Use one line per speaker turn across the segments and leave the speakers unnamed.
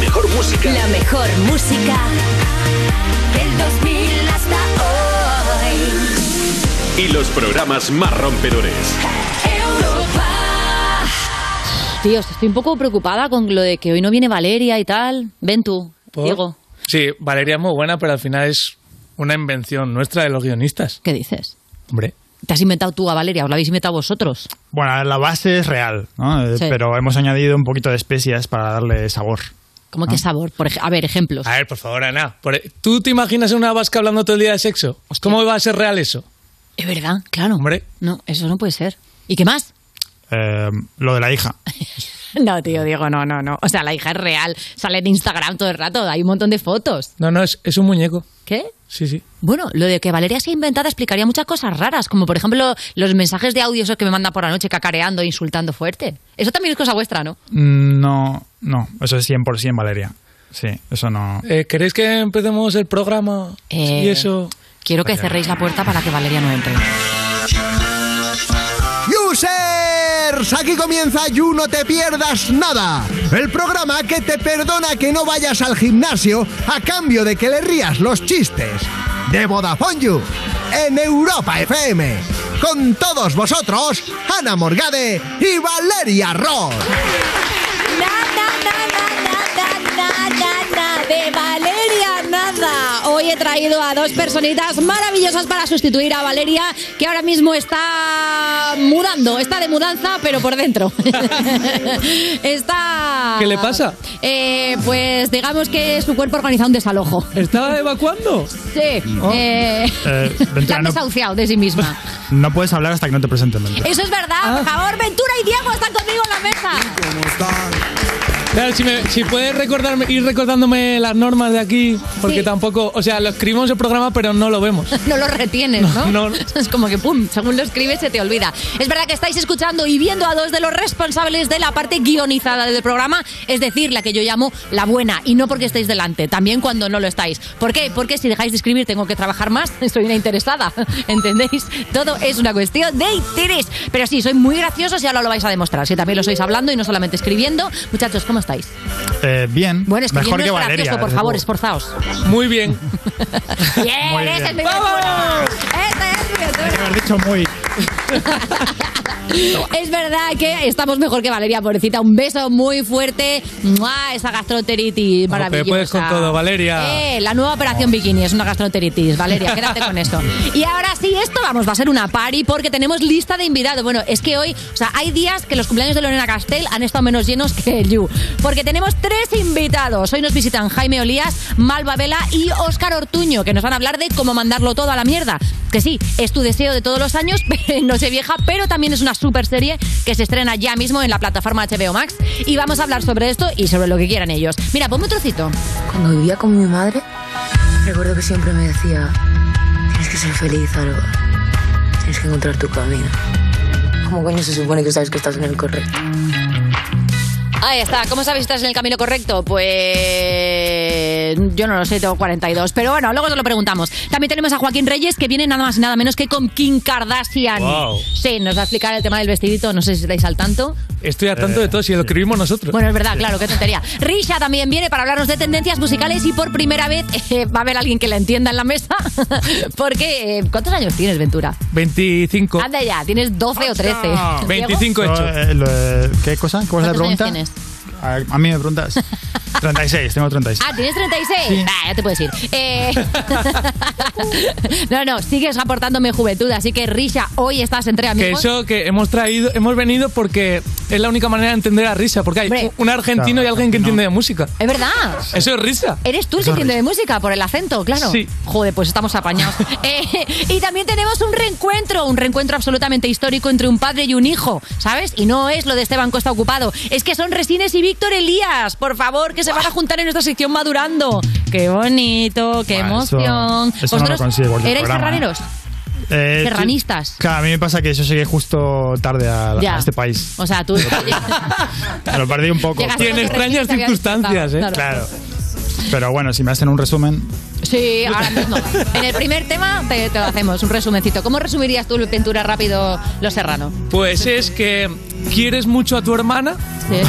mejor música.
La mejor música del 2000 hasta
hoy. Y los programas más rompedores.
Europa. Tíos, estoy un poco preocupada con lo de que hoy no viene Valeria y tal. Ven tú,
¿Por?
Diego.
Sí, Valeria es muy buena, pero al final es una invención nuestra de los guionistas.
¿Qué dices?
Hombre.
¿Te has inventado tú a Valeria? ¿Os la habéis inventado vosotros?
Bueno, la base es real, ¿no? Eh,
Sí.
pero hemos añadido un poquito de especias para darle sabor.
¿Cómo que sabor? Por ej- a ver, ejemplos.
Ah. A ver, por favor, Ana. por- e- ¿Tú te imaginas una vasca hablando todo el día de sexo? ¿Cómo va a ser real eso?
Es verdad, claro.
Hombre.
No, eso no puede ser. ¿Y qué más?
Eh, lo de la hija.
No, tío, Diego, no, no, no. O sea, la hija es real. Sale en Instagram todo el rato, hay un montón de fotos.
No, no, es, es un muñeco.
¿Qué?
Sí, sí.
Bueno, lo de que Valeria sea inventada explicaría muchas cosas raras, como por ejemplo los mensajes de audio esos que me manda por la noche cacareando e insultando fuerte. Eso también es cosa vuestra, ¿no?
Mm, No, no, eso es 100% Valeria. Sí, eso no.
Eh, ¿Queréis que empecemos el programa?
Eh,
y eso.
Quiero que cerréis la puerta para que Valeria no entre.
Users, aquí comienza You No Te Pierdas Nada, el programa que te perdona que no vayas al gimnasio a cambio de que le rías los chistes. De Vodafone You, en Europa FM. Con todos vosotros, Ana Morgade y Valeria Ross.
de Valeria Nada. Hoy he traído a dos personitas maravillosas para sustituir a Valeria, que ahora mismo está mudando, está de mudanza, pero por dentro. está...
¿Qué le pasa?
Eh, pues digamos que su cuerpo organiza un desalojo.
¿Estaba evacuando? Ah.
Sí. eh,
Eh,
se
Ventura,
han
no,
desahuciado de sí misma.
no puedes hablar hasta que no te presenten. Ventura.
Eso es
Ah.
verdad. Por favor, Ventura y Diego están conmigo en la mesa.
Claro, si, me- si puedes recordarme, ir recordándome las normas de aquí, porque
Sí.
tampoco, o sea, lo escribimos el programa, pero no lo vemos.
No lo retienes, ¿no?
No, no.
Es como que, pum, según lo escribes se te olvida. Es verdad que estáis escuchando y viendo a dos de los responsables de la parte guionizada del programa, es decir, la que yo llamo la buena, y no porque estéis delante, también cuando no lo estáis. ¿Por qué? Porque si dejáis de escribir tengo que trabajar más, soy una interesada, ¿entendéis? Todo es una cuestión de interés. Pero sí, soy muy graciosos y ahora lo vais a demostrar, si también lo sois hablando y no solamente escribiendo. Muchachos, ¿cómo estáis?
Eh, bien,
Bueno, escribiendo
mejor que
es
Valeria. eh,
gracioso, por
desde
favor,
luego.
esforzaos.
Muy bien.
Bien,
Muy
ese
bien.
es mi
¡Vamos!
Ventura. Ese es mi Ventura.
Tenía que haber dicho muy.
Es verdad que estamos mejor que Valeria, pobrecita. Un beso muy fuerte. ¡Mua! Esa gastroenteritis
Ojo, que
maravillosa.
puedes con todo, Valeria.
Eh, la nueva operación bikini es una gastroenteritis. Valeria, quédate con esto. Y ahora sí, esto vamos, va a ser una party porque tenemos lista de invitados. Bueno, es que hoy, o sea, hay días que los cumpleaños de Lorena Castell han estado menos llenos que el You. Porque tenemos tres invitados. Hoy nos visitan Jaime Olías, Malva Vela y Óscar Ortuño, que nos van a hablar de cómo mandarlo todo a la mierda. Que sí, es tu deseo de todos los años, no sé vieja, pero también es una super serie que se estrena ya mismo en la plataforma HBO Max. Y vamos a hablar sobre esto y sobre lo que quieran ellos. Mira, ponme un trocito.
Cuando vivía con mi madre, recuerdo que siempre me decía, tienes que ser feliz, algo. Tienes que encontrar tu camino. ¿Cómo coño se supone que sabes que estás en el correcto?
Ahí está. ¿Cómo sabes si estás en el camino correcto? Pues yo no lo sé, tengo 42. Pero bueno, luego te lo preguntamos. También tenemos a Joaquín Reyes, que viene nada más y nada menos que con Kim Kardashian.
Wow.
Sí, nos va a explicar el tema del vestidito, no sé si estáis al tanto.
Estoy al tanto de todo si lo escribimos nosotros.
Bueno, es verdad, claro, qué tontería. Risha también viene para hablarnos de tendencias musicales y por primera vez eh, va a haber alguien que la entienda en la mesa. Porque, eh, ¿cuántos años tienes, Ventura?
25.
Anda ya, tienes 12 o 13. Diego,
25 hecho.
Eh, lo de- ¿Qué cosa? ¿Cómo es la
¿Cuántos años
pregunta?
tienes?
A, a mí me preguntas. 36, tengo 36.
Ah, ¿tienes 36? Ah, ya te puedes ir. Eh, no, no, sigues aportándome juventud, así que Risha, hoy estás entre
Que
amigos.
eso que hemos traído, hemos venido porque es la única manera de entender a risa, porque hay
Hombre.
un- un argentino y alguien que entiende de música.
Es verdad.
Eso es risa.
Eres tú el que entiende de música por el acento, claro.
Sí.
Joder, pues estamos apañados. Eh, y también tenemos un reencuentro, un reencuentro absolutamente histórico entre un padre y un hijo, ¿sabes? Y no es lo de Esteban Costa ocupado, es que son Resines y Víctor Elías, por favor, que se van a juntar en nuestra sección Madurando. Qué bonito, qué
Bueno, eso-
emoción.
eso no lo consigo yo, el
erais
programa,
serraneros?
Eh, sí.
Serranistas.
Claro, a mí me pasa que yo llegué justo tarde a, a
Ya.
este país.
O sea, tú
Me lo perdí un poco.
llegas
Y en
todo
extrañas
derretista que habías
circunstancias,
estado,
¿eh?
claro.
Claro. Pero bueno, si me hacen un resumen,
Sí, ahora mismo. En el primer tema te, te lo hacemos, un resumencito. ¿Cómo resumirías tú, Ventura, rápido, Los Serrano?
Pues es que quieres mucho a tu hermana,
Sí.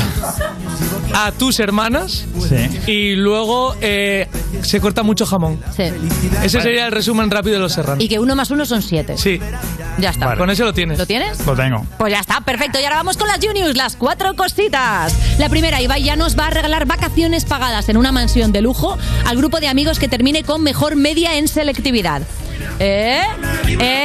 a tus hermanas,
Sí.
y luego eh, se corta mucho jamón.
sí.
Ese sería el resumen rápido de los serranos.
Y que uno más uno son siete.
Sí,
Ya está.
Vale.
con eso lo tienes.
¿Lo tienes?
Lo tengo.
Pues ya está, perfecto. Y ahora vamos con las Juniors, las cuatro cositas. La primera, Ibai ya nos va a regalar vacaciones pagadas en una mansión de lujo al grupo de amigos que termine con mejor media en selectividad. ¿Eh? ¿Eh?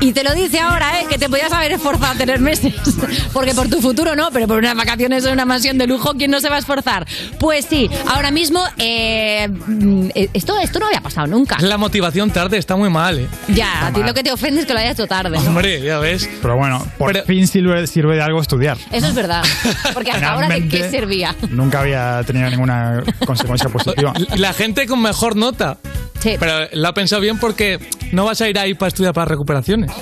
Y te lo dice ahora, ¿eh? Que te podías haber esforzado tres meses. Porque por tu futuro no, pero por unas vacaciones en una mansión de lujo, ¿quién no se va a esforzar? Pues sí, ahora mismo, eh, mm, esto, esto no había pasado nunca.
La motivación tarde está muy mal, ¿eh?
Ya, a ti lo que te ofende es que lo hayas hecho tarde.
Hombre, ya ves.
Pero bueno, por
Pero-
fin sirve, sirve de algo estudiar.
Eso es verdad. Porque hasta ahora, ¿de qué
Finalmente,
servía?
Nunca había tenido ninguna consecuencia positiva.
La gente con mejor nota.
Sí.
Pero la ha pensado bien porque no vas a ir ahí para estudiar para recuperaciones.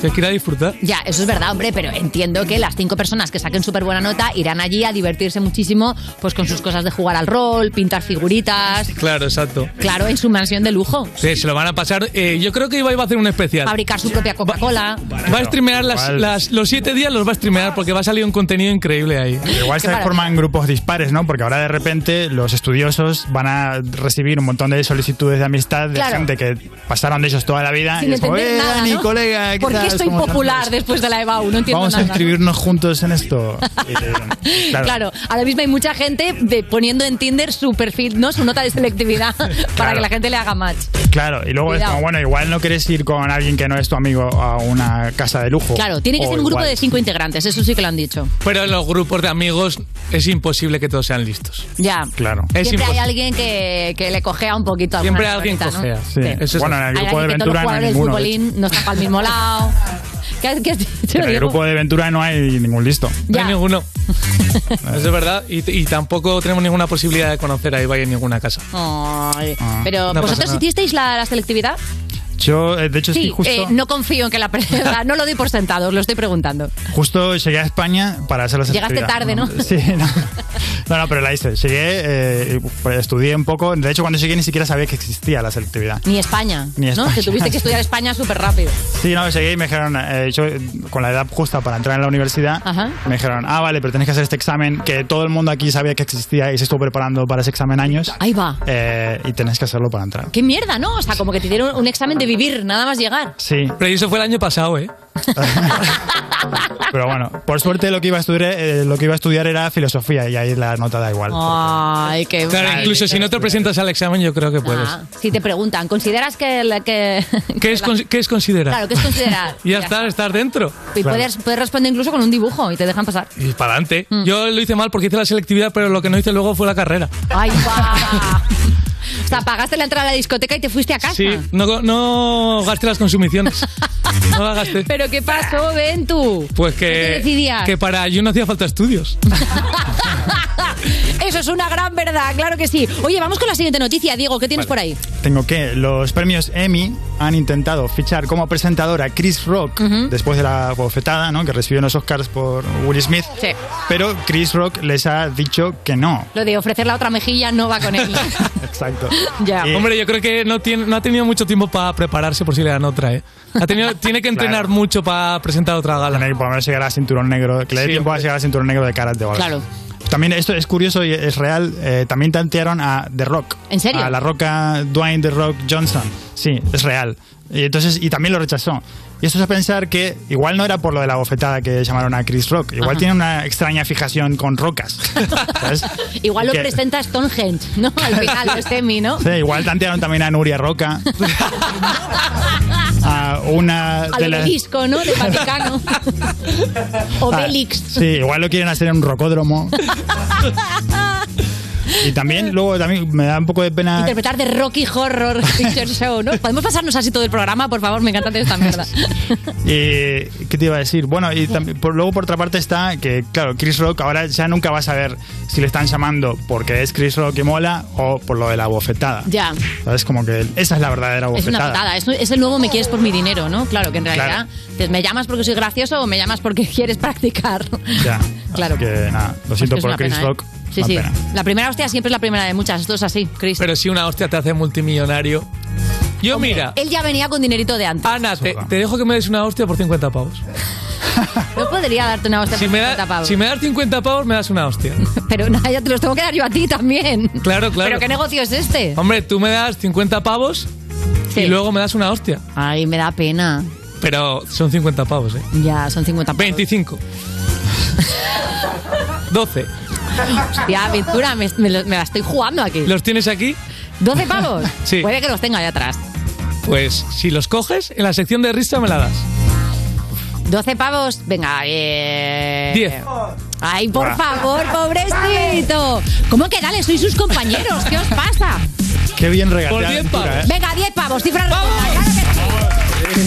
Tienes que ir a disfrutar.
Ya, eso es verdad, hombre, pero entiendo que las cinco personas que saquen súper buena nota irán allí a divertirse muchísimo pues con sus cosas de jugar al rol, pintar figuritas,
Claro, exacto.
claro, en su mansión de lujo,
Sí, se lo van a pasar. Eh, yo creo que Ibai va a hacer un especial.
fabricar su propia Coca-Cola.
Va a streamear las,
Igual.
las- los siete días, los va a streamear porque va a salir un contenido increíble ahí.
Igual
Qué
se
maravilla.
forman grupos dispares, ¿no? Porque ahora de repente los estudiosos van a recibir un montón de solicitudes de amistad de
Claro.
gente que pasaron de ellos toda la vida.
Sin
y es como,
entender
"Eh,
nada,
Dani,
¿no?
colega, ¿qué
¿Por qué
tal?
estoy
¿Cómo estás?".
popular después de la EBAU? No entiendo
Vamos a
nada.
inscribirnos juntos en esto. Eh,
Claro. ahora mismo hay mucha gente de- poniendo en Tinder su perfil, ¿no? Su nota de selectividad para
Claro.
que la gente le haga match.
Claro, y luego es
Cuidado.
como, bueno, igual no quieres ir con alguien que no es tu amigo a una casa de lujo.
Claro, tiene que
O
ser un grupo
igual-
de cinco integrantes, eso sí que lo han dicho.
Pero en los grupos de amigos es imposible que todos sean listos.
Ya.
Claro.
Siempre
Es
hay
imposible.
alguien que, que le cojea un poquito a alguna
Siempre alguien
chavalita, ¿no?
cojea.
Sí.
Eso es
bueno, en
así.
el
Hay
grupo de
alguien que todos los
Ventura no hay
jugadores del
ninguno. de hecho.
futbolín no están para el mismo lado. ¿Qué, qué has dicho?
En el
Diego?
grupo de Ventura no hay ningún listo.
No hay
Ya.
ninguno. Eso es verdad. Y, y tampoco tenemos ninguna posibilidad de conocer a Ibai en ninguna casa.
Ay,
Ah.
pero
no pasa
vosotros
nada.
hicisteis la, la selectividad?
Yo, eh, de hecho, estoy justo...
eh, no confío en que la pre- no lo doy por sentado, os lo estoy preguntando.
Justo llegué a España para hacer la
Llegaste tarde,
selectividad.
¿no?
Sí, no. No, no, pero la hice. Llegué, eh, pues, estudié un poco. De hecho, cuando llegué ni siquiera sabía que existía la selectividad.
Ni España,
Ni
¿no? Que
España.
tuviste que estudiar España súper rápido.
Sí, no, llegué y me dijeron, eh, yo eh, con la edad justa para entrar en la universidad,
Ajá.
me dijeron, ah, vale, pero tenés que hacer este examen que todo el mundo aquí sabía que existía y se estuvo preparando para ese examen años.
Ahí va.
Eh, y tenés que hacerlo para entrar.
Qué mierda, ¿no? O sea, como que te dieron un examen de vivir, nada más llegar.
Sí,
Pero eso fue el año pasado, ¿eh?
pero bueno, por suerte lo que iba a estudiar, eh, lo que iba a estudiar era filosofía y ahí la nota da igual.
Ah. Ay, qué
Claro, incluso si no te presentas al examen, yo creo que puedes.
Ah, si te preguntan, ¿consideras que... la- que...
¿Qué es, con- qué es considerar?
Claro, ¿qué es considerar?
Y ya está, estás dentro.
Y puedes, Mm. puedes responder incluso con un dibujo y te dejan pasar.
Y para adelante. Yo lo hice mal porque hice la selectividad, pero lo que no hice luego fue la carrera.
¡Ay, va! O sea, pagaste la entrada a la discoteca y te fuiste a casa.
Sí, no, no gasté las consumiciones. No las gasté.
¿Pero qué pasó, Ventu?
Pues
¿Qué
que,
decidías?
que para allí no hacía falta estudios.
Eso es una gran verdad, claro que sí. Oye, vamos con la siguiente noticia, Diego, ¿qué tienes por ahí?
Tengo que los premios Emmy han intentado fichar como presentadora a Chris Rock después de la bofetada ¿no? que recibió en los Oscars por Will Smith.
Sí.
Pero Chris Rock les ha dicho que no.
Lo de ofrecer la otra mejilla no va con él.
Exacto.
ya.
Eh,
Hombre, yo creo que no, tiene, no ha tenido mucho tiempo para prepararse por si le dan otra, ¿eh? Ha tenido, tiene que entrenar
Claro.
mucho para presentar otra gala.
Tener que por lo menos llegar a cinturón negro, que le dé
Sí,
tiempo a
hombre.
llegar a cinturón negro de karate o algo.
Claro.
También esto es curioso y es real. eh, también tantearon a The Rock.
¿En serio?
A la roca Dwayne The Rock Johnson. Sí, es real. Y entonces y también lo rechazó. Y esto es a pensar que igual no era por lo de la bofetada que llamaron a Chris Rock. Igual tiene una extraña fijación con rocas. ¿sabes?
Igual lo
Que-
presenta Stonehenge, ¿no? Al final, los semi, ¿no?
Sí, igual tantearon también a Nuria Roca. a una
Al
las-
obelisco, ¿no? De Vaticano. o Bélix.
Ah, sí, igual lo quieren hacer en un rocódromo. y también, luego, también me da un poco de pena.
Interpretar de Rocky Horror Picture Show, ¿no? Podemos pasarnos así todo el programa, por favor, me encanta toda esta mierda.
Eh, ¿Qué te iba a decir? Bueno, y tam- por, luego por otra parte está que, claro, Chris Rock ahora ya nunca va a saber si le están llamando porque es Chris Rock que mola o por lo de la bofetada.
Ya.
¿Sabes? Como que esa es la verdadera
Es una
bofetada.
patada, es, es el nuevo me quieres por mi dinero, ¿no? Claro, que en realidad
Claro.
te- me llamas porque soy gracioso o me llamas porque quieres practicar.
Ya.
¿eh? Claro.
Así que nada, lo
Es
siento
que es
por
una
Chris
pena, ¿eh?
Rock.
Sí,
Una
sí.
pena.
La primera hostia siempre es la primera de muchas. Esto es así, Chris.
Pero si una hostia te hace multimillonario. Yo, mira,
Él ya venía con dinerito de antes.
Ana, te, te dejo que me des una hostia por 50 pavos.
No podría darte una hostia
Si
por
me,
50
da-
pavos.
si me das 50 pavos, me das una hostia.
Pero nada, ya te los tengo que dar yo a ti también.
Claro, claro.
Pero ¿qué negocio es este?
Hombre, tú me das 50 pavos
Sí.
y luego me das una hostia.
Ay, me da pena.
Pero son 50 pavos, ¿eh?
Ya, son 50 pavos.
25. 12.
Hostia, aventura, me, me lo- me la estoy jugando aquí.
¿Los tienes aquí?
¿12 pavos?
Sí.
Puede que los tenga allá atrás.
Pues si los coges, en la sección de risa me la das.
¿12 pavos? Venga, eh...
10.
Ay, por favor, pobrecito. ¿Cómo que dale? Sois sus compañeros. ¿Qué os pasa?
Qué bien
Por
regateado.
10
Ventura,
pavos.
¿eh?
Venga, 10 pavos, cifra redonda, claro que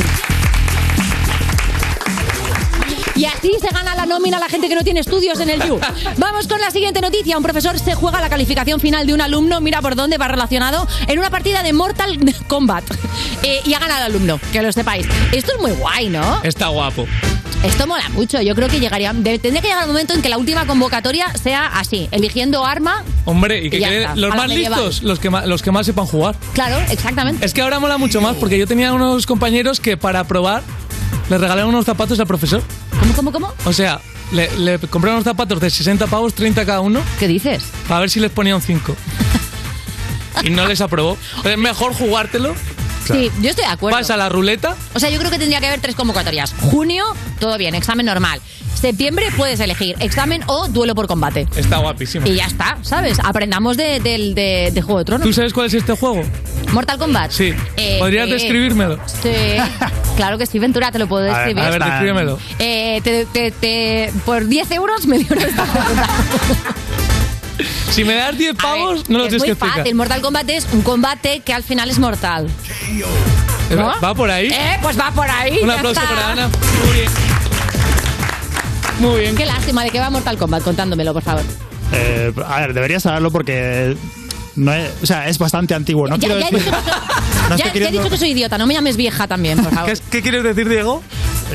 sí. Y así se gana la nómina la gente que no tiene estudios en el You. Vamos con la siguiente noticia. Un profesor se juega la calificación final de un alumno, mira por dónde va relacionado, en una partida de Mortal Kombat. Eh, y ha ganado al alumno, que lo sepáis. Esto es muy guay, ¿no?
Está guapo.
Esto mola mucho. Yo creo que llegaría. de- Tendría que llegar el momento en que la última convocatoria sea así, eligiendo arma.
Hombre, y que
Y ya
quede-
está, a
los
la
más
medieval.
listos, los que más, los que más sepan jugar.
Claro, exactamente.
Es que ahora mola mucho más porque yo tenía unos compañeros que para probar le regalaron unos zapatos al profesor.
¿Cómo, cómo, cómo?
O sea, le, le compraron unos zapatos de 60 pavos, 30 cada uno,
¿Qué dices?
para ver si les ponía un 5. Y no les aprobó. Es mejor jugártelo.
Sí, yo estoy de acuerdo.
Vas a la ruleta.
O sea, yo creo que tendría que haber tres convocatorias. Junio, todo bien, examen normal. Septiembre puedes elegir examen o duelo por combate.
Está guapísimo.
Y ya está, ¿sabes? Aprendamos de, del- de- de Juego de
¿Tú
Tronos.
sabes cuál es este juego?
Mortal Kombat.
Sí.
Eh,
¿Podrías
sí.
describírmelo?
Sí. Claro que sí, Ventura, te lo puedo
A ver,
describir.
A ver,
Está-
descríbemelo.
Eh, te- te- te- por 10 euros me dieron esta pregunta.
Si me das 10
A ver,
pavos, no lo
es
tienes que
muy
explicar.
fácil. Mortal Kombat es un combate que al final es mortal. ¿no?
Va por ahí.
Eh, pues va por ahí.
Un
ya
aplauso
está.
para Ana. Muy bien. Muy bien.
Qué lástima, ¿de qué va Mortal Kombat? Contándomelo, por favor.
Eh, a ver, deberías saberlo porque no es, o sea, es bastante antiguo. No
Ya,
quiero
ya he
decir-
dicho que soy-
No
ya-
estoy
ya he
queriendo-
dicho que soy idiota, no me llames vieja también, por favor.
¿Qué, qué quieres decir, Diego?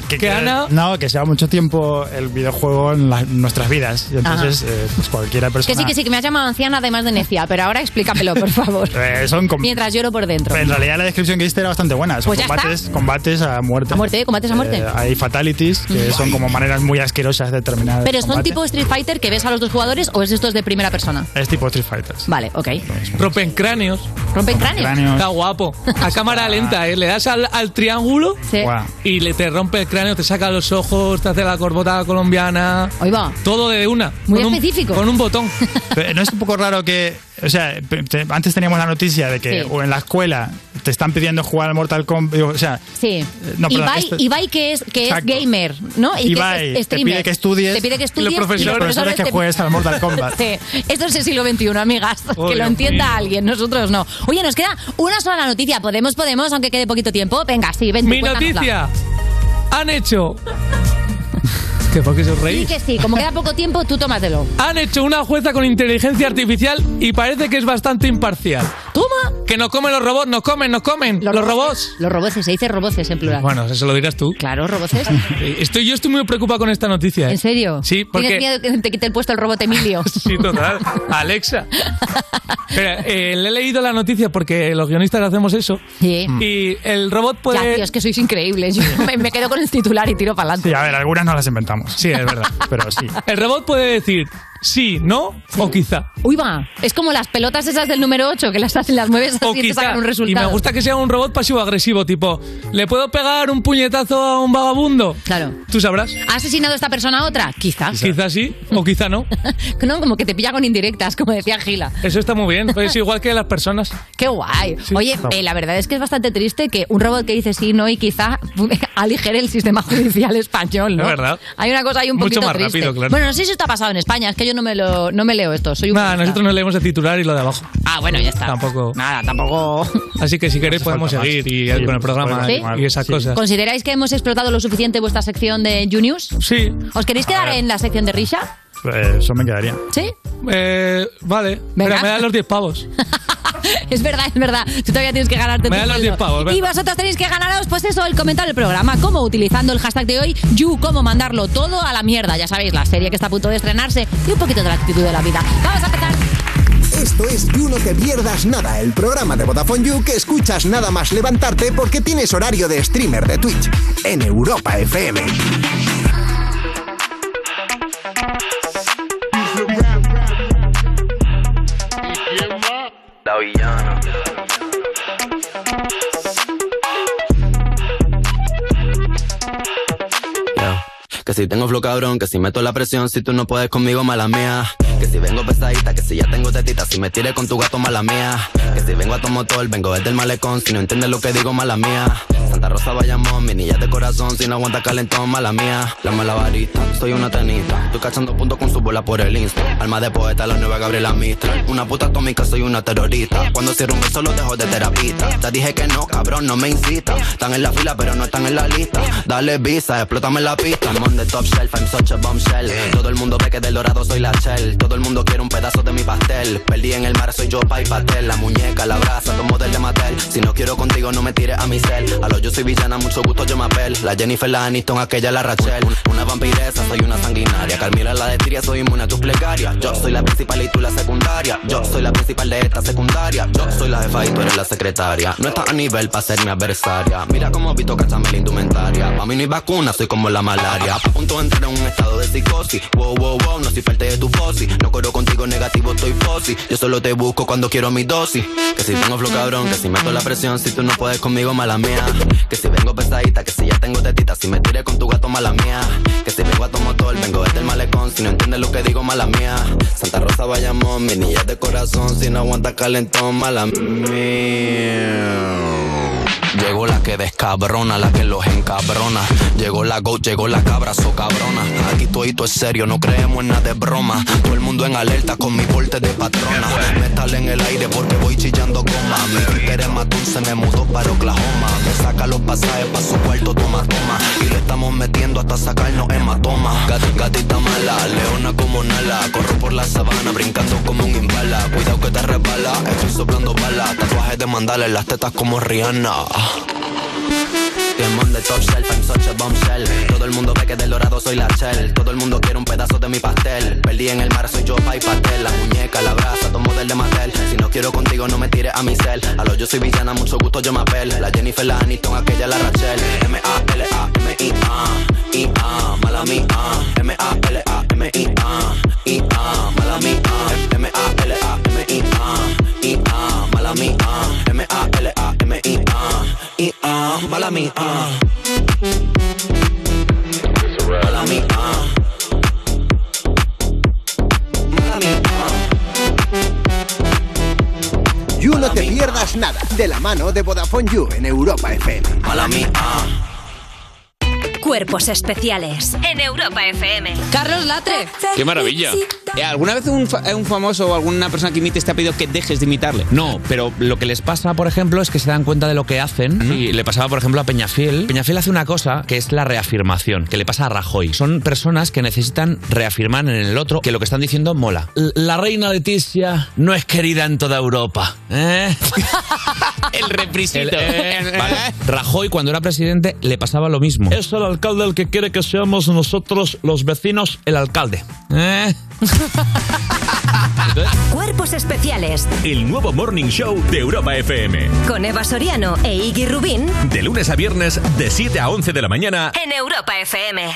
que,
que Ana-
No, que lleva mucho tiempo el videojuego en, la- en nuestras vidas. Y entonces, eh, pues cualquiera
Que
persona.
sí, que sí, que me has llamado anciana además de necia, pero ahora explícamelo, por favor.
Eh, son com-
Mientras lloro por dentro.
En realidad la descripción que diste era bastante buena. Son
Pues ya
combates, combates a muerte.
A muerte, combates a muerte. Mm.
Eh, hay fatalities, que son como maneras muy asquerosas de terminar. el
Pero son
combate.
tipo Street Fighter que ves a los dos jugadores o es estos de primera persona.
Es tipo Street Fighters.
Vale, ok.
Rompen cráneos.
Rompen cráneos.
Cráneos.
Está guapo. A cámara lenta, ¿eh? Le das al, al triángulo
Sí.
Guau.
y le te rompe el cráneo, te saca los ojos, te hace la corbotada colombiana.
Ahí va.
Todo de una.
Muy
Con un-
específico.
con un botón.
Pero, ¿No es un poco raro que, o sea, pe- te- antes teníamos la noticia de que
Sí.
o en la escuela te están pidiendo jugar al Mortal Kombat, digo, o sea,
Sí.
Eh, No, perdón,
Ibai,
esto-
Ibai que es que es
Exacto.
gamer, ¿no? Y
Ibai,
que es
te
streamer.
pide que estudies,
Te pide que
los
estudies y
profesores- los profesores que
te-
juegues al Mortal Kombat.
Sí. Esto es el siglo XXI, amigas.
Oh,
que lo
Dios
entienda
mío.
alguien, nosotros no. Oye, nos queda una sola noticia. Podemos, podemos, aunque quede poquito tiempo. Venga, sí, ven. tú,
Mi
cuéntanosla.
noticia. Han hecho. ¿Qué, ¿Por qué se os
Sí
reís?
que sí, como queda poco tiempo, tú tómatelo.
Han hecho una jueza con inteligencia artificial y parece que es bastante imparcial.
¡Toma!
Que nos comen los robots, nos comen, nos comen. Los, robots.
Los roboces, se dice roboces en plural.
Bueno, eso lo dirás tú.
Claro, roboces.
Eh, Estoy, yo estoy muy preocupado con esta noticia. ¿eh?
¿En serio?
Sí, porque...
¿Tienes miedo que te quite el puesto el robot Emilio?
Sí, total. Alexa. Espera, eh, le he leído la noticia porque los guionistas hacemos eso. Mm.
Sí.
Y el robot puede...
Ya, tío, es que sois increíbles. Yo me, me quedo con el titular y tiro para adelante.
sí, a ver, algunas no las inventamos.
Sí, es verdad.
Pero sí.
El robot puede decir sí, no o quizá.
Uy, va. Es como las pelotas esas del número 8, que las, las mueves así
O
y te
quizá.
sacan un
Y
resultado.
me gusta que sea un robot pasivo-agresivo, tipo, ¿le puedo pegar un puñetazo a un vagabundo?
Claro.
Tú sabrás.
¿Ha asesinado esta persona a otra? Quizá.
Quizá sí o quizá no.
No, como que te pilla con indirectas, como decía Gila.
Eso está muy bien. Es igual que las personas.
Qué guay. Oye, eh, la verdad es que es bastante triste que un robot que dice sí, no y quizá aligere el sistema judicial español, ¿no?
Es verdad.
Hay una cosa ahí un
Mucho
poquito
más
triste.
rápido, claro.
Bueno, no sé si esto ha pasado en España, es que yo no me lo no me leo esto, soy un
Nada,
purista.
nosotros nos leemos el titular y lo de abajo.
Ah, bueno, ya está.
Tampoco.
Nada, tampoco.
Así que si queréis podemos
falta más.
seguir y,
Sí,
con el
pues,
programa
¿Sí?
y esas
Sí.
cosas.
¿Consideráis que hemos explotado lo suficiente vuestra sección de You News?
Sí.
¿Os queréis quedar
ver.
en la sección de Risha?
Eh, Eso me quedaría.
¿Sí?
Eh, vale.
Venga.
Pero me dan los 10 pavos.
Es verdad, es verdad. Tú todavía tienes que ganarte
Me dan
tu
los
sueldo.
10 pavos, venga.
Y vosotros tenéis que ganaros, pues eso, el comentario del programa. Como utilizando el hashtag de hoy, you, cómo mandarlo todo a la mierda. Ya sabéis, la serie que está a punto de estrenarse y un poquito de la actitud de la vida. Vamos a empezar.
Esto es You No Te Pierdas Nada, el programa de Vodafone You que escuchas nada más levantarte porque tienes horario de streamer de Twitch en Europa FM.
La villana.
Yeah. Que si tengo flow cabrón, que si meto la presión, si tú no puedes conmigo, mala mía. Que si vengo pesadita, que si ya tengo tetita, si me tires con tu gato, mala mía. Que si vengo a tu motor, vengo desde el malecón, si no entiendes lo que digo, mala mía. Santa Rosa Bayamón, mi niña de corazón, si no aguanta calentón, mala mía. La mala varita, soy una tenista, estoy cachando puntos con su bola por el insta. Alma de poeta, la nueva Gabriela Mistral. Una puta atómica, soy una terrorista. Cuando cierro un beso, lo dejo de terapista. Te dije que no, cabrón, no me incita. Están en la fila, pero no están en la lista. Dale visa, explótame la pista. I'm on the top shelf, I'm such a bombshell. Todo el mundo ve que del dorado soy la shell. Todo el mundo quiere un pedazo de mi pastel. Perdí en el mar, soy yo, pa' y pastel. La muñeca, la brasa, tomo del de Mattel. Si no quiero contigo, no me tires a mi cel. A lo yo soy villana, mucho gusto, yo me apel. La Jennifer, la Aniston, aquella, la Rachel. Una vampiresa, soy una sanguinaria. Carmila, la de Tiria, soy inmune a tus plegarias. Yo soy la principal y tú la secundaria. Yo soy la principal de esta secundaria. Yo soy la jefa y tú eres la secretaria. No estás a nivel para ser mi adversaria. Mira cómo Vito cachame la indumentaria. Pa' mí no hay vacuna, soy como la malaria. A punto de entrar en un estado de psicosis. Wow, wow, wow, no soy parte de tu fosi. No corro contigo negativo, estoy fosi. Yo solo te busco cuando quiero mi dosis. Que si tengo flow cabrón, que si meto la presión, si tú no puedes conmigo, mala mía. Que si vengo pesadita, que si ya tengo tetita, si me tiré con tu gato, mala mía. Que si vengo a tu motor, vengo desde el malecón, si no entiendes lo que digo, mala mía. Santa Rosa Bayamón, mi niña de corazón, si no aguanta calentón, mala mía. Llegó la que descabrona, la que los encabrona. Llegó la go, llegó la cabra, so cabrona. Aquí todo es serio, no creemos en nada de broma. Todo el mundo en alerta con mi porte de patrona. Metal en el aire porque voy chillando goma. Mi títere matón se me mudó para Oklahoma. Me saca los pasajes para su cuarto, toma, toma. Y le estamos metiendo hasta sacarnos hematoma. Gat- gatita mala, leona como Nala. Corro por la sabana, brincando como un imbala. Cuidado que te resbala, estoy soplando balas. Tatuajes de mandala en las tetas como Rihanna. Game on the top shelf, I'm such a bombshell. Todo el mundo ve que del dorado soy la shell. Todo el mundo quiere un pedazo de mi pastel. Perdí en el mar, soy yo, pa' y pastel. La muñeca, la brasa, tomo del de Mattel. Si no quiero contigo, no me tires a mi cel. A lo yo soy villana, mucho gusto, yo me apel. La Jennifer, la Aniston, aquella, la Rachel. M-A-L-A-M-I-A, I-A, mala mía. M-A-L-A-M-I-A, I-A, mala mía. M-A-L-A-M-I-A, I-A, E, mala mía. M-A-L-A-M-I-A, I-A, E, mala mía. Mala mía. Mala mía.
You No Te Pierdas Nada, de la mano de Vodafone You en Europa FM.
Mala mía.
Cuerpos especiales en Europa FM.
Carlos Latre.
¡Qué maravilla! Eh, ¿Alguna vez un, fa- un famoso o alguna persona que imites te ha pedido que dejes de imitarle?
No, pero lo que les pasa, por ejemplo, es que se dan cuenta de lo que hacen. Y le pasaba, por ejemplo, a Peñafiel. Peñafiel hace una cosa que es la reafirmación, que le pasa a Rajoy. Son personas que necesitan reafirmar en el otro que lo que están diciendo mola. L- La reina Leticia no es querida en toda Europa. ¿eh?
El eh, reprisito.
Vale. Rajoy, cuando era presidente, le pasaba lo mismo. Es el alcalde el que quiere que seamos nosotros, los vecinos, el alcalde. ¿eh?
Cuerpos especiales
El nuevo Morning Show de Europa FM.
con Eva Soriano e Iggy Rubín
De lunes a viernes, de 7 a 11 de la mañana.
en Europa FM.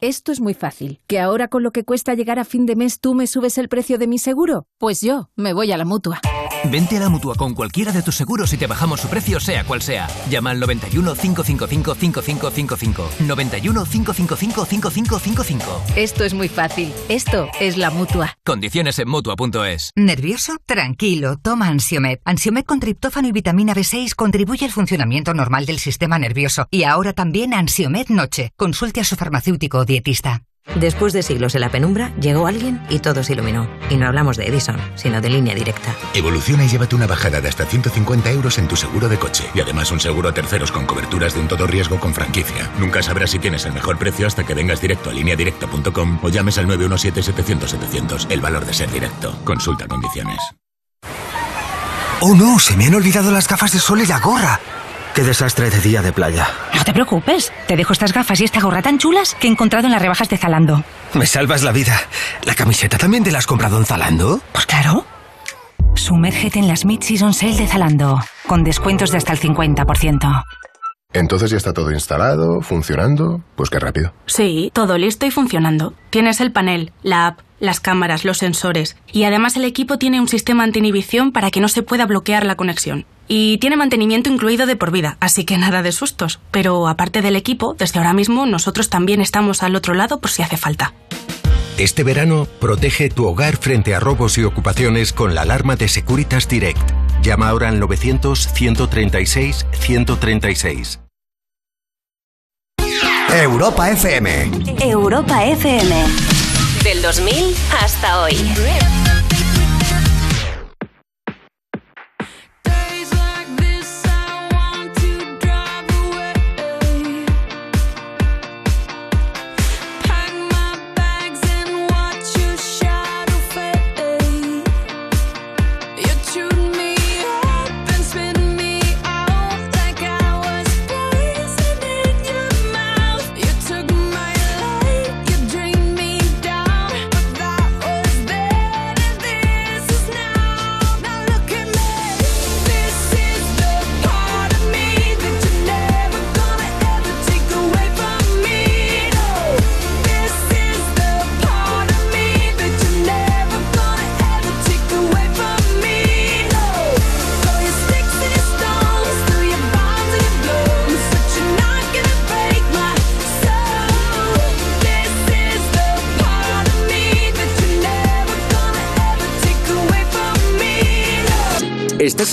Esto es muy fácil. ¿Que ahora con lo que cuesta llegar a fin de mes tú me subes el precio de mi seguro? Pues yo me voy a la mutua.
Vente a la mutua con cualquiera de tus seguros y te bajamos su precio, sea cual sea. Llama al 91 555 5555. 91 555 5555.
Esto es muy fácil. Esto es la mutua.
Condiciones en mutua.es.
¿Nervioso? Tranquilo, toma Ansiomed. Ansiomed con triptófano y vitamina B6 contribuye al funcionamiento normal del sistema nervioso. Y ahora también Ansiomed Noche. Consulte a su farmacéutico o dietista.
Después de siglos en la penumbra, llegó alguien y todo se iluminó. Y no hablamos de Edison, sino de línea directa.
Evoluciona y llévate una bajada de hasta 150 euros en tu seguro de coche. Y además un seguro a terceros con coberturas de un todo riesgo con franquicia. Nunca sabrás si tienes el mejor precio hasta que vengas directo a lineadirecta.com o llames al 917-700-700. El valor de ser directo. Consulta condiciones.
Oh no, se me han olvidado las gafas de sol y la gorra. Qué desastre de día de playa.
No te preocupes, te dejo estas gafas y esta gorra tan chulas que he encontrado en las rebajas de Zalando.
Me salvas la vida. ¿La camiseta también te la has comprado en Zalando?
Pues claro. Sumérgete en las Mid-Season Sale de Zalando, con descuentos de hasta el 50%.
Entonces ya está todo instalado, funcionando. Pues qué rápido.
Sí, todo listo y funcionando. Tienes el panel, la app, las cámaras, los sensores y además el equipo tiene un sistema anti-inhibición para que no se pueda bloquear la conexión. Y tiene mantenimiento incluido de por vida, así que nada de sustos. Pero aparte del equipo, desde ahora mismo nosotros también estamos al otro lado por si hace falta.
Este verano, protege tu hogar frente a robos y ocupaciones con la alarma de Securitas Direct. Llama ahora al 900-136-136.
Europa FM.
Europa FM. Del 2000 hasta hoy.
Estás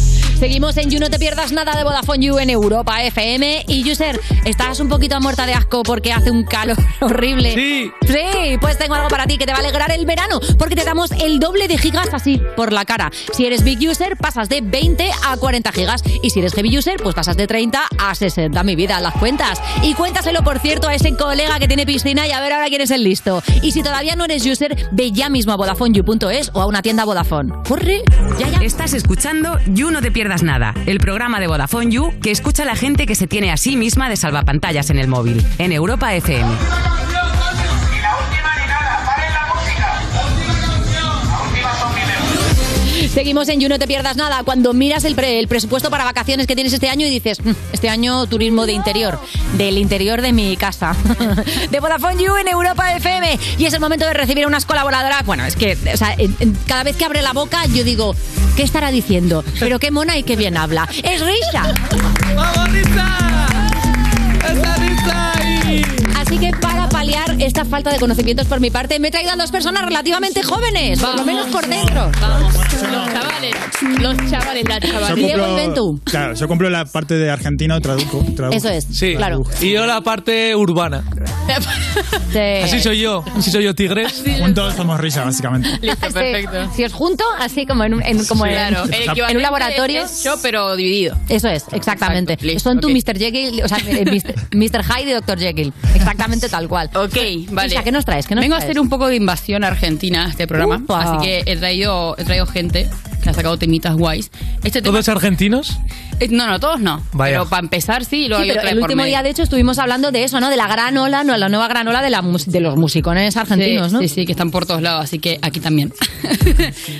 Seguimos en You, no te pierdas nada de Vodafone You en Europa FM. Y User, estás un poquito muerta de asco porque hace un calor horrible.
Sí.
Sí, pues tengo algo para ti que te va a alegrar el verano porque te damos el doble de gigas así por la cara. Si eres Big User, pasas de 20 a 40 gigas. Y si eres Heavy User, pues pasas de 30 a 60. Mi vida, las cuentas. Y cuéntaselo, por cierto, a ese colega que tiene piscina y a ver ahora quién es el listo. Y si todavía no eres User, ve ya mismo a VodafoneYou.es o a una tienda Vodafone. ¡Corre!
Estás escuchando You No Te Pierdas Nada, el programa de Vodafone You que escucha a la gente que se tiene a sí misma de salvapantallas en el móvil, en Europa FM.
Seguimos en You, no te pierdas nada. Cuando miras el, pre- el presupuesto para vacaciones que tienes este año y dices, "Mm, este año turismo de interior, del interior de mi casa. de Vodafone You en Europa FM. Y es el momento de recibir a unas colaboradoras. Bueno, es que o sea, en- en- cada vez que abre la boca yo digo, ¿qué estará diciendo? Pero qué mona y qué bien habla. Es Risha.
¡Vamos, Risa! ¡Está Risa ahí!
Así que para paliar esta falta de conocimientos por mi parte, me he traído a dos personas relativamente jóvenes, por lo menos por dentro.
Los chavales, los chavales, la
Yo
chavalilla.
cumplo, claro, yo cumplo la parte de argentino, traduzco. traduzco.
Eso es,
Sí,
claro.
Y yo la parte urbana.
Sí.
Así soy yo, así soy yo, tigres.
Juntos somos risa, básicamente.
Sí, Si os junto, así como en un, en- como en-
Claro, el
en
equivalente
un laboratorio.
es yo, pero dividido.
Eso es, exactamente. Son tu Mr. Jekyll, o sea, eh, Mr. Mr. Hyde y Dr. Jekyll. Exactamente tal cual.
Ok, vale.
Isa, ¿qué nos traes? ¿Qué nos
Vengo
traes?
a hacer un poco de invasión argentina a este programa.
Upa.
Así que he traído, he traído gente que ha sacado temitas guays. Este tema-
¿Todos argentinos?
Eh, No, no, todos no.
Vaya.
Pero para empezar, sí, y
Sí,
luego hay
pero
otra
el
por
último
medio.
día, de hecho, estuvimos hablando de eso, ¿no? De la gran ola, no, la nueva gran ola de, la, mus- de los musicones argentinos,
Sí,
¿no?
Sí, sí, que están por todos lados, así que aquí también.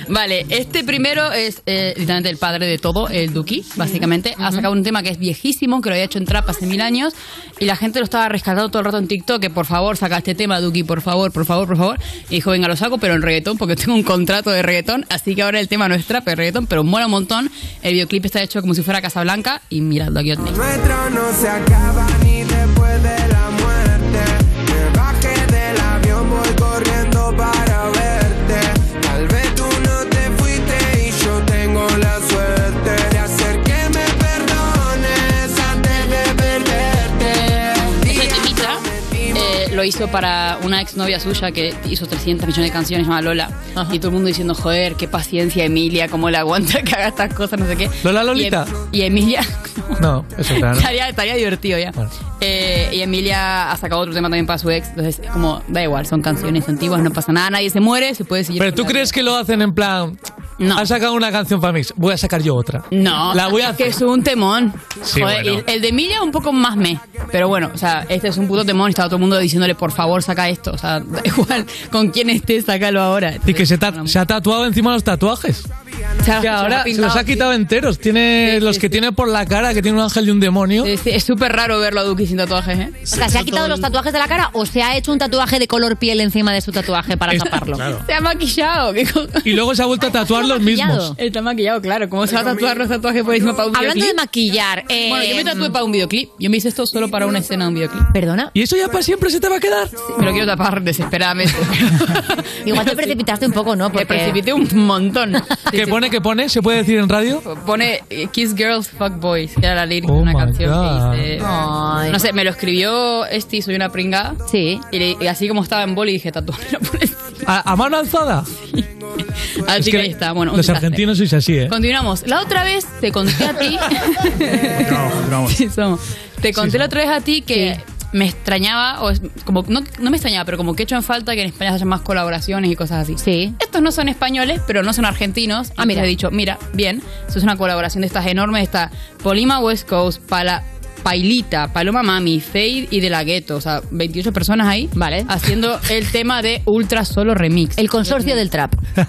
vale, este primero es eh, literalmente el padre de todo, el Duki, básicamente. Ha sacado un tema que es viejísimo, que lo había hecho en trap hace mil años, y la gente lo estaba rescatando todo el rato en TikTok, que por favor, saca este tema, Duki, por favor, por favor, por favor. Y dijo, venga, lo saco, pero en reggaetón, porque tengo un contrato de reggaetón, así que ahora el tema no es trap, es reggaetón, pero mola un montón. El videoclip está hecho como si fuera Casablanca, y miradlo aquí lo tenéis.
nuestro no se acaba ni después de la muerte. Me bajé del avión, voy corriendo para verte. Tal vez tú no te fuiste y yo tengo la suerte de hacer que me perdones antes de perderte.
Ese temita eh, lo lo hizo para una exnovia suya que hizo 300 millones de canciones, llamada Lola. Y todo el mundo diciendo, joder, qué paciencia Emilia, cómo la aguanta que haga estas cosas, no sé qué.
Lola Lolita.
Y, Em- y Emilia,
No, eso claro.
estaría, estaría divertido ya.
Bueno.
Eh, y Emilia ha sacado otro tema también para su ex, entonces es como, da igual, son canciones antiguas, no pasa nada, nadie se muere, se puede seguir.
Pero tú crees que lo hacen en plan. No. Han sacado una canción para mí, voy a sacar yo otra.
No,
La voy a
es que es un temón.
Sí,
Joder,
bueno.
y el de Emilia un poco más me. Pero bueno, o sea, este es un puto temón y estaba todo el mundo diciéndole, por favor, saca esto. O sea, da igual con quién estés, sácalo ahora.
Y que se, ta- se ha tatuado encima los tatuajes.
sea,
que ahora
se los ha pintado,
se los ha quitado enteros. Tiene los que tiene por la cara, que tiene un ángel y un demonio.
Sí, es súper raro verlo a Duki sin tatuajes, ¿eh?
O sea, se ha quitado los tatuajes de la cara o se ha hecho un tatuaje de color piel encima de su tatuaje para
Es-
taparlo.
claro.
Se ha maquillado. ¿qué co-
Y luego se ha vuelto a tatuar los mismos.
Está maquillado, claro. ¿Cómo se va a tatuar los tatuajes por encima para un
Hablando de
videoclip?
maquillar. eh,
Bueno, yo me tatué para un videoclip. Yo me hice esto solo para una escena de un videoclip.
¿Perdona?
¿Y eso ya para siempre se te va a quedar?
me lo quiero tapar desesperadamente.
Igual te precipitaste un poco, ¿no?
Me precipité un montón.
¿Qué pone? ¿Qué pone? ¿Se puede decir en radio?
Pone eh, Kiss Girls, Fuck Boys, que era la lírica de una
Oh my
canción
God.
que hice.
Ay.
No sé, me lo escribió este, soy una pringada.
Sí.
Y, le- y así como estaba en boli, dije, tatuármelo por encima.
¿A, a mano alzada?
Así
Es
que, ahí está, bueno. un
Los
desastre.
argentinos sois así, ¿eh?
Continuamos. La otra vez te conté a ti. Sí, somos. Te conté la otra vez a ti que me extrañaba, o es- como no, no me extrañaba, pero como que he hecho en falta que en España haya más colaboraciones y cosas así.
Sí.
Estos no son españoles, pero no son argentinos. Ah, mira. He dicho, mira, bien, eso es una colaboración de estas enormes. Está Polima West Coast, Pala, Pailita, Paloma Mami, Fade y De La Ghetto. O sea, 28 personas ahí. Vale. Haciendo el tema de Ultra Solo Remix. El
consorcio del trap.
solo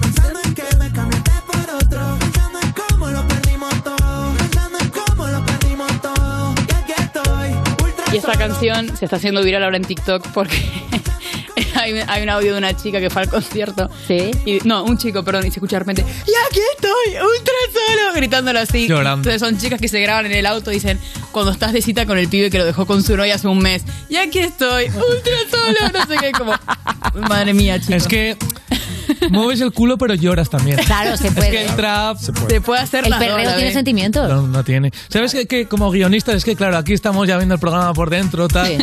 pensando en que me cambiaste por otro Pensando en cómo lo perdimos todo Pensando en cómo lo perdimos todo Y aquí estoy
Y esta canción se está haciendo viral ahora en TikTok porque hay, hay un audio de una chica que fue al concierto. Sí. no, un chico, perdón, y se escucha de repente, ¡Y aquí estoy! ¡Ultra solo! Gritándolo así.
Llorando.
Entonces son chicas que se graban en el auto y dicen, cuando estás de cita con el pibe que lo dejó con su novia hace un mes, ¡Y aquí estoy! ¡Ultra solo! No sé qué, como... Madre mía, chicos.
Es que mueves el culo, pero lloras también.
Claro, se puede.
Es que el trap. Se
Se puede hacer
El
las dos a
perreo
la
tiene
vez.
sentimientos.
No, no tiene. ¿Sabes que, que como guionista es que, claro, aquí estamos ya viendo el programa por dentro, tal.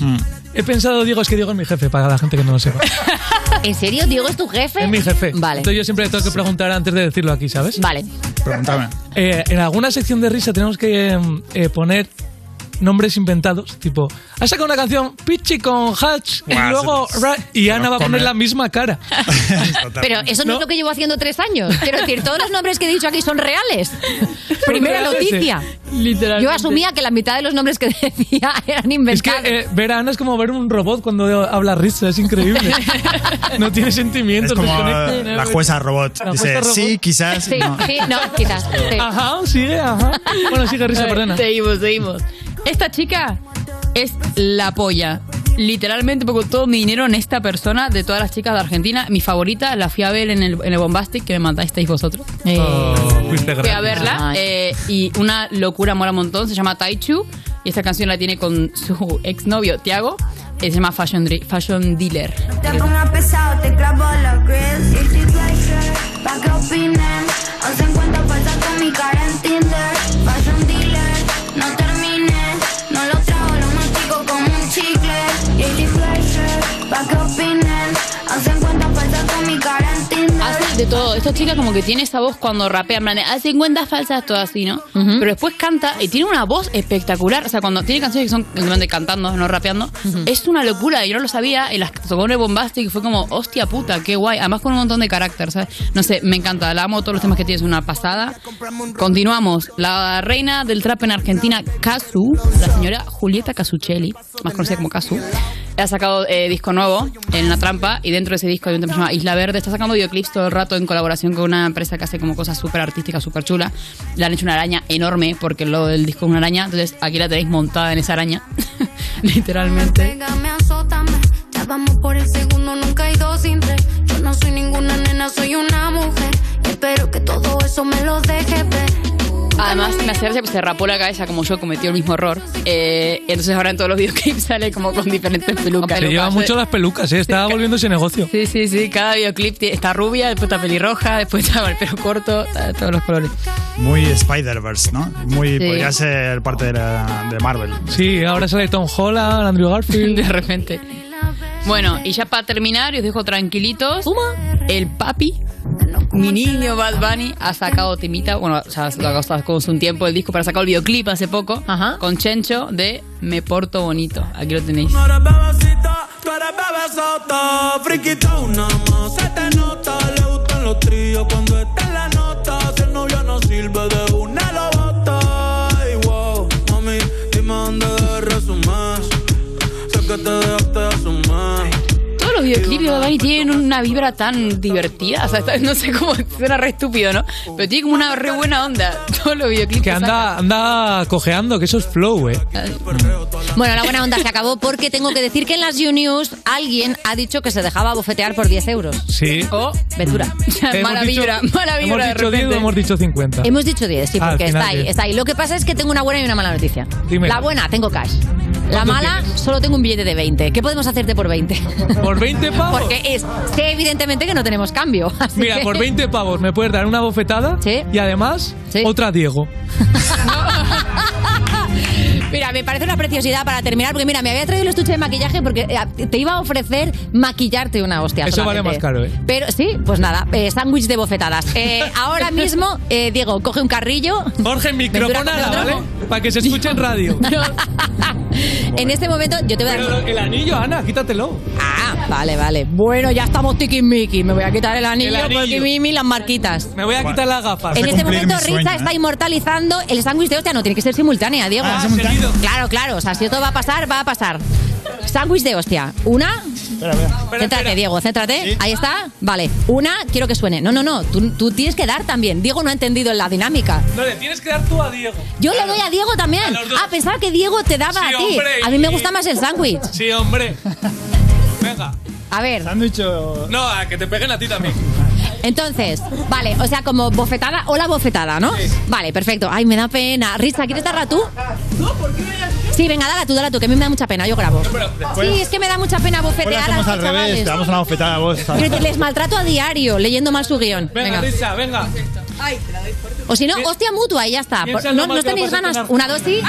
Mm. He pensado, Diego, es que Diego es mi jefe, para la gente que no lo sepa.
¿En serio? ¿Diego es tu jefe?
Es mi jefe.
Vale.
Entonces yo siempre le tengo que preguntar antes de decirlo aquí, ¿sabes?
Vale.
Pregúntame.
Eh, en alguna sección de risa tenemos que em, eh, poner nombres inventados, tipo, has sacado una canción Pichi con Hatch y
Buah,
luego
se-
ra- y Ana va a
come.
poner la misma cara.
Pero eso no, es lo que llevo haciendo tres años. Quiero decir, todos los nombres que he dicho aquí son reales. Primera
Realmente.
noticia.
Literalmente.
Yo asumía que la mitad de los nombres que decía eran
Es que
inventados.
eh, ver a Ana es como ver un robot cuando de- habla risa, es increíble. No tiene sentimientos.
Es como
desconecta.
la jueza robot.
La
Dice,
jueza
sí, quizás.
Sí,
no.
sí, no, quizás. sí.
Ajá, sigue, ajá. Bueno, sigue
A
risa,
ver,
perdona.
Seguimos, seguimos. Esta chica es la polla. Literalmente pongo todo mi dinero en esta persona de todas las chicas de Argentina. Mi favorita la fui a ver en el, en el Bombastic que me mandasteis vosotros.
Oh,
Eh,
fuiste
fui a
gratis.
verla eh, y una locura mola un montón. Se llama Taichu y esta canción la tiene con su exnovio Tiago. eh, Se llama Fashion, Dre- Fashion Dealer.
Te pongas pesado, te clavo los grills Y si tú eres, pa' que opinen Once encuentros falsas con mi cara en Tinder Fashion dealer, no termine No lo trago, lo mastico como un chicle Y si tú eres, pa' que opinen Once encuentros falsas con mi cara en Tinder
Hace de todo. Esta chica como que tiene esa voz cuando rapea, en plan de, hace cuentas falsas, todo así, ¿no? Pero después canta y tiene una voz espectacular. O sea, cuando tiene canciones que son en plan de cantando, no rapeando, es una locura. Yo no lo sabía y las tocó en el Bombastic y fue como, hostia puta, qué guay. Además con un montón de carácter, ¿sabes? No sé, me encanta. La amo, todos los temas que tiene es una pasada. Continuamos. La reina del trap en Argentina, Casu, la señora Julieta Casuccelli, más conocida como Casu, ha sacado eh, disco nuevo en La Trampa y dentro de ese disco hay un tema llamado Isla Verde. Está sacando videoclips todo el rato en colaboración con una empresa que hace como cosas súper artísticas, súper chulas. Le han hecho una araña enorme porque lo del disco es una araña, entonces aquí la tenéis montada en esa araña, literalmente.
Pégame, azótame. Ya vamos por el segundo, nunca hay dos sin tres. Yo no soy ninguna nena, soy una mujer. Y espero que todo eso me lo deje ver.
Además, me hace gracia pues se rapó la cabeza como yo cometió el mismo error. Eh, entonces ahora en todos los videoclips sale como con diferentes pelucas.
Se lleva mucho las pelucas, ¿eh? está volviéndose negocio.
Sí, sí, sí. Cada videoclip tie- está rubia, después está pelirroja, después está con el pelo corto, está de todos los colores.
Muy Spider-Verse, ¿no? Muy,
Sí.
Podría ser parte de, la- de Marvel.
Sí, ahora sale Tom Holland, Andrew Garfield.
De repente. Bueno, y ya para terminar, y os dejo tranquilitos. El papi, mi niño Bad Bunny, ha sacado temita. Bueno, ya lo sacó hace un tiempo el disco, pero ha sacado el videoclip hace poco. Con Chencho de Me Porto Bonito. Aquí lo tenéis.
No eres bebecita, tú eres bebesota. Friquita una más, se te nota. Le gustan los tríos cuando está en la nota. Si el novio no sirve, de una lo bota. Ay, wow, mami, dime dónde agarras un más. Sé que te dejaste de asomar.
Todos los videoclips de Bad Bunny tienen una vibra tan divertida. O sea, está- no sé cómo suena re estúpido, ¿no? Pero tiene como una re buena onda. Todos los videoclips
Que anda, anda cojeando, que eso es flow, eh.
Bueno, la buena onda se acabó porque tengo que decir que en las U-News alguien ha dicho que se dejaba bofetear por 10 euros.
Sí.
Oh,
Ventura.
Mala vibra, mala vibra de
Hemos dicho 10
repente.
o hemos dicho 50.
Hemos dicho 10, sí,
Ah, al
porque
final
está ahí,
diez.
está ahí. Lo que pasa es que tengo una buena y una mala noticia.
Dime.
La buena, tengo cash. La
¿Cuánto
mala, solo tengo un billete de 20. ¿Qué podemos hacerte por 20?
¿Por 20 pavos?
Porque es, sé evidentemente que no tenemos cambio. así
Mira,
que-
por 20 pavos me puedes dar una bofetada y además otra Diego.
Mira, me parece una preciosidad para terminar, porque mira, me había traído el estuche de maquillaje porque eh, te iba a ofrecer maquillarte una hostia.
Eso vale
solamente.
más caro, ¿eh?
Pero sí, pues nada, eh, sándwich de bofetadas. Eh, ahora mismo, eh, Diego, coge un carrillo.
Jorge, microfonada,
coge otro.
¿vale? Para que se escuche en radio.
En este momento yo te voy a
Pero
dar...
el anillo, Ana, quítatelo.
Ah, vale, vale. Bueno, ya estamos tiquismiquis. Me voy a quitar el anillo,
El anillo.
porque mimi las marquitas.
Me voy a quitar las gafas.
En este momento Rita está inmortalizando el sándwich de hostia. No, tiene que ser simultánea, Diego.
Ah, simultáneo.
Claro, claro. O sea, si esto va a pasar, va a pasar. Sándwich de hostia. Una. céntrate, Diego, céntrate. Ahí está. Vale. Una, quiero que suene. No, no, no. Tú, tú tienes que dar también. Diego no ha entendido la dinámica.
No, le tienes que dar tú a Diego.
Yo le doy a Diego también. Ah, pensaba que Diego te daba
Sí,
a ti.
hombre,
a mí me
y-
gusta más el sándwich.
Sí, hombre. Venga.
A ver.
No, a que te peguen a ti también.
Entonces, vale, o sea, como bofetada o la bofetada, ¿no? Vale, perfecto. Ay, me da pena. Rita, ¿quieres darla tú?
No, ¿por qué?
Sí, venga, dala tú, dala tú, que a mí me da mucha pena, yo grabo. Sí, es que me da mucha pena
Pues lo
bofetear a los
hacemos al revés,
chavales.
te damos una bofetada a vos.
Pero te- les maltrato a diario, leyendo mal su guión.
Venga,
Venga.
Risa, venga.
O si no, hostia mutua y ya está.
Piensa
Por-
en lo
No,
mal
no
que lo
tenéis
pasas
ganas.
con
Una
Arturo.
Ah.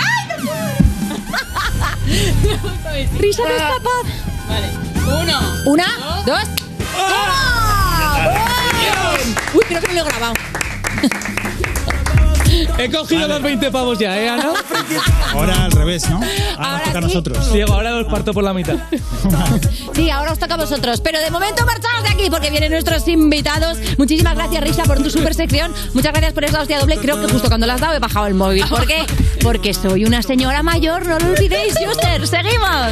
dosis. Risa no es capaz.
Uno.
Una, dos. ¡Oh! ¡Uy, creo que no lo he grabado!
He cogido los 20 pavos ya, ¿eh, Ana?
Ahora al revés, ¿no? Ahora nos toca a nosotros.
Diego, ahora los parto por la mitad.
Sí, ahora os toca a vosotros. Pero de momento marchaos de aquí porque vienen nuestros invitados. Muchísimas gracias, Risa, por tu super sección. Muchas gracias por esa hostia doble. Creo que justo cuando la has dado he bajado el móvil. ¿Por qué? Porque soy una señora mayor, no lo olvidéis, Juster. ¡Seguimos!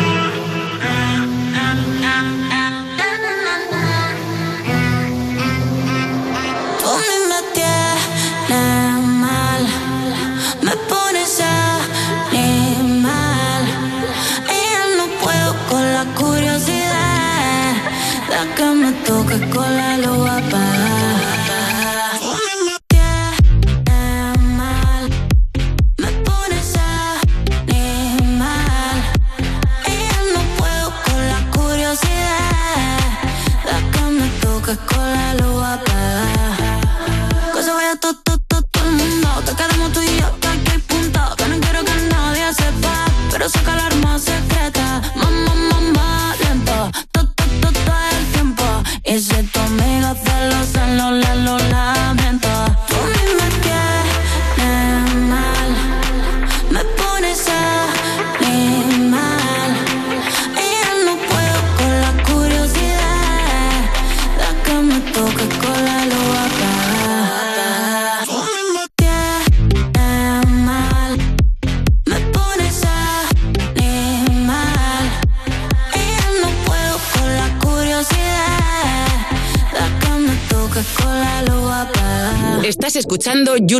Tú me tienes mal, me pones animal. Y ya no puedo con la curiosidad. La que me toca con la lo va a pagar. Tú me tienes mal, me pones animal. Y ya no puedo con la curiosidad. La que me toca con la lo va a pagar. Cosa voy a to, to, to, todo el mundo. Que quedamos tú y yo hasta que el punto. Que no quiero que nadie sepa. Pero saca la arma secreta. Mamá, mamá, lento. To, to, to, todo el tiempo. Y si tu amiga celosa
Estás escuchando You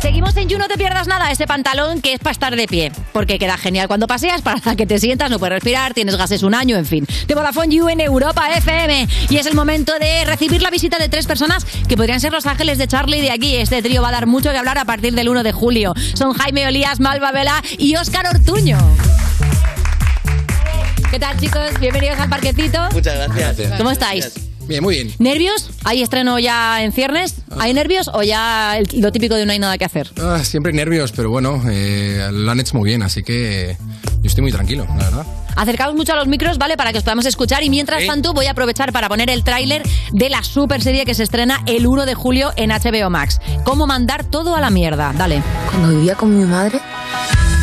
Seguimos en You, no te pierdas nada. Ese pantalón que es para estar de pie, porque queda genial cuando paseas, para que te sientas, no puedes respirar, tienes gases un año, en fin. De Vodafone You en Europa FM. Y es el momento de recibir la visita de tres personas que podrían ser los ángeles de Charlie de aquí. Este trío va a dar mucho que hablar a partir del 1 de julio. Son Jaime Olías, Malva Vela y Óscar Ortuño. ¿Qué tal, chicos? Bienvenidos al parquecito.
Muchas gracias.
¿Cómo estáis?
Bien, muy bien.
¿Nervios? ¿Hay estreno ya en ciernes? ¿Hay nervios o ya el- lo típico de no hay nada que hacer?
Ah, siempre nervios, pero bueno, eh, lo han hecho muy bien, así que eh, yo estoy muy tranquilo, la verdad.
Acercaos mucho a los micros, ¿vale? Para que os podamos escuchar. Y mientras tanto, voy a aprovechar para poner el tráiler de la super serie que se estrena el 1 de julio en HBO Max. ¿Cómo mandar todo a la mierda? Dale.
Cuando vivía con mi madre,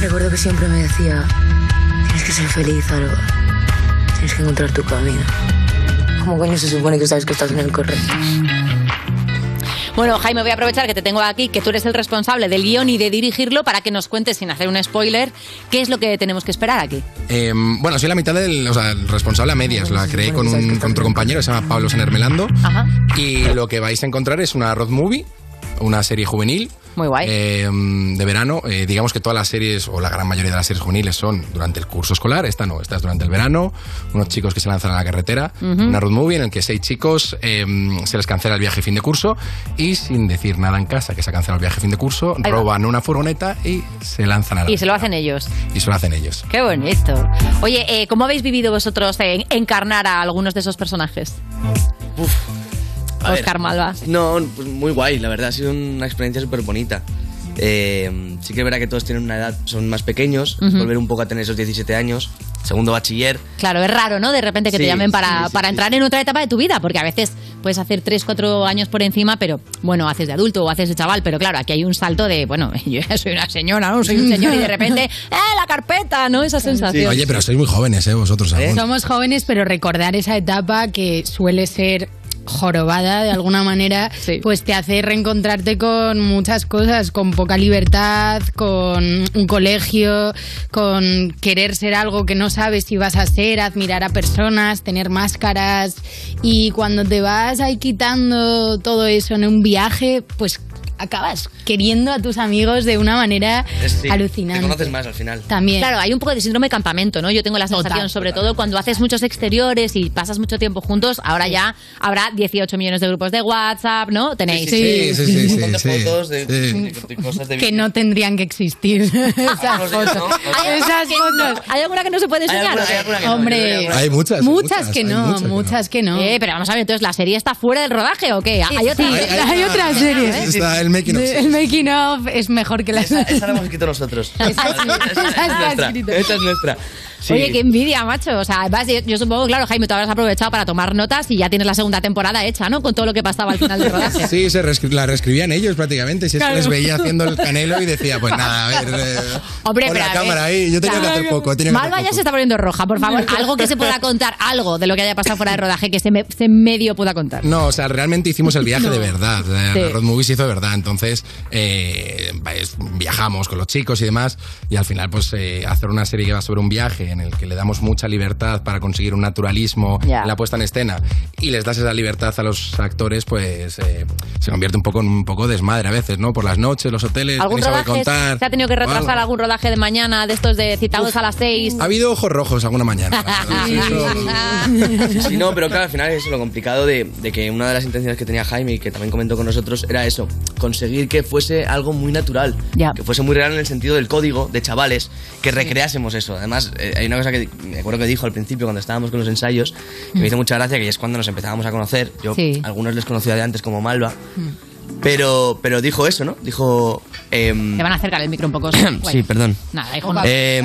recuerdo que siempre me decía, tienes que ser feliz, algo. Tienes que encontrar tu camino. ¿Cómo coño se supone que sabes que estás en el correcto?
Bueno, Jaime, voy a aprovechar que te tengo aquí, que tú eres el responsable del guión y de dirigirlo, para que nos cuentes, sin hacer un spoiler, qué es lo que tenemos que esperar aquí.
Eh, bueno, soy la mitad del, o sea, el responsable a medias, la creé con, un, con otro compañero que se llama Pablo Sanermelando.
Ajá.
Y lo que vais a encontrar es una road movie, una serie juvenil.
Muy guay.
de verano, Eh, digamos que todas las series, o la gran mayoría de las series juveniles, son durante el curso escolar. Esta no, esta es durante el verano. Unos chicos que se lanzan a la carretera.
Ujú.
Una road movie en el que seis chicos eh, se les cancela el viaje fin de curso y sin decir nada en casa que se ha cancelado el viaje fin de curso,
Ahí va.
roban una furgoneta y se lanzan a la.
Y se lo hacen ellos.
Y se lo hacen ellos.
Qué bonito. Oye, eh, ¿cómo habéis vivido vosotros en encarnar a algunos de esos personajes?
A ver.
Oscar Malva.
No,
pues muy guay, la verdad, ha sido una experiencia súper bonita.
Eh,
sí que es verdad que todos tienen una edad, son más pequeños,
Ujú.
volver un poco a tener esos 17 años, segundo bachiller.
Claro, es raro, ¿no? De repente que te
Sí,
llamen para,
sí, sí,
para
sí.
entrar en otra etapa de tu vida, porque a veces puedes hacer 3, 4 años por encima, pero bueno, haces de adulto o haces de chaval, pero claro, aquí hay un salto de, bueno, yo ya soy una señora, ¿no? Soy un señor y de repente, ¡eh, la carpeta! ¿No? Esa sensación.
Oye, pero sois muy jóvenes, ¿eh? Vosotros aún.
Somos jóvenes, pero recordar esa etapa que suele ser jorobada de alguna manera, pues te hace reencontrarte con muchas cosas, con poca libertad, con un colegio, con querer ser algo que no sabes si vas a ser, admirar a personas, tener máscaras y cuando te vas ahí quitando todo eso en un viaje, pues acabas queriendo a tus amigos de una manera
Es- sí,
alucinante.
Te conoces más al final.
Claro, hay un poco de síndrome de campamento, ¿no? Yo tengo la sensación, sobre todo cuando haces muchos exteriores y pasas mucho tiempo juntos, ahora ya habrá 18 millones de grupos de WhatsApp, ¿no? Tenéis.
Sí, sí, sí. sí, sí, sí.
Fotos de,
Sí.
de- de cosas de
que no tendrían que existir esas fotos.
Hay
Esas fotos.
¿Hay alguna que no se puede
Hay
enseñar?
alguna- hay alguna que no, yo creo que hay
Hombre,
alguna. Hay
muchas, que no, muchas, que no.
Eh, pero vamos a ver, entonces la serie está fuera del rodaje o qué? Hay otra,
Sí, hay, otras series.
Está el making of.
El making of es mejor que las.
Esa la hemos escrito nosotros.
Esa
es
está
nuestra.
escrito.
Esa es nuestra. Sí.
Oye, qué envidia, macho. O sea, vas- yo, yo supongo, claro, Jaime, tú habrás aprovechado para tomar notas y ya tienes la segunda temporada hecha, ¿no? Con todo lo que pasaba al final del rodaje.
Sí, se reescri- la reescribían ellos prácticamente. Si es que
Claro.
les veía haciendo el canelo y decía, pues nada, a ver. eh,
Hombre,
pon
pero
la
a
cámara
ver.
ahí. Yo tenía
Claro.
que hacer poco. tenía que hacer
Malva ya
poco.
se está poniendo roja, por favor. Algo que se pueda contar, algo de lo que haya pasado fuera de rodaje que se, me- se medio pueda contar.
No, o sea, realmente hicimos el viaje
No.
de verdad. eh,
Sí.
La road movie se hizo de verdad. Entonces, eh, pues, viajamos con los chicos y demás. Y al final, pues, eh, hacer una serie que va sobre un viaje en el que le damos mucha libertad para conseguir un naturalismo
Ya.
en la puesta en escena y les das esa libertad a los actores, pues eh, se convierte un poco en un poco desmadre a veces, ¿no? Por las noches, los hoteles,
¿Algún
tenéis algo que
rodaje
contar.
se ha tenido que
o algo.
retrasar algún rodaje de mañana de estos de citados a las seis? Ah,
Ha habido ojos
Pues
rojos alguna mañana.
Sí, no, pero claro, al final es lo complicado de, de que una de las intenciones que tenía Jaime y que también comentó con nosotros era eso, conseguir que fuese algo muy natural,
Ya.
que fuese muy real en el sentido del código de chavales, que recreásemos eso. Además, eh, hay una cosa que me acuerdo que dijo al principio cuando estábamos con los ensayos, que me hizo mucha gracia, que es cuando nos empezábamos a conocer. Yo
Mm. Sí.
algunos les conocía de antes como Malva, pero, pero dijo eso, ¿no? Dijo... em,
Te van a acercar el micro un poco.
sí,
Bueno,
perdón.
Nada, hijo, no.
Eh,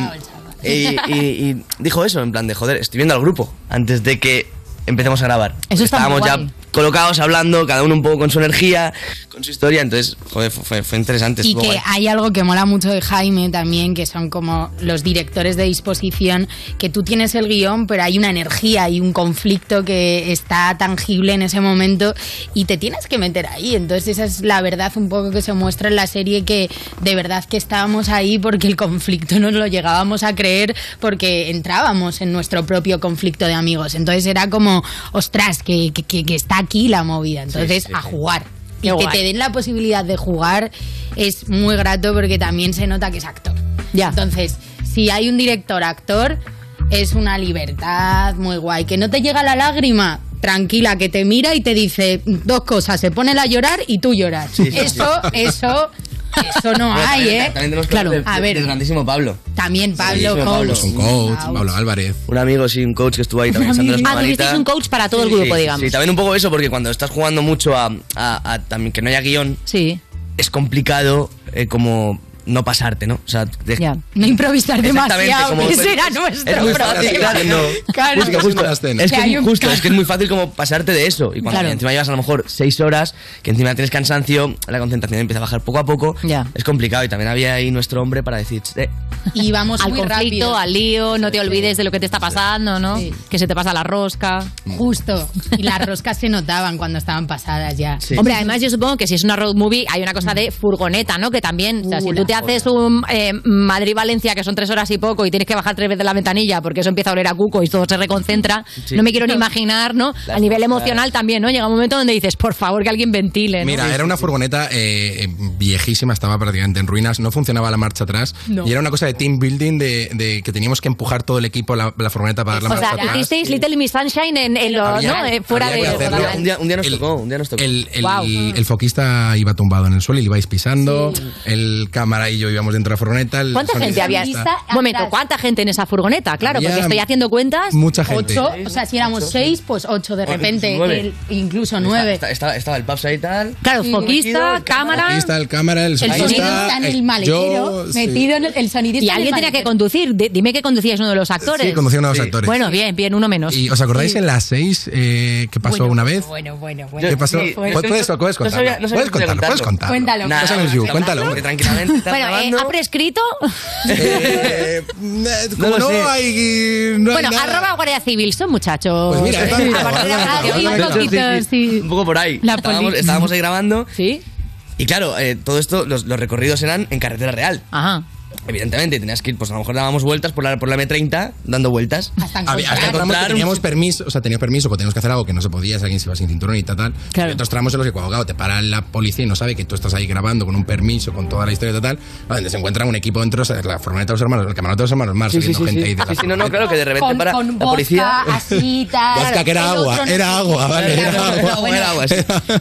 y, y- y dijo eso, en plan de joder, estoy viendo al grupo antes de que empecemos a grabar.
Eso está muy
Estábamos ya
guay.
colocados hablando, cada uno un poco con su energía, con su historia. Entonces, joder, fue, fue- fue interesante.
Y
estuvo
que
guay.
hay algo que mola mucho de Jaime también, que son como los directores de disposición, que tú tienes el guión, pero hay una energía y un conflicto que está tangible en ese momento y te tienes que meter ahí. Entonces esa es la verdad un poco que se muestra en la serie, que de verdad que estábamos ahí porque el conflicto nos lo llegábamos a creer porque entrábamos en nuestro propio conflicto de amigos. Entonces era como, ostras, que, que- que- que está aquí la movida. Entonces,
sí,
a
sí.
jugar.
Qué
Y que
guay.
te den la posibilidad de jugar es muy grato porque también se nota que es actor. Ya. Entonces, si hay un director actor, es una libertad muy guay. Que no te llega la lágrima, tranquila, que te mira y te dice dos cosas, se pone a llorar y tú lloras.
Sí, sí, sí.
eso, eso, eso no
Bueno,
hay,
también-
¿eh?
También tenemos que
claro,
hablar de-
a
de-
ver,
del grandísimo Pablo.
también Pablo,
Grandísimo Pablo.
Coach.
Álvarez.
Un amigo, sí, un coach que estuvo ahí también echándonos una
Ah, tuvisteis
manita.
un coach para todo el
Sí,
grupo,
sí,
digamos.
Sí, también un poco eso, porque cuando estás jugando mucho a, a- a también que no haya guión,
sí.
es complicado eh, como no pasarte, ¿no? O sea, de-
Ya.
No improvisar
Exactamente,
demasiado,
como-
ese era
es-
nuestro
es muy fácil,
problema.
haciendo-
Claro.
Busca, justo. Es que,
Que
es
hay
muy
un
justo,
ca-
es que es muy fácil como pasarte de eso. Y cuando
Claro.
encima llevas a lo mejor seis horas, que encima tienes cansancio, la concentración empieza a bajar poco a poco.
Ya.
Es complicado y también había ahí nuestro hombre para decir, "Eh,
Y vamos
al
muy
conflicto,
rápido.
al lío, no te olvides de lo que te está pasando, ¿no? Que se te pasa la rosca.
Justo. Y las roscas se notaban cuando estaban pasadas ya.
Hombre, además yo supongo que si es una road movie hay una cosa de furgoneta, ¿no? Que también, o sea, si tú te haces un eh, Madrid-Valencia que son tres horas y poco y tienes que bajar tres veces la ventanilla porque eso empieza a oler a cuco y todo se reconcentra,
Sí.
no me quiero ni imaginar, ¿no? a nivel emocional también, ¿no? Llega un momento donde dices, por favor, que alguien ventile. ¿no?
Mira, era una furgoneta eh, eh, viejísima, estaba prácticamente en ruinas, no funcionaba la marcha atrás.
No.
Y era una cosa de team building, de, de que teníamos que empujar todo el equipo la, la furgoneta para dar la
O
marcha
sea,
atrás.
hicisteis Little Miss Sunshine en, en lo-
Había-
¿no? Eh, fuera
había
de...
que hacerlo.
un día, un día nos tocó, un día nos tocó.
El, el-
Guau.
el foquista iba tumbado en el suelo y le ibais pisando. El cámara y yo íbamos dentro de la furgoneta. el
¿Cuánta gente había?
sonidista.
Un momento, ¿cuánta gente en esa furgoneta? Claro,
Había
porque estoy haciendo cuentas.
mucha gente.
Ocho, o sea, si éramos seis, pues ocho de repente,
nueve.
el- incluso
Está-
nueve.
está- estaba, estaba el Paps ahí y tal.
Claro, foquista,
cámara.
Ahí está el cámara, el
El
sonidista.
sonidista en el maletero,
yo, sí.
metido en el, el sonidista.
Y alguien tenía que conducir. Di- dime que conducías uno de los actores.
Sí, conducía uno de los Sí. actores.
Bueno, bien, bien, uno menos.
¿Y os acordáis en las seis eh, que pasó una vez?
Bueno, bueno,
bueno. ¿Qué pasó? Puedes- puedes- puedes contarlo. Puedes contarlo, puedes contarlo. Cuéntalo.
Nada,
Pásame el Yu, cuéntalo. Pues
que Tranquilamente. está
Bueno, eh,
grabando.
¿ha prescrito?
Como no,
lo sé.
hay. No hay
bueno,
nada.
arroba Guardia Civil, son muchachos.
Pues mira,
Eh,
está bien.
a partir de ahora,
Sí,
sí, un
sí,
poquito,
sí, sí. Un poco por ahí.
La
estábamos,
poli-
estábamos ahí grabando.
Sí.
Y claro, eh, todo esto, los, los recorridos eran en carretera real.
Ajá.
Evidentemente, tenías que ir, pues a lo mejor dábamos vueltas por la, por la M30, dando vueltas.
Había, hasta tramos que teníamos permiso, o sea, tenías permiso, porque teníamos que hacer algo que no se podía, si alguien se iba sin cinturón y tal, tal. Y otros tramos en los que, cuando claro, te para la policía y no sabe que tú estás ahí grabando con un permiso, con toda la historia y tal, tal, donde se encuentra un equipo dentro, o sea, la furgoneta de los hermanos, el camarote de los hermanos, Mar,
Sí, sí,
saliendo
sí,
gente
sí.
ahí de la
Sí, sí, no, no, claro que de repente
con,
para
con
la policía.
vodka, así, tal.
Vasca, que era
El
agua,
otro no-
era agua, vale, era agua.
Era agua, sí.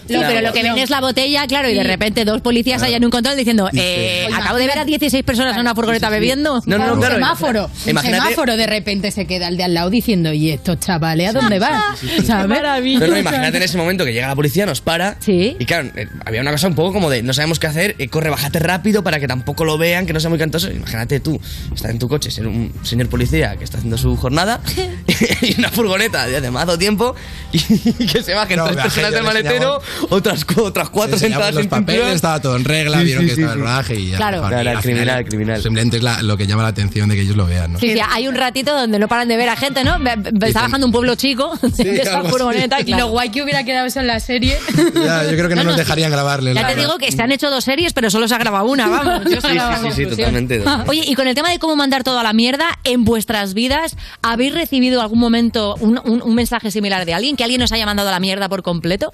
No, pero lo que ven es la botella, claro, y de repente dos policías hayan un control diciendo, eh, acabo de ver a 16 personas en una furgoneta bebiendo.
No, no, no,
un
claro.
semáforo,
Imagínate-
un semáforo de repente se queda el de al lado diciendo, y estos chavales, ¿a dónde van? ¿Sabes?
Pero no, imagínate en ese momento que llega la policía, nos para. Sí. Y claro, eh, había una cosa un poco como de no sabemos qué hacer, eh, corre, bájate rápido para que tampoco lo vean, que no sea muy cantoso. Imagínate tú, estás en tu coche, ser un señor policía que está haciendo su jornada y una furgoneta de demasiado tiempo y que se bajen
No,
tres
me
personas del
bajé, yo les
maletero, otras, cu- otras cuatro
Se enseñaban
sentadas en
los
cinturón.
papeles, estaba todo en regla,
Sí,
vieron
sí,
que
sí,
estaba
sí.
el rodaje y ya.
Claro.
mejor.
Claro,
Y
el
al
criminal,
final, Simplemente es la- lo que llama la atención de que ellos lo vean, ¿no?
Sí, sí, hay un ratito donde no paran de ver a gente, ¿no? Ve- ve- Está bajando un pueblo chico de esta
algo así.
furgoneta.
Y
claro.
Lo guay que hubiera quedado eso en la serie.
Ya, yo creo que no, nos dejarían grabarle.
Ya
la
te
verdad.
digo que se han hecho dos series, pero solo se ha grabado una, vamos. Yo
Sí,
sacaba
sí, sí, sí,
conclusión.
totalmente.
Oye, y con el tema de cómo mandar todo a la mierda, en vuestras vidas, ¿habéis recibido algún momento un, un- un mensaje similar de alguien? ¿Que alguien os haya mandado a la mierda por completo?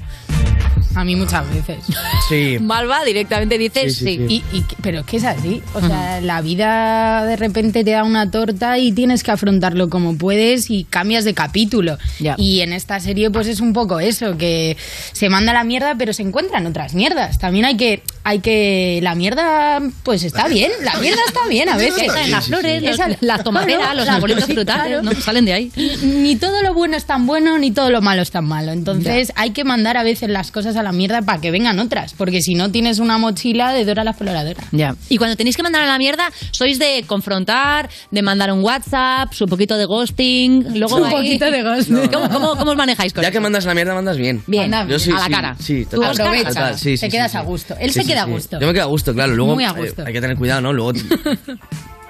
A mí muchas veces.
Sí.
Malva directamente dice
Sí,
sí.
sí, sí.
Y- y que- pero es que es así. O sea, la vida de repente te da una torta y tienes que afrontarlo como puedes y cambias de capítulo. Y en esta serie, pues es un poco eso, que se manda la mierda, pero se encuentran otras mierdas. También hay que. Hay que. La mierda, pues está bien. La mierda está bien a
Sí, sí,
veces.
sí, Las sí, flores, sí. los-
Esa-
las tomateras,
Claro,
los
las-
arbolitos
sí,
frutales, ¿no? Salen de ahí.
Ni todo lo bueno es tan bueno, ni todo lo malo es tan malo. Entonces hay que mandar a veces las cosas a a la mierda para que vengan otras, porque si no tienes una mochila de Dora la exploradora.
Ya. Y cuando tenéis que mandar a la mierda, sois de confrontar, de mandar un WhatsApp, su poquito de ghosting, luego
Un
ahí-
poquito de ghosting.
¿Cómo, cómo, cómo os manejáis con
Ya que mandas la mierda, mandas bien.
Bien,
Yo sí,
a la
sí,
cara.
Sí,
Tú
total,
aprovechas,
total, sí,
te
sí,
quedas
sí,
a
sí.
gusto. Él
Sí,
se
sí,
queda
sí.
a gusto.
Yo me quedo a gusto, claro. Luego
Muy a
eh,
gusto.
hay que tener cuidado, ¿no? Luego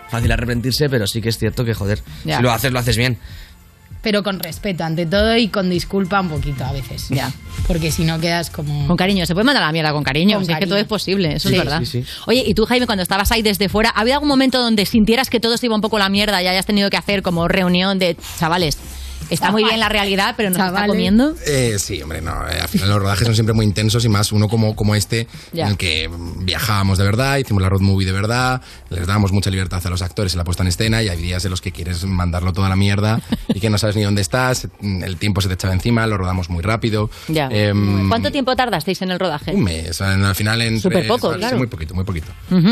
fácil arrepentirse, pero sí que es cierto que joder,
Ya.
si lo haces lo haces bien.
Pero con respeto ante todo y con disculpa un poquito a veces. Ya. Porque si no quedas como...
Con cariño, se puede mandar a la mierda con cariño, si es que todo es posible, eso
Sí,
es verdad.
sí, sí.
Oye, y tú, Jaime, cuando estabas ahí desde fuera, ¿había algún momento donde sintieras que todo se iba un poco a la mierda y hayas tenido que hacer como reunión de chavales? Está muy bien la realidad, pero nos está comiendo.
Eh, sí, hombre, no. eh, al final los rodajes son siempre muy intensos y más uno como, como este,
Ya.
en el que mm, viajábamos de verdad, hicimos la road movie de verdad, les dábamos mucha libertad a los actores en la puesta en escena y hay días en los que quieres mandarlo toda la mierda y que no sabes ni dónde estás, mm, el tiempo se te echaba encima, lo rodamos muy rápido.
Ya.
Em,
¿Cuánto tiempo tardasteis en el rodaje?
Un mes, en- al final entre...
Superpoco,
sí,
claro.
Muy poquito, muy poquito.
Ujú.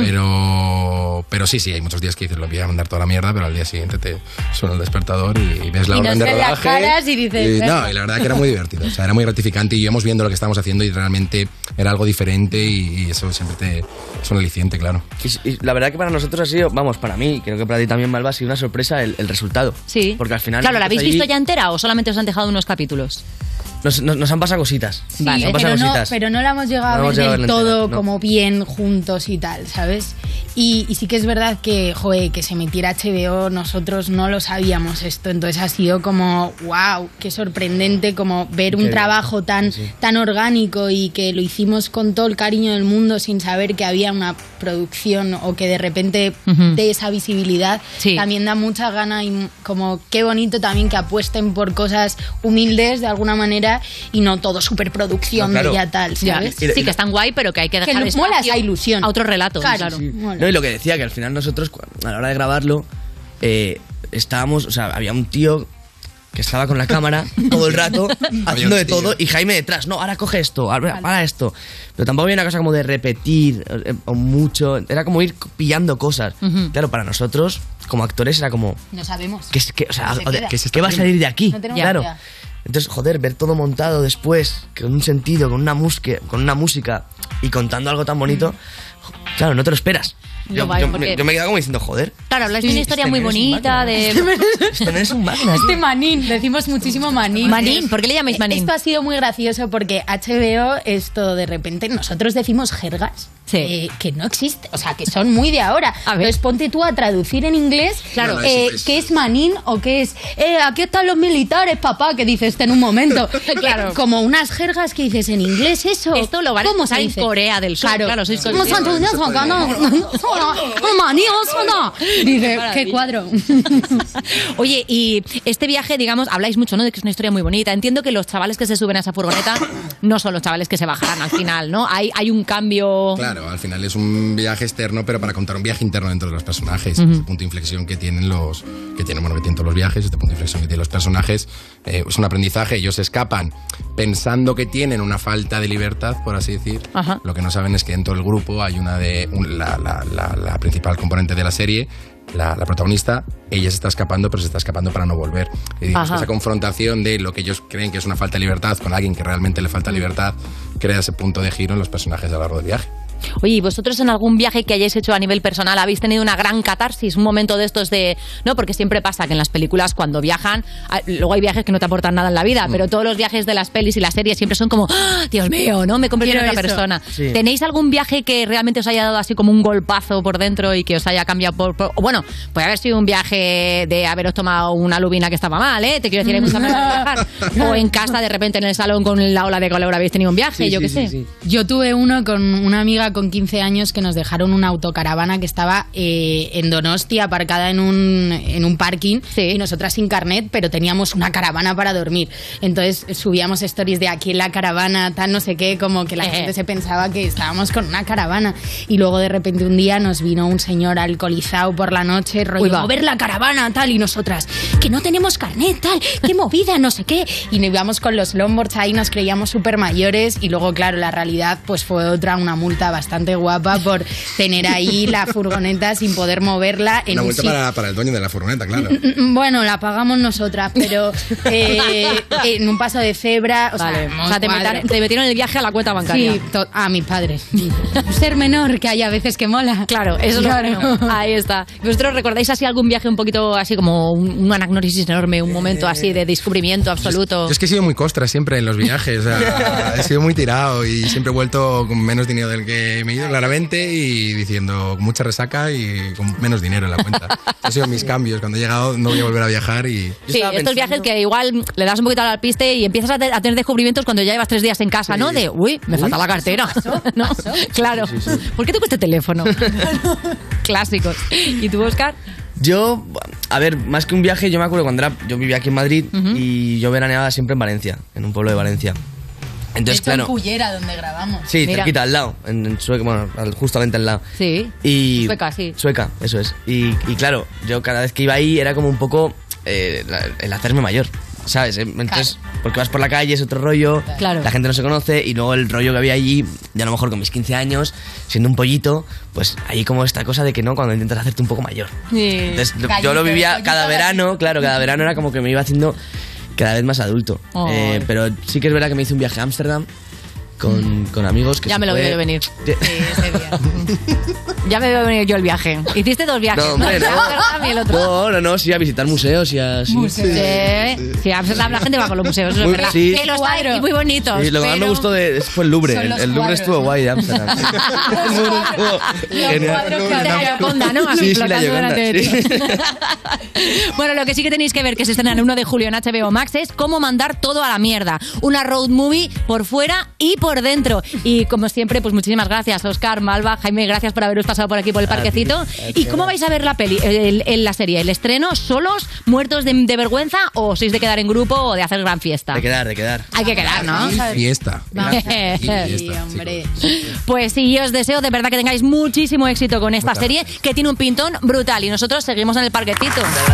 Pero pero sí, sí, hay muchos días que dices, lo voy a mandar toda la mierda, pero al día siguiente te suena el despertador y, y ves la
Y
orden
nos
de
ven las
rodaje.
caras y dices,
y- no,
"Venga".
y la verdad que era muy divertido, o sea, era muy gratificante y íbamos viendo lo que estábamos haciendo y realmente era algo diferente y, y eso siempre te es un aliciente, claro.
Y, y la verdad que para nosotros ha sido, vamos, para mí, creo que para ti también, Malva, ha sido una sorpresa el, el resultado.
Sí.
Porque al final...
Claro, ¿la habéis
allí
visto ya entera o solamente os han dejado unos capítulos?
Nos, nos- nos han pasado cositas.
Sí,
nos han pasado
pero, no,
cositas.
pero no la hemos llegado
No
a
hemos
ver
llegado a
del
verla entera,
todo
no.
como bien juntos y tal, ¿sabes? Y, y sí que es verdad que, joder, que se metiera HBO, nosotros no lo sabíamos esto, entonces ha sido como, wow, qué sorprendente como ver un
Qué bien.
trabajo tan,
Sí.
tan orgánico y que lo hicimos con todo el cariño del mundo sin saber que había una producción o que de repente
Ujú.
de esa visibilidad también da mucha gana y m- como qué bonito también que apuesten por cosas humildes de alguna manera y no todo superproducción
No, claro.
de ya tal,
Ya.
¿sabes?
Y- y- Sí, que
están guay, pero que hay que
que
dejar
nos
espacio
mola esa ilusión.
a otros relatos.
Claro,
Sí, sí.
mola.
No, y lo que decía, que al final nosotros, cu- a la hora de grabarlo, eh, estábamos, o sea, había un tío que estaba con la cámara todo el rato haciendo de todo y Jaime detrás, no, ahora coge esto, ahora, ahora esto. Pero tampoco había una cosa como de repetir eh, o mucho, era como ir pillando cosas.
Ujú.
Claro, para nosotros, como actores, era como,
No sabemos.
¿qué, es- qué- o sea,
Se
o de-
queda.
¿qué, qué va a salir de aquí?
No tenemos
claro.
idea.
Entonces, joder, ver todo montado después, con un sentido, con una, musque- con una música y contando algo tan bonito, jo-
Mm.
claro, no te lo esperas.
Lo
Yo,
guay,
yo
porque-
me, yo me he quedado como diciendo, joder,
Claro, habláis de
Sí,
una historia
este
muy
men es un
bonita, de...
este men es un magna.
Este manín, decimos muchísimo manín.
Manín, ¿por qué le llamáis manín?
Esto ha sido muy gracioso porque HBO, esto de repente, nosotros decimos jergas eh, que no existe, o sea, que son muy de ahora. Entonces ponte tú a traducir en inglés
Claro. No, no, es-
eh,
es-
qué es manín o qué es, eh, aquí están los militares, papá, que dices en un momento.
Claro.
Eh, Como unas jergas que dices en inglés, eso.
Esto lo van a
¿Cómo
usar
se
en
dice?
Corea del Sur. Claro, sois
¿Cómo se
conscientes.
traduce? Manín, ¿no? Dice, qué cuadro.
Oye, y este viaje, digamos, habláis mucho, ¿no? De que es una historia muy bonita. Entiendo que los chavales que se suben a esa furgoneta no son los chavales que se bajarán al final, ¿no? Hay, hay un cambio.
Claro, al final es un viaje externo, pero para contar un viaje interno dentro de los personajes.
Ujú.
Este punto de inflexión que tienen los que tienen, bueno, que tienen todos los viajes, este punto de inflexión que tienen los personajes eh, es un aprendizaje. Ellos escapan pensando que tienen una falta de libertad, por así decir.
Ah.
Ajá.
Lo que no saben es que dentro del grupo hay una de un- la, la- la- la principal componente de la serie. La, la protagonista, ella se está escapando, pero se está escapando para no volver. Y digamos que
Ajá.
esa confrontación de lo que ellos creen que es una falta de libertad con alguien que realmente le falta libertad crea ese punto de giro en los personajes a lo largo del viaje.
Oye, ¿y vosotros en algún viaje que hayáis hecho a nivel personal habéis tenido una gran catarsis? Un momento de estos de. No, porque siempre pasa que en las películas cuando viajan, ah, luego hay viajes que no te aportan nada en la
Mm.
vida, pero todos los viajes de las pelis y las series siempre son como, ¡Ah, Dios mío, ¿no? Me he convertido en
Quiero
otra
eso.
persona.
Sí.
¿Tenéis algún viaje que realmente os haya dado así como un golpazo por dentro y que os haya cambiado por. por- o bueno, puede haber sido un viaje de haberos tomado una lubina que estaba mal, ¿eh? Te quiero decir, hay muchas maneras de viajar. O en casa, de repente en el salón con la ola de calor habéis tenido un viaje, yo qué sé.
Yo tuve uno con una amiga con 15 años que nos dejaron una autocaravana que estaba eh, en Donosti aparcada en un, en un parking y nosotras sin carnet, pero teníamos una caravana para dormir. Entonces subíamos stories de aquí en la caravana, tal, no sé qué, como que la
Eh.
gente se pensaba que estábamos con una caravana. Y luego de repente un día nos vino un señor alcoholizado por la noche,
Uy,
rollo,
va.
"A ver la caravana, tal, y nosotras, que no tenemos carnet, tal, qué movida, no sé qué. Y nos íbamos con los longboards ahí, nos creíamos súper mayores y luego, claro, la realidad pues fue otra, una multa bastante guapa por tener ahí la furgoneta sin poder moverla en
Una
un
vuelta
sitio.
para, para el dueño de la furgoneta, claro.
Mm, mm, Bueno, la pagamos nosotras, pero eh, en un paso de cebra. O
Vale.
sea,
O sea, te metan- te metieron el viaje a la cuenta bancaria.
Sí, to- a mis padres. Un Ser menor, que hay a veces que mola.
Claro, eso es lo
Claro.
bueno. Ahí está. ¿Vosotros recordáis así algún viaje un poquito así como un, un anagnórisis enorme, un momento así
Eh,
de descubrimiento absoluto?
Yo es que he sido muy costra siempre en los viajes. o sea, he sido muy tirado y siempre he vuelto con menos dinero del que me he ido, claramente, y diciendo con mucha resaca y con menos dinero en la cuenta. Han sido mis cambios. Cuando he llegado, no voy a volver a viajar y.
Sí, estos viajes que igual le das un poquito al piste y empiezas a, te- a tener descubrimientos cuando ya llevas tres días en casa, ¿no? De, uy, me falta la cartera. ¿No? Claro. ¿Por qué tengo este teléfono? Clásicos. ¿Y tú, Oscar?
Yo, a ver, más que un viaje, yo me acuerdo cuando era, yo vivía aquí en Madrid y yo veraneaba siempre en Valencia, en un pueblo de Valencia. Entonces,
en
claro.
Cullera, donde grabamos.
Sí, cerquita, al lado, en, en Sueca, bueno, al- justamente al lado.
Sí.
Y
Sueca, sí.
Sueca, eso es. Y, y claro, yo cada vez que iba ahí era como un poco eh, la- el hacerme mayor, ¿sabes? Eh, Entonces, porque vas por la calle, es otro rollo,
Claro.
la gente no se conoce y luego el rollo que había allí, ya a lo mejor con mis 15 años, siendo un pollito, pues ahí como esta cosa de que no, cuando intentas hacerte un poco mayor. Entonces, lo- yo lo vivía cada verano, claro, cada verano era como que me iba haciendo cada vez más adulto.
Oh.
Eh, pero sí que es verdad que me hice un viaje a Ámsterdam con, con amigos que
Ya
se
me lo
fue-
veo yo venir.
Sí.
Ya me veo venir yo el viaje. Hiciste dos viajes.
No, hombre, no.
Ámsterdam y el otro.
No, no, no, sí, a visitar museos y a... sí.
Sí, sí, Ámsterdam, la gente va con los museos, eso es
Muy-
verdad.
sí.
Que los hay y muy bonitos.
Sí, lo que más me
pero-
gustó de, fue el Louvre.
Son
El,
los
el Louvre
cuadros,
estuvo guay de Ámsterdam.
Los cuadros que hace la Gioconda, ¿no?
Sí, sí, la
Flotando
Gioconda.
delante de
sí.
ti. Bueno, lo que sí que tenéis que ver que se estrena el 1 de julio en HBO Max es cómo mandar todo a la mierda. Una road movie por fuera y por dentro. Y como siempre, pues muchísimas gracias, Oscar, Malva, Jaime, gracias por haberos pasado por aquí por el
A ti,
parquecito.
a ti,
¿Y cómo vais a ver la peli, el- el- la serie? ¿El estreno solos, muertos de, de vergüenza o sois de quedar en grupo o de hacer gran fiesta?
De quedar, de quedar.
Hay que quedar, ¿no?
Fiesta.
hombre.
Pues sí, yo os deseo de verdad que tengáis muchísimo éxito con esta
Muchas
serie que tiene un pintón brutal y nosotros seguimos en el parquecito.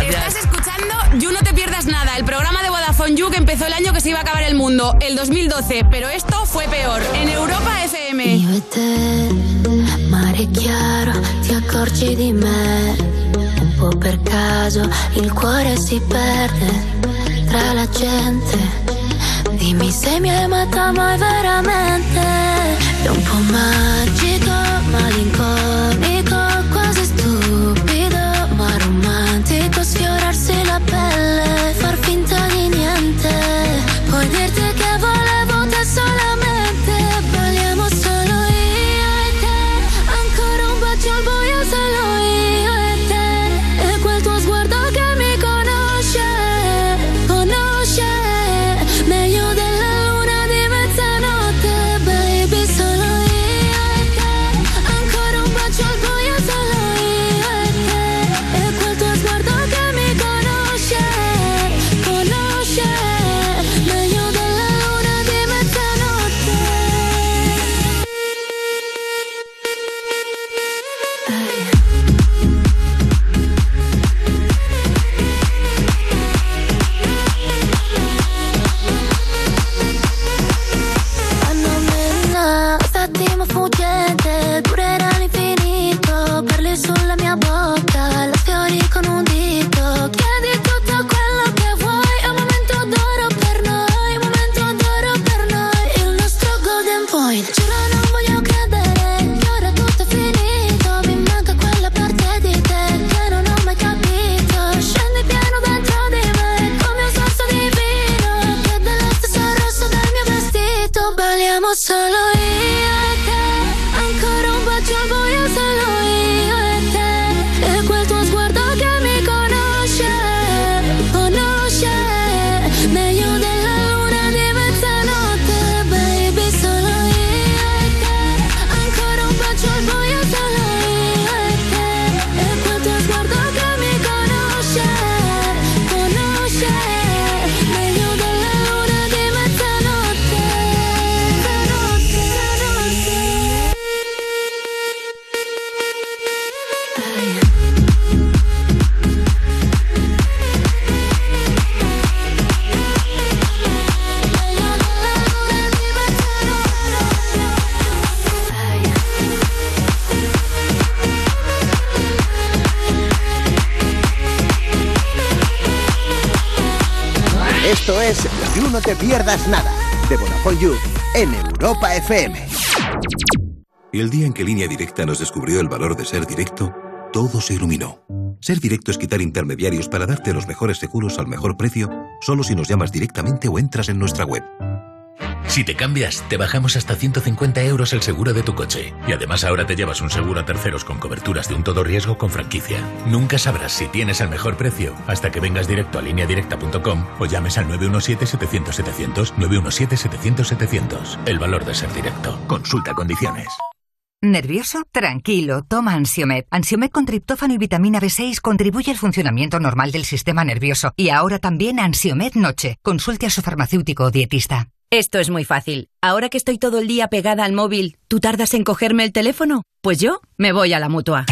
Estás escuchando You No Te Pierdas Nada, el programa de Vodafone You que empezó el año que se iba a acabar el mundo, el 2012, pero esto fue peor, en Europa FM.
mare e chiaro, ti accorgi di me. Un po' per caso il cuore si perde tra la gente. Dimmi se mi hai amata mai veramente. È un po' magico, malinconico, quasi stupido, ma romantico. Sfiorarsi la pelle, far finta di niente. Puoi dirti che volevo te solamente. Balliamo solo io e te. Ancora un bacio al buio, solo io e te. E quel tuo sguardo che mi conosce, conosce. Meglio della luna di mezzanotte, baby, solo io e te. Ancora un bacio al buio.
Esto es You No Te Pierdas Nada, de Vodafone You, en Europa FM.
Y el día en que Línea Directa nos descubrió el valor de ser directo, todo se iluminó. Ser directo es quitar intermediarios para darte los mejores seguros al mejor precio, solo si nos llamas directamente o entras en nuestra web.
Si te cambias, te bajamos hasta 150 euros el seguro de tu coche. Y además ahora te llevas un seguro a terceros con coberturas de un todo riesgo con franquicia. Nunca sabrás si tienes el mejor precio hasta que vengas directo a lineadirecta.com o llames al 917-700-700, 917-700-700. El valor de ser directo. Consulta condiciones.
¿Nervioso? Tranquilo, toma Ansiomed. Ansiomed con triptófano y vitamina B6 contribuye al funcionamiento normal del sistema nervioso. Y ahora también Ansiomed Noche. Consulte a su farmacéutico o dietista.
Esto es muy fácil. Ahora que estoy todo el día pegada al móvil, ¿tú tardas en cogerme el teléfono? Pues yo me voy a la mutua.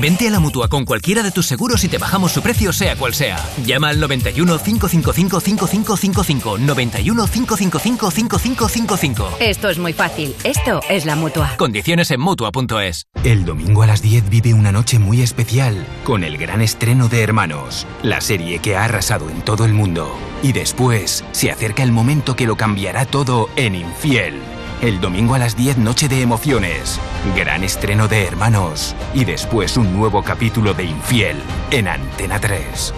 Vente a la mutua con cualquiera de tus seguros y te bajamos su precio, sea cual sea. Llama al 91 555 5555. 91 555 5555.
Esto es muy fácil. Esto es la mutua.
Condiciones en mutua.es.
El domingo a las 10 vive una noche muy especial con el gran estreno de Hermanos, la serie que ha arrasado en todo el mundo. Y después se acerca el momento que lo cambiará todo en Infiel. El domingo a las 10, Noche de Emociones. Gran estreno de Hermanos. Y después un nuevo capítulo de Infiel en Antena 3.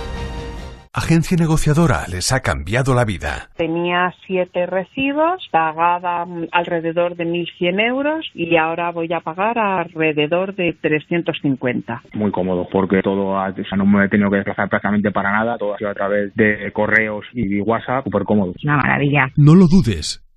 Agencia negociadora les ha cambiado la vida.
Tenía siete recibos, pagaba mm, alrededor de 1.100 euros y ahora voy a pagar alrededor de 350.
Muy cómodo, porque todo, ha- o sea, no me he tenido que desplazar prácticamente para nada, todo ha sido a través de correos y WhatsApp, súper cómodo.
Una maravilla.
No lo dudes.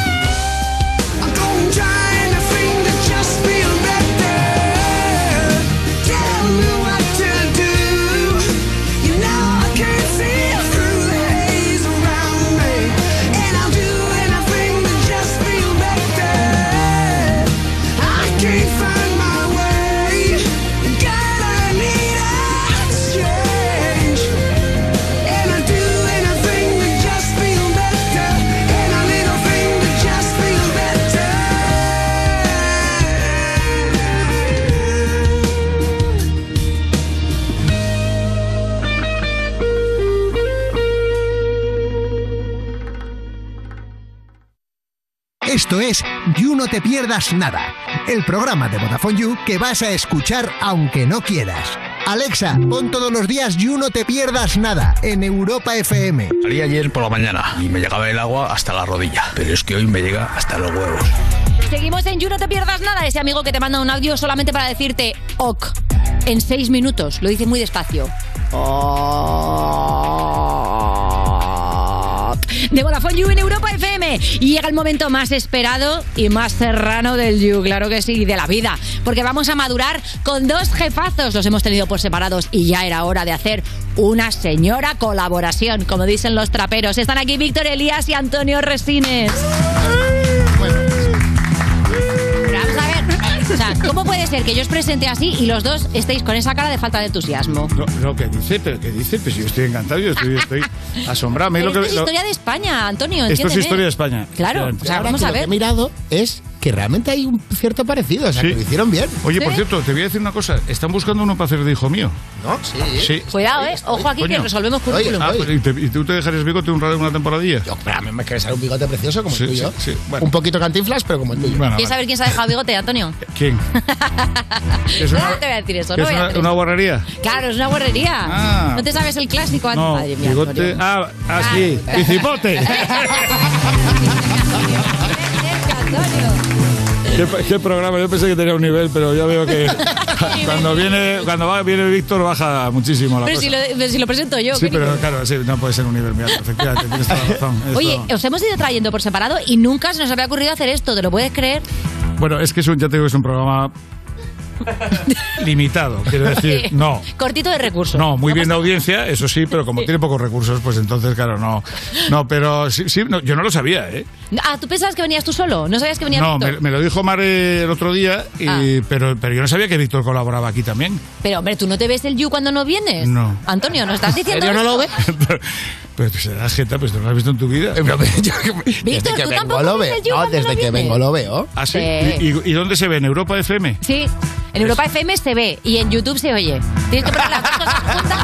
I'm going trying to find the just feel better. Tell me what to do. You know I can't see through the haze around me, and I'll do anything to just feel better. I can't find my way. God, I need a change, and I do anything to just feel better, and a little thing to just feel better.
Esto es You No Te Pierdas Nada, el programa de Vodafone You que vas a escuchar aunque no quieras. Alexa, pon todos los días You No Te Pierdas Nada en Europa FM.
Salí ayer por la mañana y me llegaba el agua hasta la rodilla, pero es que hoy me llega hasta los huevos.
Seguimos en You, no te pierdas nada. Ese amigo que te manda un audio solamente para decirte ok en seis minutos. Lo dice muy despacio. Ok. De Vodafone You en Europa FM. Y llega el momento más esperado y más serrano del You, claro que sí, y de la vida. Porque vamos a madurar con dos jefazos. Los hemos tenido por separados y ya era hora de hacer una señora colaboración, como dicen los traperos. Están aquí Víctor Elías y Antonio Resines. Pero vamos a ver, o sea, ¿cómo puede ser que yo os presente así y los dos estéis con esa cara de falta de entusiasmo?
No, no, ¿qué dice? ¿Pero qué dice? Pues yo estoy encantado, yo estoy, estoy asombrado. A mí
Pero
lo que-
esto es
lo-
historia de España, Antonio,
esto es
entiéndeme.
historia de España.
Claro, o sea,
Ahora
vamos
que
a
lo
ver.
que he mirado
es que realmente hay un cierto parecido, o sea,
Sí.
que lo hicieron bien.
Oye, por cierto, te voy a decir una cosa. Están buscando uno para hacer de hijo mío.
¿No? Sí.
Sí.
Cuidado, eh. Ojo aquí que
Coño.
resolvemos currículum.
Ah, pero ¿y, te- y tú te dejarías bigote un radio una temporadilla? Yo,
pero a mí me quiere salir un bigote precioso
como
el tuyo.
Un
poquito cantinflas, pero como el tuyo.
Ah,
¿Quieres saber quién se ha dejado bigote, Antonio?
¿Quién? Es una-
no te voy a decir eso, no
¿Es
voy a
una,
decir
una
eso.
guarrería?
Claro, es una guarrería.
Ah.
No te sabes el clásico,
No,
Madre mía,
bigote.
Antonio.
Ah, ah, sí.
Claro.
Bicipote. ¿Qué, pa- qué programa? Yo pensé que tenía un nivel, pero ya veo que cuando viene, cuando va, viene Víctor baja muchísimo la
Pero
cosa.
si, lo, pero si lo presento yo.
sí,
¿qué
pero
dices?
claro, sí, no puede ser un nivel mío. Efectivamente, tienes toda la razón. Esto-
Oye, os hemos ido trayendo por separado y nunca se nos había ocurrido hacer esto, ¿te lo puedes creer?
Bueno, es que es un, ya te digo, es un programa limitado, quiero decir, no.
Cortito de recursos.
No, muy bien de audiencia, eso sí, pero como tiene pocos recursos, pues entonces, claro, no. No, pero sí, sí, no, yo no lo sabía, ¿eh?
Ah, ¿tú pensabas que venías tú solo? ¿No sabías que venía
No,
Víctor? Ah.
me, me lo dijo Mare el otro día, y- pero, pero yo no sabía que Víctor colaboraba aquí también.
Pero, hombre, ¿tú no te ves el You cuando no vienes?
No.
Antonio, ¿no estás diciendo
serio no
esto?
lo Pero te serás jeta, pues no lo has visto en tu vida.
Víctor, tú tampoco ves el You cuando no vienes?
veo. ¿Ah, sí?
Sí.
¿Y, y- y dónde se ve? ¿En Europa FM?
Sí. En Europa FM se ve y en YouTube se oye. Tienes que poner las dos cosas juntas.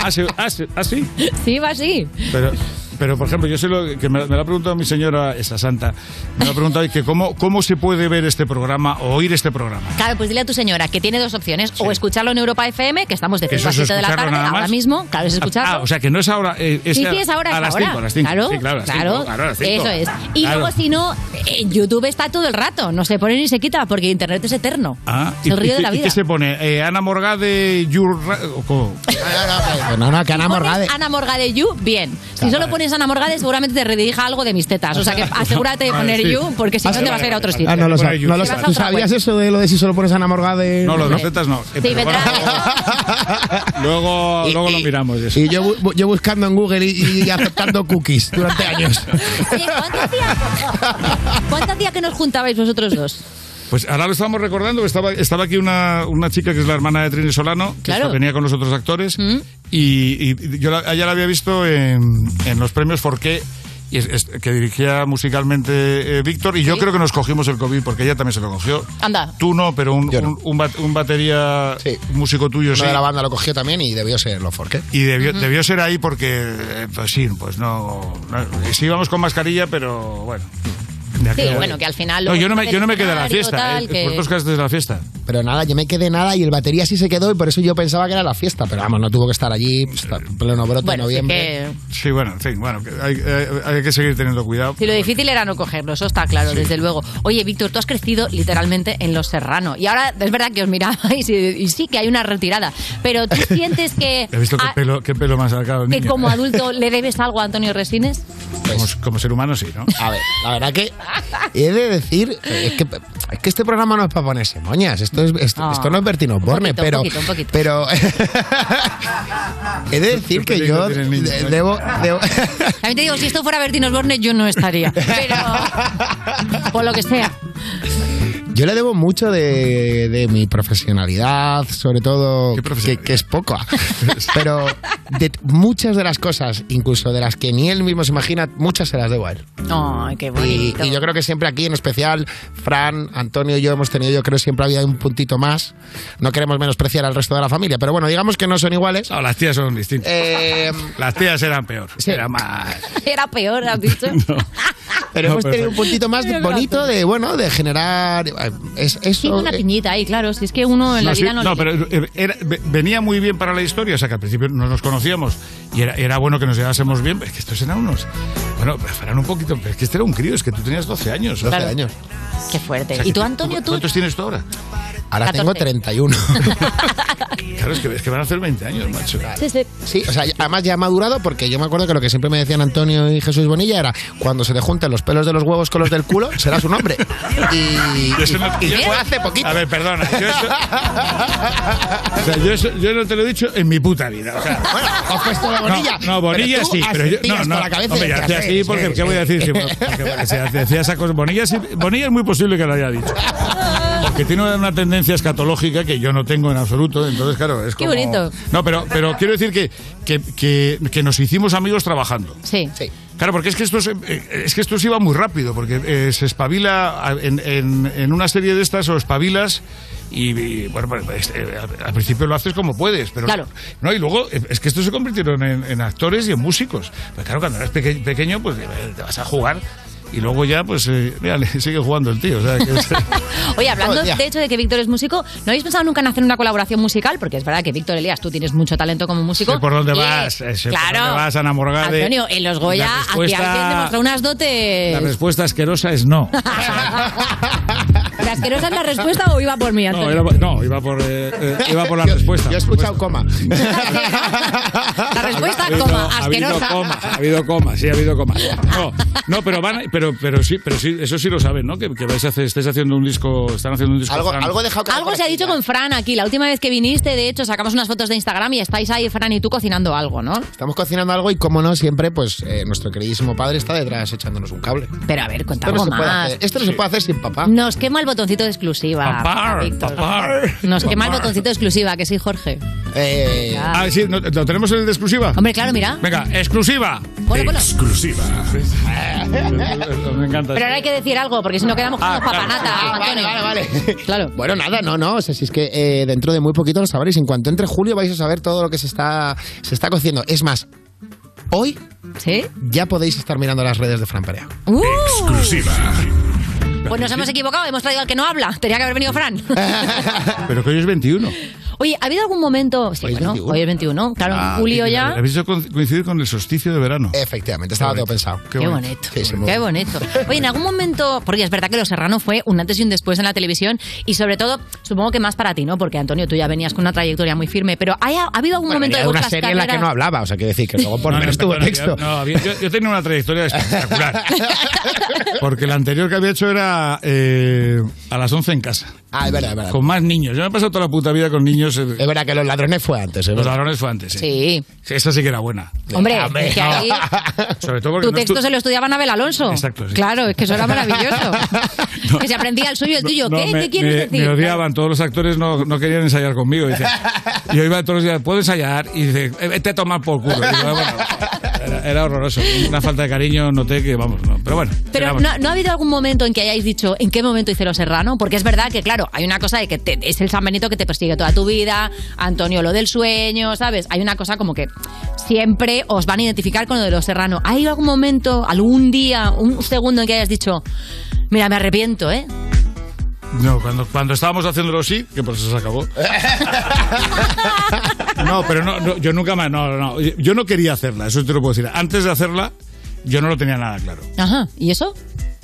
¿Ah, sí? ¿Ah, sí? ¿Ah, sí?
Sí, va así.
Pero, pero por ejemplo, yo sé lo que me, me lo ha preguntado mi señora, esa santa, me lo ha preguntado y que cómo, cómo se puede ver este programa o oír este programa.
Claro, pues dile a tu señora que tiene dos opciones. O escucharlo en Europa FM, que estamos de
Que
5
eso
a
es
7 de la
escucharlo
tarde,
nada más.
ahora mismo. Claro, es
Ah,
escucharlo.
o sea, que no es ahora. eh, es
sí,
a-
sí, es ahora,
A
es
las
ahora.
5, a las 5.
Claro,
sí, claro, a las
claro,
cinco, claro, a las cinco.
Eso es. Y
Claro.
luego, si no, en YouTube está todo el rato. No se pone ni se quita porque Internet es eterno.
Ah,
Es el río
qué-
de la vida.
qué se pone? Eh, Ana Morgade, Your... Ra- o cómo?
No, no, que Ana Morgade.
Ana Morgade You, bien. Si solo pones Ana Morgade, seguramente te redirija algo de mis tetas. O sea que asegúrate de
Ah,
Vale,
poner
sí.
You, porque si no
Vale,
te vas a ir a otro sitio.
Ah, no lo
Te
sabes. No lo
vas a
sabes. ¿Tú
otra
sabías
web.
eso de lo de si solo pones Ana Morgade?
No, lo de las tetas no.
Sí,
Eh, pero
vendrá-
Luego, luego lo miramos. eso.
Y yo, bu- yo buscando en Google y, y aceptando cookies durante años.
¿Cuántos días que nos juntabais vosotros dos?
Pues ahora lo estábamos recordando, estaba, estaba aquí una, una chica que es la hermana de Trini Solano, que
Claro. Mm.
venía con los otros actores, y, y yo la, a ella la había visto en, en los premios Forqué, y es- es- que dirigía musicalmente eh, Víctor, y yo creo que nos cogimos el COVID, porque ella también se lo cogió.
Anda.
Tú no, pero un, un, un bat- un batería, un músico tuyo,
Uno
sí.
de la banda lo cogió también y debió ser lo forqué.
Y debió, debió ser ahí porque, eh, pues sí, pues no, no- sí íbamos con mascarilla, pero bueno. de
Sí,
aquella-
bueno, que al final.
No,
luego
yo no me,
haces
yo no me quedé a la
escenario,
fiesta.
tal,
eh,
que-
vosotros quedasteis a la fiesta.
Pero nada, yo me quedé nada y el batería sí se quedó y por eso yo pensaba que era la fiesta. Pero vamos, no tuvo que estar allí, pues, en pleno brote en noviembre.
Sí, bueno, en fin, bueno, que hay, eh, hay que seguir teniendo cuidado.
Sí, lo difícil era no cogerlo, eso está claro,
Sí.
desde luego. Oye, Víctor, tú has crecido literalmente en Los Serrano. Y ahora es verdad que os mirabais y, y sí que hay una retirada. Pero tú sientes que,
¿Has visto qué,
a-
pelo, qué pelo más sacado,
Ah. que
niño?
como adulto le debes algo a Antonio Resines.
Como, como ser humano, sí, ¿no?
A ver, la verdad que he de decir, eh, es que, es que este programa no es para ponerse moñas, esto, es, esto,
Ah.
esto no es Bertín Osborne,
poquito, un
pero,
poquito, un poquito.
pero he de decir que yo de- debo, debo-
También te digo, si esto fuera Bertino Osborne, yo no estaría. Pero. Por lo que sea.
yo le debo mucho de, de mi profesionalidad, sobre todo que, que es poca, pero de t- muchas de las cosas, incluso de las que ni él mismo se imagina, muchas se las debo a él.
Ay, qué
Y,
bonito.
y yo creo que siempre aquí, en especial, Fran, Antonio y yo hemos tenido, yo creo, siempre había un puntito más. No queremos menospreciar al resto de la familia, pero bueno, digamos que no son iguales. Eh,
No, las tías son distintas. las tías eran peor. Era más.
Era peor, has dicho.
Pero
No,
hemos
pero-
tenido un puntito más
Mira el
bonito de, bueno, de generar... eh, Es,
Sí,
eso,
una
eh,
piñita ahí, claro. Si es que uno en la
sí,
vida no.
no,
le-
pero eh, era- ve- venía muy bien para la historia, o sea que al principio no nos conocíamos y era, era bueno que nos llevásemos bien, pero es que estos eran unos... Bueno, pues eran un poquito, pero es que este era un crío, es que tú tenías 12 años. 12
Claro.
años.
Qué fuerte.
O sea,
¿Y
que
tú, Antonio, tú?
¿Cuántos tienes tú ahora?
Ahora tengo
14.
31.
Claro, es que, es que van a hacer 20 años, macho.
Sí, sí.
Sí, o sea, ya- además ya ha madurado porque yo me acuerdo que lo que siempre me decían Antonio y Jesús Bonilla era cuando se te junten los pelos de los huevos con los del culo, serás un hombre. Y,
Yo eso no-
y- y
yo-
fue hace poquito.
A ver, perdona. Yo, eso- o sea, yo, eso- yo no te lo he dicho en mi puta vida. O sea,
Bueno, has puesto la Pues Bonilla.
No, no, Bonilla
pero tú
sí, pero yo
asentías
no, no,
con la cabeza
hombre,
y
yo
decías,
hacía así
sí,
porque
sí,
qué voy a decir,
sí.
Sí, porque, bueno, si hacía- hacía esas cosas, Bonilla sí- Bonilla es muy posible que lo haya dicho. Porque tiene una tendencia escatológica que yo no tengo en absoluto, entonces claro, es
Qué
como
bonito.
No, pero pero quiero decir que que, que, que nos hicimos amigos trabajando.
Sí.
Claro, porque es que esto se- eh, es que esto se iba muy rápido, porque eh, se espabila a- en, en- en una serie de estas o espabilas y, y, bueno, pues, pues, eh, al- al principio lo haces como puedes, pero
Claro.
no y luego eh, es que estos se convirtieron en, en actores y en músicos. Pero claro, cuando eres peque- pequeño, pues eh, te pues, vas a jugar. Y luego ya, pues, eh, mira, le sigue jugando el tío. o sea, que es-
Oye, hablando
Oh, ya.
de hecho de que Víctor es músico, ¿no habéis pensado nunca en hacer una colaboración musical? Porque es verdad que Víctor Elías, tú tienes mucho talento como músico.
Sé por dónde
Y,
vas, eh, sé por
claro.
dónde vas, Ana Morgade.
Antonio, en los Goya
La
aquí
respuesta-
alguien demostró unas dotes.
La respuesta asquerosa es no.
¿La asquerosa es la respuesta o iba por mí, Antonio?
No, era- no, iba por, eh, eh, iba por la respuesta. Yo he escuchado
coma.
La respuesta,
habido-
coma,
ha habido
asquerosa.
coma, ha habido coma, sí, ha habido coma. No, no, pero van, pero, pero sí, pero sí, eso sí lo saben, ¿no? Que, que vais a hacer, estáis haciendo un disco, están haciendo un disco. Fran.
Algo se ha dicho con Fran aquí. La última vez que viniste, de hecho, sacamos unas fotos de Instagram y estáis ahí, Fran y tú, cocinando algo, ¿no?
Estamos cocinando algo y, como no, siempre, pues eh, nuestro queridísimo padre está detrás echándonos un cable.
Pero a ver, cuenta
esto no
algo
se puede
más.
hacer- Esto no se puede hacer sin papá.
Nos quema el botoncito de exclusiva. Ah, Víctor. Nos quema el botoncito de exclusiva, que sí, Jorge.
Ah, sí, ¿no- ¿lo tenemos en el de exclusiva?
Hombre, claro, mira.
Venga, exclusiva.
Ponlo, ponlo.
Exclusiva. Me encanta.
Pero ahora hay que decir algo, porque si no quedamos con los papanata.
Ah, vale, vale, vale.
Claro.
Bueno, nada, no, no. O sea, si es que eh, dentro de muy poquito lo sabréis. En cuanto entre julio vais a saber todo lo que se está, se está cociendo. Es más, hoy ya podéis estar mirando las redes de Fran Perea.
Exclusiva.
Pues nos hemos equivocado, hemos traído al que no habla. Tenía que haber venido Fran.
Pero que hoy es 21.
Oye, ¿ha habido algún momento?
Pues
Sí, bueno, hoy es 21. Claro,
Ah,
en julio ya.
Habéis hecho co- coincidir con el solsticio de verano.
Efectivamente, estaba todo pensado.
Qué bonito. Qué bonito. Oye, en algún momento, porque es verdad que Los Serrano fue un antes y un después en la televisión y sobre todo, supongo que más para ti, ¿no? Porque Antonio, tú ya venías con una trayectoria muy firme, pero ¿hay- ¿ha, habido algún momento de
Era una
vuestras
serie en la que no
carreras-
hablaba, o sea, quiero decir que luego por
No, no,
menos tuvo
perdona, yo-
texto.
no, había- yo, yo tenía una trayectoria espectacular. Porque la anterior que había hecho era eh, a las 11 en casa.
Ah, es verdad, es verdad.
Con más niños. Yo me he pasado toda la puta vida con niños. Es
verdad que los ladrones fue antes. ¿eh?
Los ladrones fue antes.
Sí.
Esa sí que era buena.
Hombre, es que
no.
ahí
Sobre todo porque
tu
no
texto
estu-
se lo estudiaba Abel Alonso.
Exacto, sí.
Claro, es que eso era maravilloso. Que se aprendía el suyo y el tuyo.
No,
¿Qué?
me-
¿Qué quieres
me-
decir?
Me odiaban, todos los actores no, no querían ensayar conmigo. Dice, yo iba todos los días, ¿puedo ensayar? Y dice, "Eh, vete a tomar por culo. Y digo, "Ah, bueno". era, era horroroso. Una falta de cariño, noté que, vamos, no. pero bueno.
Pero
éramos-
¿no, no ha habido algún momento en que hayáis dicho en qué momento hice lo serrano? Porque es verdad que, claro, hay una cosa de que te- es el San Benito que te persigue toda tu vida, Antonio lo del sueño, ¿sabes? Hay una cosa como que siempre os van a identificar con lo de los serrano. ¿Ha habido algún momento, algún día, un segundo en que hayas dicho, mira, me arrepiento, ¿eh?
No, cuando, cuando estábamos haciéndolo sí, que por eso se acabó. No, pero no, no, yo nunca más, no, no, yo no quería hacerla, eso te lo puedo decir. Antes de hacerla, yo no lo tenía nada claro.
Ajá, ¿y eso?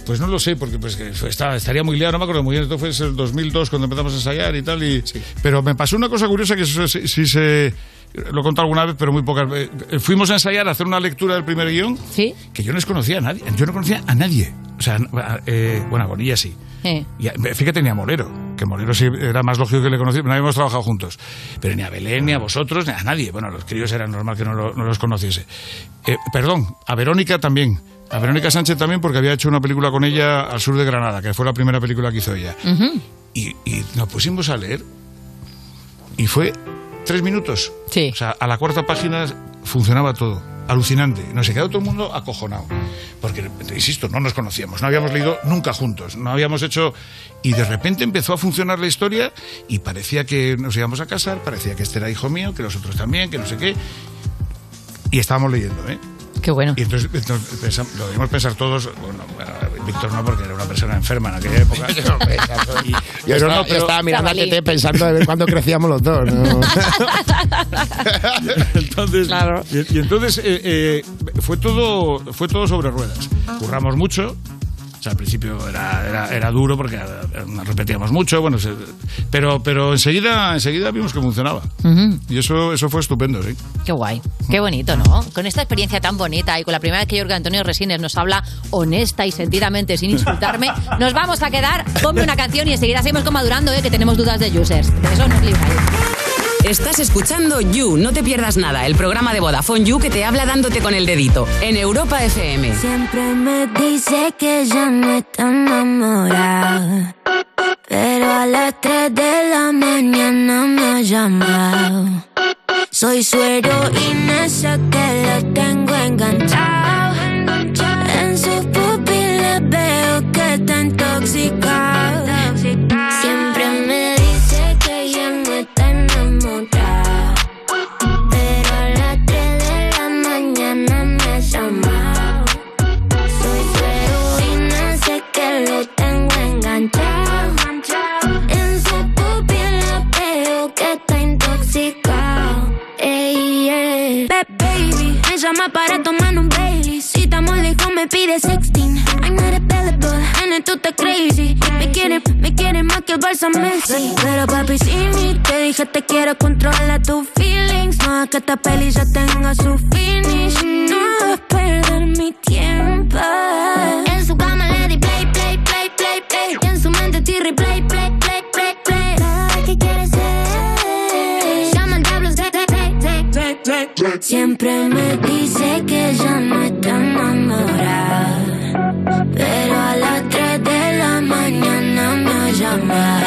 Pues no lo sé, porque pues que fue- estaba- estaría muy liado, no me acuerdo muy bien, esto fue en el 2002 cuando empezamos a ensayar y tal. Y, Pero me pasó una cosa curiosa que eso sí, sí se... Lo he contado alguna vez, pero muy pocas veces. Eh, Fuimos a ensayar, a hacer una lectura del primer guión, que yo no les conocía a nadie. Yo no conocía a nadie. O sea, a- eh, bueno, a Bonilla sí.
Eh.
Y a- fíjate, ni a Molero, que Molero sí era más lógico que le conocí, no habíamos trabajado juntos. Pero ni a Belén, ni a vosotros, ni a nadie. Bueno, a los críos era normal que no, lo- no los conociese. Eh, perdón, a Verónica también. A Verónica Sánchez también, porque había hecho una película con ella al sur de Granada, que fue la primera película que hizo ella.
Ujú.
Y, y nos pusimos a leer y fue tres minutos. O sea, a la cuarta página funcionaba todo. Alucinante. Nos se quedó todo el mundo acojonado. Porque, te insisto, no nos conocíamos, no habíamos leído nunca juntos, no habíamos hecho... Y de repente empezó a funcionar la historia y parecía que nos íbamos a casar, parecía que este era hijo mío, que los otros también, que no sé qué. Y estábamos leyendo, ¿eh?
Qué bueno.
Y entonces, entonces pensamos- lo debíamos pensar todos, bueno, bueno, Víctor no, porque era una persona enferma en aquella época. Y-
Yo
pero
estaba,
no,
yo
pero-
estaba mirando a Tete pensando de ver cuándo crecíamos los dos. ¿no?
entonces, y, y entonces eh, eh, fue todo fue todo sobre ruedas. Curramos mucho. O sea, al principio era, era, era duro porque eh, nos repetíamos mucho, bueno, se- pero, pero enseguida, enseguida vimos que funcionaba. Y eso, eso fue estupendo, ¿eh? sí.
Mm. Qué guay, qué bonito, ¿no? Con esta experiencia tan bonita y con la primera vez que yo creo que Antonio Resines nos habla honesta y sentidamente, sin insultarme, nos vamos a quedar, ponme una canción y enseguida seguimos con Madurando, ¿eh? que tenemos dudas de users. De eso nos libráis.
Estás escuchando You, no te pierdas nada, el programa de Vodafone You que te habla dándote con el dedito en Europa FM.
Siempre me dice que ya no está enamorada. Pero a las 3 de la mañana me ha llamado. Soy su heroína, sé que la tengo enganchado. En sus pupilas veo que está intoxicado. Siempre me dice que ya no está enamorado. Pero a las 3 de la mañana me ha llamado. Soy su heroína. mine. I'm not available. Ana, tú estás crazy. Me quieren, me quieren más que el balsa Messi. Pero papi, si ni te dije te quiero controlar tus feelings. No es que esta peli ya tenga su finish. No es perder mi tiempo. En su cama le di play, play, play, play, play. Y en su mente tirri play, play, play, play, play. Nada que quieres ser. Llaman diablos de, de, de, de, de. Siempre me dice que ya no está enamorada. Pero a las 3 de la mañana me llama.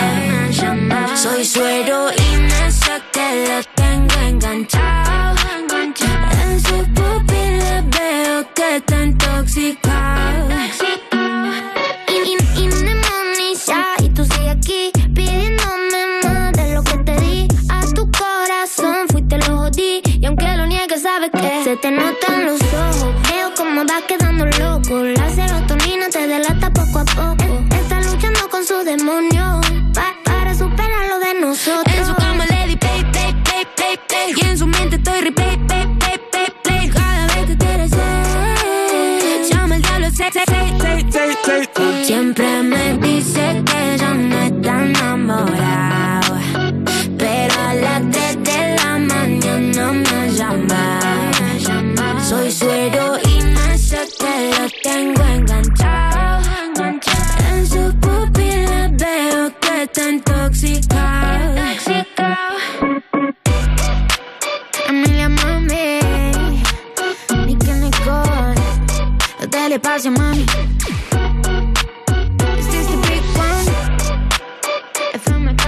Soy su heroína, sé que la tengo enganchado. En su pupila veo que está intoxicado. Y, y, y demoniza, y tú sigues aquí pidiéndome más de lo que te di. A tu corazón fuiste lo jodí. Y aunque lo niegues, sabes que se te notan los ojos. Veo como vas quedando loco. La serotonina te delata poco a poco. Está luchando con su demonio pa- para superar lo de nosotros. En su cama le di play, play, play, play, play. Y en su mente estoy replay, play, play, play, play. Cada vez que quieres ser, llama al diablo, se, se, se, se, se, se. Siempre me dice que ya no está enamorado. Pero a las 3 de la mañana me llama. Soy su heroína, sé que lo tengo enganchado. En su pupila veo que está intoxicado. Amelia mami, Nicki Nicole, dale paso mami. Is this the big one? FMK.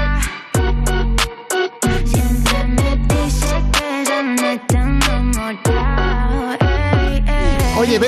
Siempre me dice que ya me está enamorado. Ey, ey.
Oye,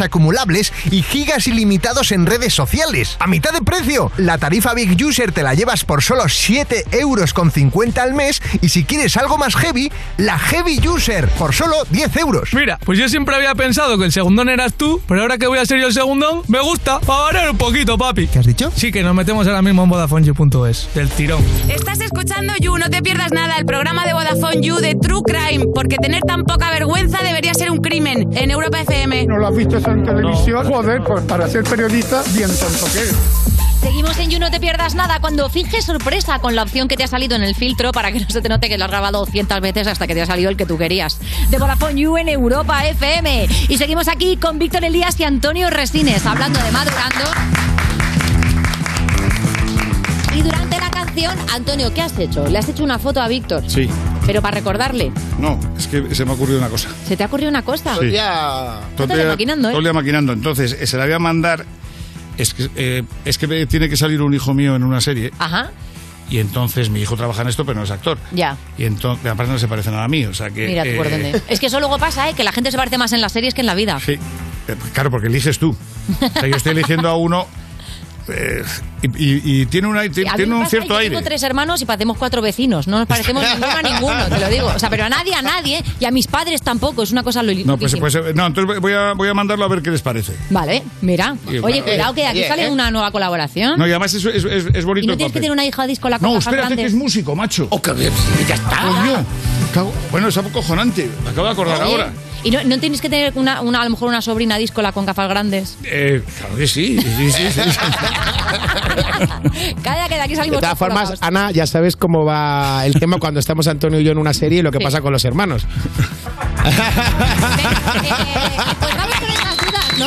acumulables y gigas ilimitados en redes sociales. A mitad de precio. La tarifa Big User te la llevas por solo 7 euros con 50 al mes y si quieres algo más heavy, la Heavy User por solo 10 euros.
Mira, pues yo siempre había pensado que el segundón eras tú, pero ahora que voy a ser yo el segundón, me gusta, para variar un poquito, papi.
¿Qué has dicho?
Sí, que nos metemos ahora mismo en VodafoneYou.es, del tirón.
Estás escuchando You, no te pierdas nada, el programa de Vodafone You de True Crime, porque tener tan poca vergüenza debería ser un crimen en Europa FM.
¿No lo has visto eso en televisión? Joder, pues para ser periodista, bien tonto que eres.
Seguimos en You, no te pierdas nada. Cuando finges sorpresa con la opción que te ha salido en el filtro para que no se te note que lo has grabado 200 veces hasta que te ha salido el que tú querías. De Vodafone You en Europa FM. Y seguimos aquí con Víctor Elías y Antonio Resines, hablando de Madurando. Y durante la canción, Antonio, ¿qué has hecho? ¿Le has hecho una foto a Víctor?
Sí.
Pero para recordarle,
No, es que se me ha ocurrido una cosa.
¿se te ha ocurrido una cosa?
Sí.
Todo el día maquinando, ¿eh?
todo el día maquinando. Entonces, eh, se la voy a mandar. Es que, eh, es que me tiene que salir un hijo mío en una serie.
Ajá,
Y entonces mi hijo trabaja en esto, pero no es actor.
ya.
Y entonces, aparte no se parece nada a mí. O sea que.
Mira tú por
eh,
dónde. Es que eso luego pasa, ¿eh? Que la gente se parece más en las series que en la vida.
Sí. Eh, Claro, porque eliges tú. O sea, yo estoy eligiendo a uno. eh, y, y- y tiene un, aire-
A mí
tiene
me
un
pasa
cierto
que
aire.
Tengo tres hermanos y parecemos cuatro vecinos. No nos parecemos ninguno a ninguno, te lo digo. O sea, pero a nadie, a nadie. Y a mis padres tampoco. Es una cosa lo
No, pues, pues, eh, no, entonces voy a, voy a mandarlo a ver qué les parece.
Vale, mira.
Y
Oye,
bueno,
cuidado que de aquí
bien,
sale
¿eh?
una nueva colaboración.
No, y además es, es, es- es bonito.
¿Ah? y no tienes
el
que
papel.
tener una hija disco la
No,
cosa
espérate, que es músico, macho. ya está. Bueno, es acojonante. Me acabo de acordar
Oye,
ahora.
Y no, no tienes que tener una, una- a lo mejor una sobrina discola con gafas grandes.
Eh, claro que sí. sí, sí, sí.
Calla, que de aquí
De
salimos.
todas
todos
formas,
colocados.
Ana, ya sabes cómo va el tema cuando estamos Antonio y yo en una serie y lo que
Sí.
pasa con los hermanos.
Pues vamos con esas dudas, ¿no?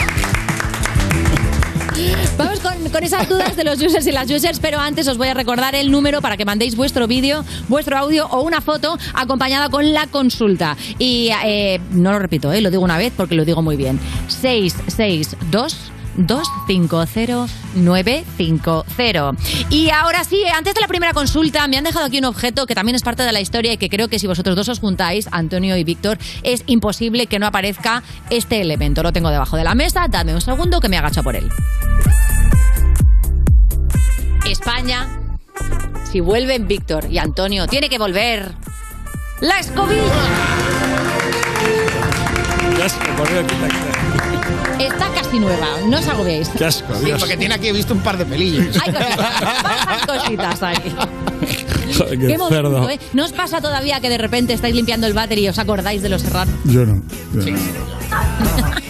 Vamos con, con esas dudas de los users y las users, pero antes os voy a recordar el número para que mandéis vuestro vídeo, vuestro audio o una foto acompañada con la consulta. Y eh, no lo repito, eh, lo digo una vez porque lo digo muy bien. 662 952500950. Y ahora sí, antes de la primera consulta, me han dejado aquí un objeto que también es parte de la historia y que creo que si vosotros dos os juntáis, Antonio y Víctor, es imposible que no aparezca este elemento. Lo tengo debajo de la mesa, dame un segundo que me agacho por él. España, si vuelven Víctor y Antonio, tiene que volver la escobilla.
Qué asco, por Dios, quita, quita.
Está casi nueva, no os agobiéis.
Qué asco,
Sí,
Dios.
porque tiene aquí, he visto un par de pelillos.
Hay cositas, pasan cositas ahí.
Joder, qué
Qué momento,
cerdo.
¿eh? ¿No os pasa todavía que de repente estáis limpiando el váter y os acordáis de los serranos?
Yo no.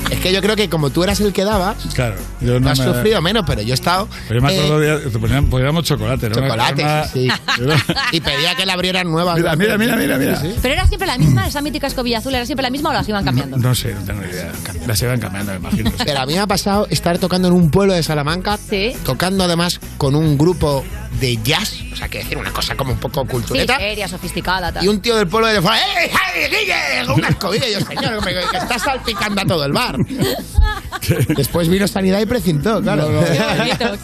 Es que yo creo que como tú eras el que daba,
Claro, yo no
has
me-
sufrido menos, pero yo he estado.
Pero Pues yo me
eh,
acuerdo de te ponían, poníamos chocolate, ¿no?
Chocolate,
Era-
sí. y pedía que la abrieran nueva.
Mira, mira, mira, mira, mira.
Sí, sí.
¿Pero era siempre la misma, esa mítica escobilla azul, era siempre la misma o las iban cambiando?
No sé, no tengo ni idea. Las iban cambiando, me imagino.
Pero a mí me ha pasado estar tocando en un pueblo de Salamanca, tocando además con un grupo de jazz, o sea, que decir una cosa como un poco
Sí,
cultureta.
seria, sofisticada, tal.
Y un tío del pueblo de fuera, ¡eh, eh, Guille! Una escobilla. Y yo, señor, que me- que está salpicando a todo el bar. Después vino Sanidad y precintó, claro.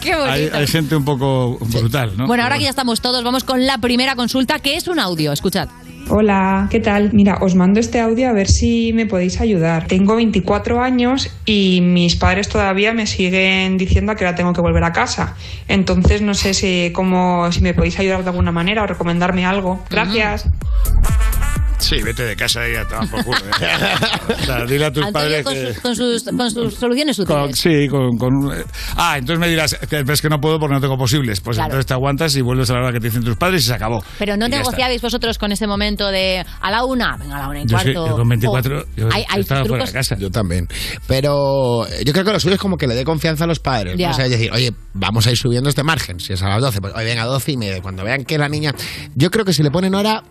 Qué bonito.
Hay, hay gente un poco brutal, ¿no?
Bueno, ahora que ya estamos todos, vamos con la primera consulta, que es un audio. Escuchad.
Hola, ¿qué tal? Mira, os mando este audio a ver si me podéis ayudar. Tengo 24 años y mis padres todavía me siguen diciendo que ahora tengo que volver a casa. Entonces no sé si, cómo, si me podéis ayudar de alguna manera o recomendarme algo. Gracias.
Sí, vete de casa y a trabajar por culo. ¿eh? O sea, dile a tus
Antonio
padres
con,
que...
sus, con, sus, con sus soluciones
Con-
útiles.
sí, con, con un- Ah, entonces me dirás, que- pero es que no puedo porque no tengo posibles. Pues
Claro.
entonces te aguantas y vuelves a la hora que te dicen tus padres y se acabó.
Pero no
Y ya está.
negociabais vosotros con ese momento de a la una, venga, a la una y
Yo es que-
cuarto.
yo con 24
O-
yo
hay, hay
estaba fuera
trucos.
de casa.
Yo también. Pero eh, yo creo que lo suyo es como que le dé confianza a los padres. ¿no?
Ya.
O sea, es decir, oye, vamos a ir subiendo este margen. Si es a las 12, pues hoy venga a 12 y media. Cuando vean que la niña. Yo creo que si le ponen hora,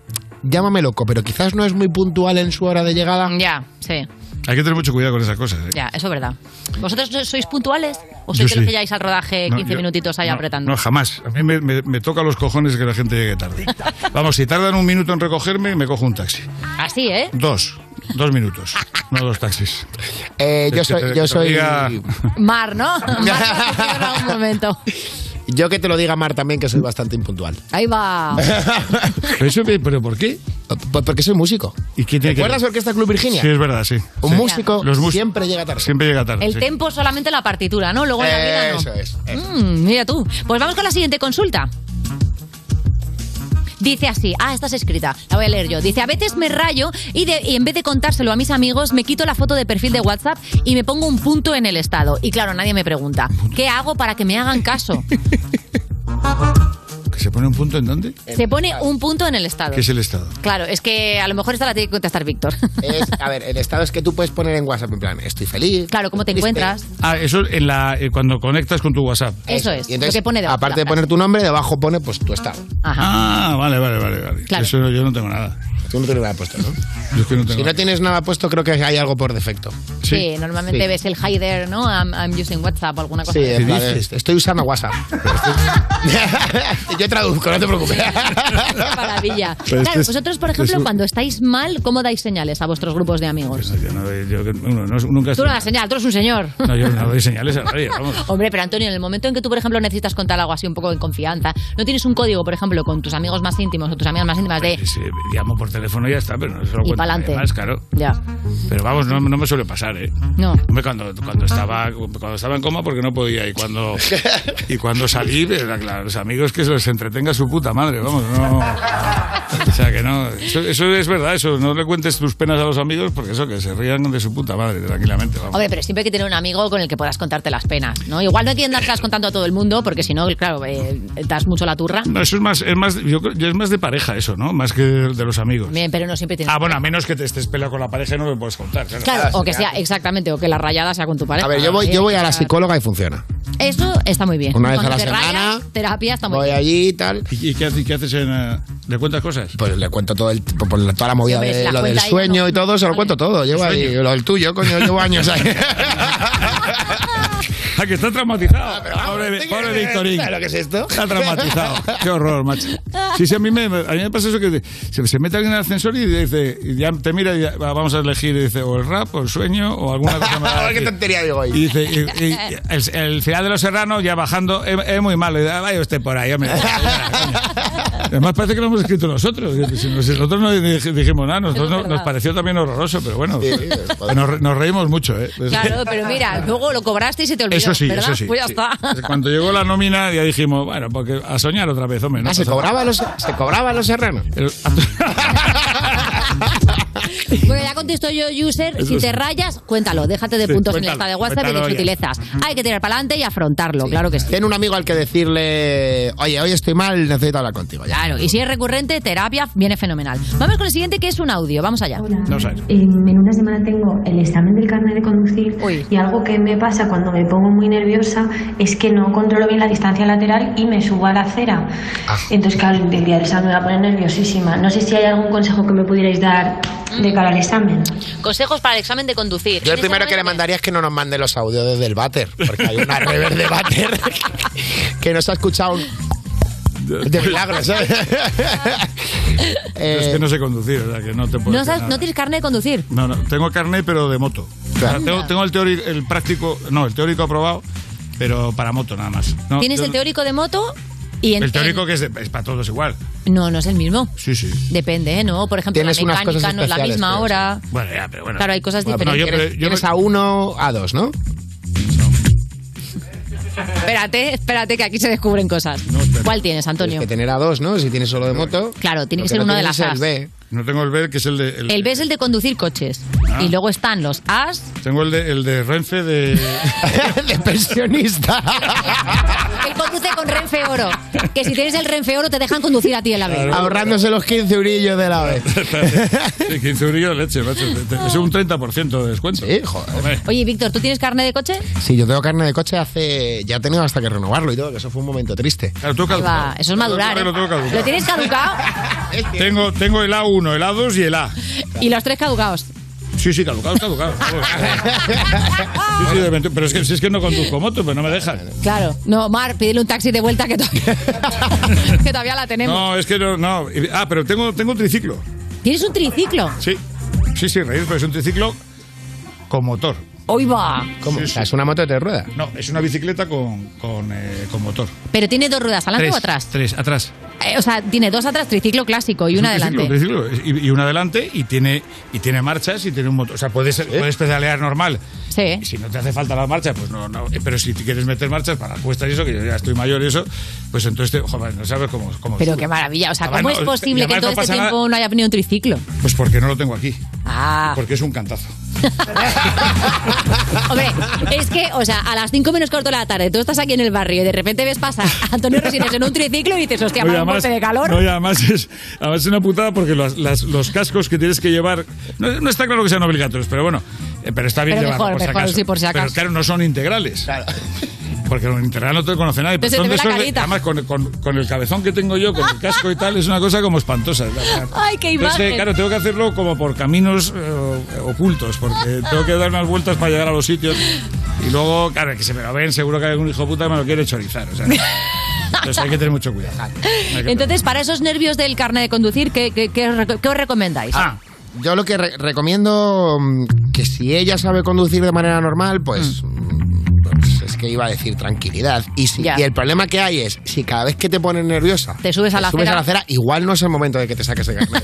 llámame loco, pero quizás no es muy puntual en su hora de llegada.
Ya, sí,
Hay que tener mucho cuidado con esas cosas. ¿eh?
Oh, ya, eso es verdad. ¿Vosotros sois puntuales o
Yo
sois de los
sí.
que ya vais al rodaje
No,
15
yo-
Eh, minutitos ahí apretando?
No, jamás. A mí me, me- me toca los cojones que la gente llegue tarde. Vamos, si tardan un minuto en recogerme, me cojo un taxi.
Así, ¿eh?
Dos. Dos minutos. No dos taxis.
Eh, yo
Es que
soy.
te-
yo
te
soy
obliga-
Mar, ¿no? Mar, no ha sido en algún momento.
Yo que te lo diga Mar también, que soy bastante impuntual.
Ahí va.
Eso, ¿Pero por qué?
Pues porque soy músico.
¿Y quién tiene que
¿Recuerdas Orquesta Club Virginia?
Sí, es verdad, sí.
Un
Sí.
músico
Los mús-
siempre llega tarde.
Siempre llega tarde.
El
sí.
tempo es solamente la partitura, ¿no? Luego en la vida no.
Eso es.
Mm, mira tú. Pues vamos con la siguiente consulta. Dice así, ah, esta es escrita, la voy a leer yo. Dice, a veces me rayo y, de- y en vez de contárselo a mis amigos, me quito la foto de perfil de WhatsApp y me pongo un punto en el estado. Y claro, nadie me pregunta, ¿qué hago para que me hagan caso?
¿Que se pone un punto en dónde?
Se pone un punto en el estado.
¿Qué es el estado?
Claro, es que a lo mejor esta la tiene que contestar Víctor.
Es- a ver, el estado es que tú puedes poner en WhatsApp en plan, estoy feliz.
Claro, ¿cómo te
Triste.
encuentras?
Ah, eso en la, eh, cuando conectas con tu WhatsApp.
Eso es,
Y entonces,
lo que pone debajo.
aparte
la
de poner
frase.
tu nombre, debajo pone pues tu estado.
Ah, vale, vale, vale. vale.
Claro.
Eso yo no tengo nada.
Tú no tienes nada puesto, ¿no?
Yo es que no tengo
Si no
nada.
tienes nada puesto, creo que hay algo por defecto.
Sí, normalmente ves el hi there, ¿no? I'm, I'm using WhatsApp o alguna cosa.
Sí,
de
en
esa.
plan, estoy usando WhatsApp. Yo traduzco, no te preocupes.
Qué maravilla.
Pero es que
claro,
es-
vosotros, por ejemplo,
es un-
cuando estáis mal, ¿cómo dais señales a vuestros grupos de amigos?
Yo no doy- yo que- uno, no- nunca
Tú no das señal, tú eres un señor.
No, yo no doy señales a nadie, vamos.
Hombre, pero Antonio, en el momento en que tú, por ejemplo, necesitas contar algo así un poco en confianza, no tienes un código, por ejemplo, con tus amigos más íntimos o tus amigas más íntimas de...
Sí, llamo por teléfono y ya está, pero no se lo
Y
cuento
pa'lante.
más, claro.
Ya,
Pero vamos, no, no me suele pasar, ¿eh?
no.
Hombre, cuando, cuando, estaba, cuando estaba en coma porque no podía y cuando, y cuando salí, pues, la- la- los amigos que se les entretenga su puta madre, vamos, no... O sea que no, eso, eso es verdad, eso, no le cuentes tus penas a los amigos porque eso, que se rían de su puta madre tranquilamente, vamos.
Hombre, pero siempre hay que tener un amigo con el que puedas contarte las penas, ¿no? Igual no hay que andarlas contando a todo el mundo, porque si no, claro, eh, das mucho la turra.
No, eso es más, es más, yo creo- es más de pareja eso, ¿no? Más que de los amigos.
Bien, pero no siempre tienes...
Ah, bueno, a menos que te estés peleado con la pareja y no me puedes contar. Claro,
Claro, o que sea, eh, exactamente, o que la rayada sea con tu pareja.
Ah, A ver, yo voy,
Eh,
yo voy a la psicóloga y funciona.
Eso está muy bien.
Una vez a
Cuando
la
te
semana,
rayas, terapia está muy
Voy
bien.
allí y tal.
¿Y, y qué, haces- qué haces en... eh, ¿Le cuentas cosas?
Pues le cuento todo el, pues, la- toda la movida
Hombre,
de
la
lo del
cuenta ahí,
sueño
¿no?
y todo, se lo cuento todo. Llevo ahí, lo del tuyo, coño, llevo años ahí.
Ah, que está traumatizado.
vamos,
Pobre,
¿qué
pobre
quieres?
Victorín.
¿Pero qué es esto?
Está traumatizado. Qué horror, macho. Sí, sí, a mí me, a mí me pasa eso que se, se mete alguien en el ascensor y dice, y ya te mira y ya, va, vamos a elegir, y dice, o el rap, o el sueño, o alguna cosa más.
Qué tontería digo ahí.
Y dice, y- y- el, el final de los serranos ya bajando es, es muy malo. Y dice, "Ah, vaya usted por ahí, hombre. Además parece que lo hemos escrito nosotros. Si Nosotros no dij- dijimos nada, nosotros no- nos pareció también horroroso, pero bueno, nos, nos reímos mucho. ¿eh?
Claro, pero mira, luego lo cobraste y se te olvidó.
Eso sí,
¿verdad?
eso sí.
Pues ya
sí.
está.
Cuando llegó la nómina ya dijimos, bueno, porque a soñar otra vez, hombre.
Ah, ¿se cobraba los- se cobraba los serranos?
Bueno, ya contestó yo, user.
Eso
si te
es.
rayas, cuéntalo. Déjate de
Sí,
puntos en el estado
cuéntalo,
de WhatsApp y de
cuéntalo ya.
sutilezas. Hay que tirar para adelante y afrontarlo, claro que sí.
Tiene un amigo al que decirle, oye, hoy estoy mal, necesito hablar contigo. Ya.
Claro, y si es recurrente, terapia viene fenomenal. Vamos con el siguiente que es un audio, vamos allá.
Em, en una semana tengo el examen del carnet de conducir y algo que me pasa cuando me pongo muy nerviosa es que no controlo bien la distancia lateral y me subo a la acera.
Ah.
Entonces, claro, el día del examen me va a poner nerviosísima. No sé si hay algún consejo que me pudierais dar de cara al examen.
Consejos para el examen de conducir.
Yo el primero que le mandaría es que no nos mande los audios desde el váter, porque hay una rever de váter que nos ha escuchado de milagro, ¿sabes?
es que no sé conducir, o sea, que no te puedo
No,
decir
sabes-
nada.
no tienes carne de conducir.
No, no, tengo carnet, pero de moto. O sea, tengo, tengo el teórico, el práctico, no, el teórico aprobado, pero para moto nada más. No,
Tienes
yo-
el teórico de moto y en,
el teórico que es, de- es para todos igual.
en- No, no es el mismo.
Sí, sí.
Depende, ¿eh? ¿no? Por ejemplo, la
Tienes unas cosas
mecánica no es la
especiales,
misma
creo,
hora.
Bueno, ya, pero bueno.
Claro, hay cosas
Bueno, pero
diferentes.
tienes- tienes a uno, a dos, ¿no?
Espérate, espérate, que aquí se descubren cosas. ¿Cuál tienes, Antonio?
Que tener a dos, ¿no? Si tienes solo de moto.
Claro, tiene
Lo
que ser
no
uno de
tienes
las
es
As.
El B.
No tengo el B, que es el de. el-
El B es el de conducir coches.
Ah.
Y luego están los As.
Tengo el de, el de Renfe de.
de pensionista.
Él conduce con Renfe Oro. Que si tienes el Renfe Oro te dejan conducir a ti en la B.
Ahorrándose los 15 eurillos de la vez.
Sí, 15 euros leche, macho. Te- te- Es un 30% de descuento. Sí,
joder.
Oye, Víctor, ¿tú tienes carne de coche?
Sí, yo tengo carne de coche hace. Ya he tenido hasta que renovarlo y todo, que eso fue un momento triste.
Claro, tú
Ahí va, Eso es madurar. ¿eh?
Lo tengo caducado.
Lo tienes caducado
Tengo, tengo el A1, el A2 y el A.
y los tres caducados.
Sí, sí, caducado, caducado. Sí, sí, de veinte- pero es que, si es que no conduzco moto, pero no me dejan.
Claro. No, Mar, pídele un taxi de vuelta que todavía, que todavía la tenemos.
No, es que no, no. Ah, pero tengo, tengo un triciclo.
¿Tienes un triciclo?
Sí. Sí, sí, reír, pero es un triciclo con motor.
Hoy va.
¿Cómo? O sea, es una moto de tres ruedas.
No, es una bicicleta con, con, eh, con motor.
Pero tiene dos ruedas, adelante
Tres,
o atrás.
Tres, atrás.
Eh, o sea, tiene dos atrás, triciclo clásico y
Es un
una adelante.
triciclo, un triciclo. Y, y una adelante y tiene, y tiene marchas y tiene un motor. O sea, puedes, puedes pedalear normal.
Sí.
Y si no te hace falta la marcha, pues no, no. Pero si te quieres meter marchas para las cuestas y eso, que yo ya estoy mayor y eso, pues entonces, te- joder, no sabes cómo. cómo
Pero
sube.
qué maravilla. O sea,
Además,
¿cómo
no,
es posible
y
que
además
todo este
no pasa nada.
tiempo no haya venido un triciclo?
Pues porque no lo tengo aquí.
Ah.
Porque es un cantazo.
Hombre, es que, o sea, a las 5 menos cuarto de la tarde, tú estás aquí en el barrio y de repente ves pasar a Antonio Resines en un triciclo y dices, hostia,
Oye,
para un golpe de calor.
no, y además es, además es una putada porque las- las- los cascos que tienes que llevar. No, no está claro que sean obligatorios, pero bueno. eh, Pero está bien
Pero
llevarlo,
mejor,
por, si
mejor,
acaso.
sí, por si acaso.
Pero claro, no son integrales. Porque un integral no te conoce nadie.
Pero se te
son
ve
de
la
esos de-
carita.
además, con, con- con el cabezón que tengo yo, con el casco y tal, es una cosa como espantosa.
Ay, qué
Entonces,
imagen.
eh, claro, tengo que hacerlo como por caminos eh, ocultos, porque tengo que dar unas vueltas para llegar a los sitios. Y luego, claro, que se me lo ven, seguro que hay algún hijo puta que me lo quiere chorizar. O sea, entonces hay que tener mucho cuidado. Hay que-
Entonces, para esos nervios del carnet de conducir, ¿qué, qué- qué os reco- qué os recomendáis?
Ah,
Yo lo que re- recomiendo mm, que si ella sabe conducir de manera normal, pues, mm, pues es que iba a decir tranquilidad. Y, si-
Ya.
y el problema que hay es, si cada vez que te pones nerviosa,
Te subes a la acera.
igual no es el momento de que te saques el carnet.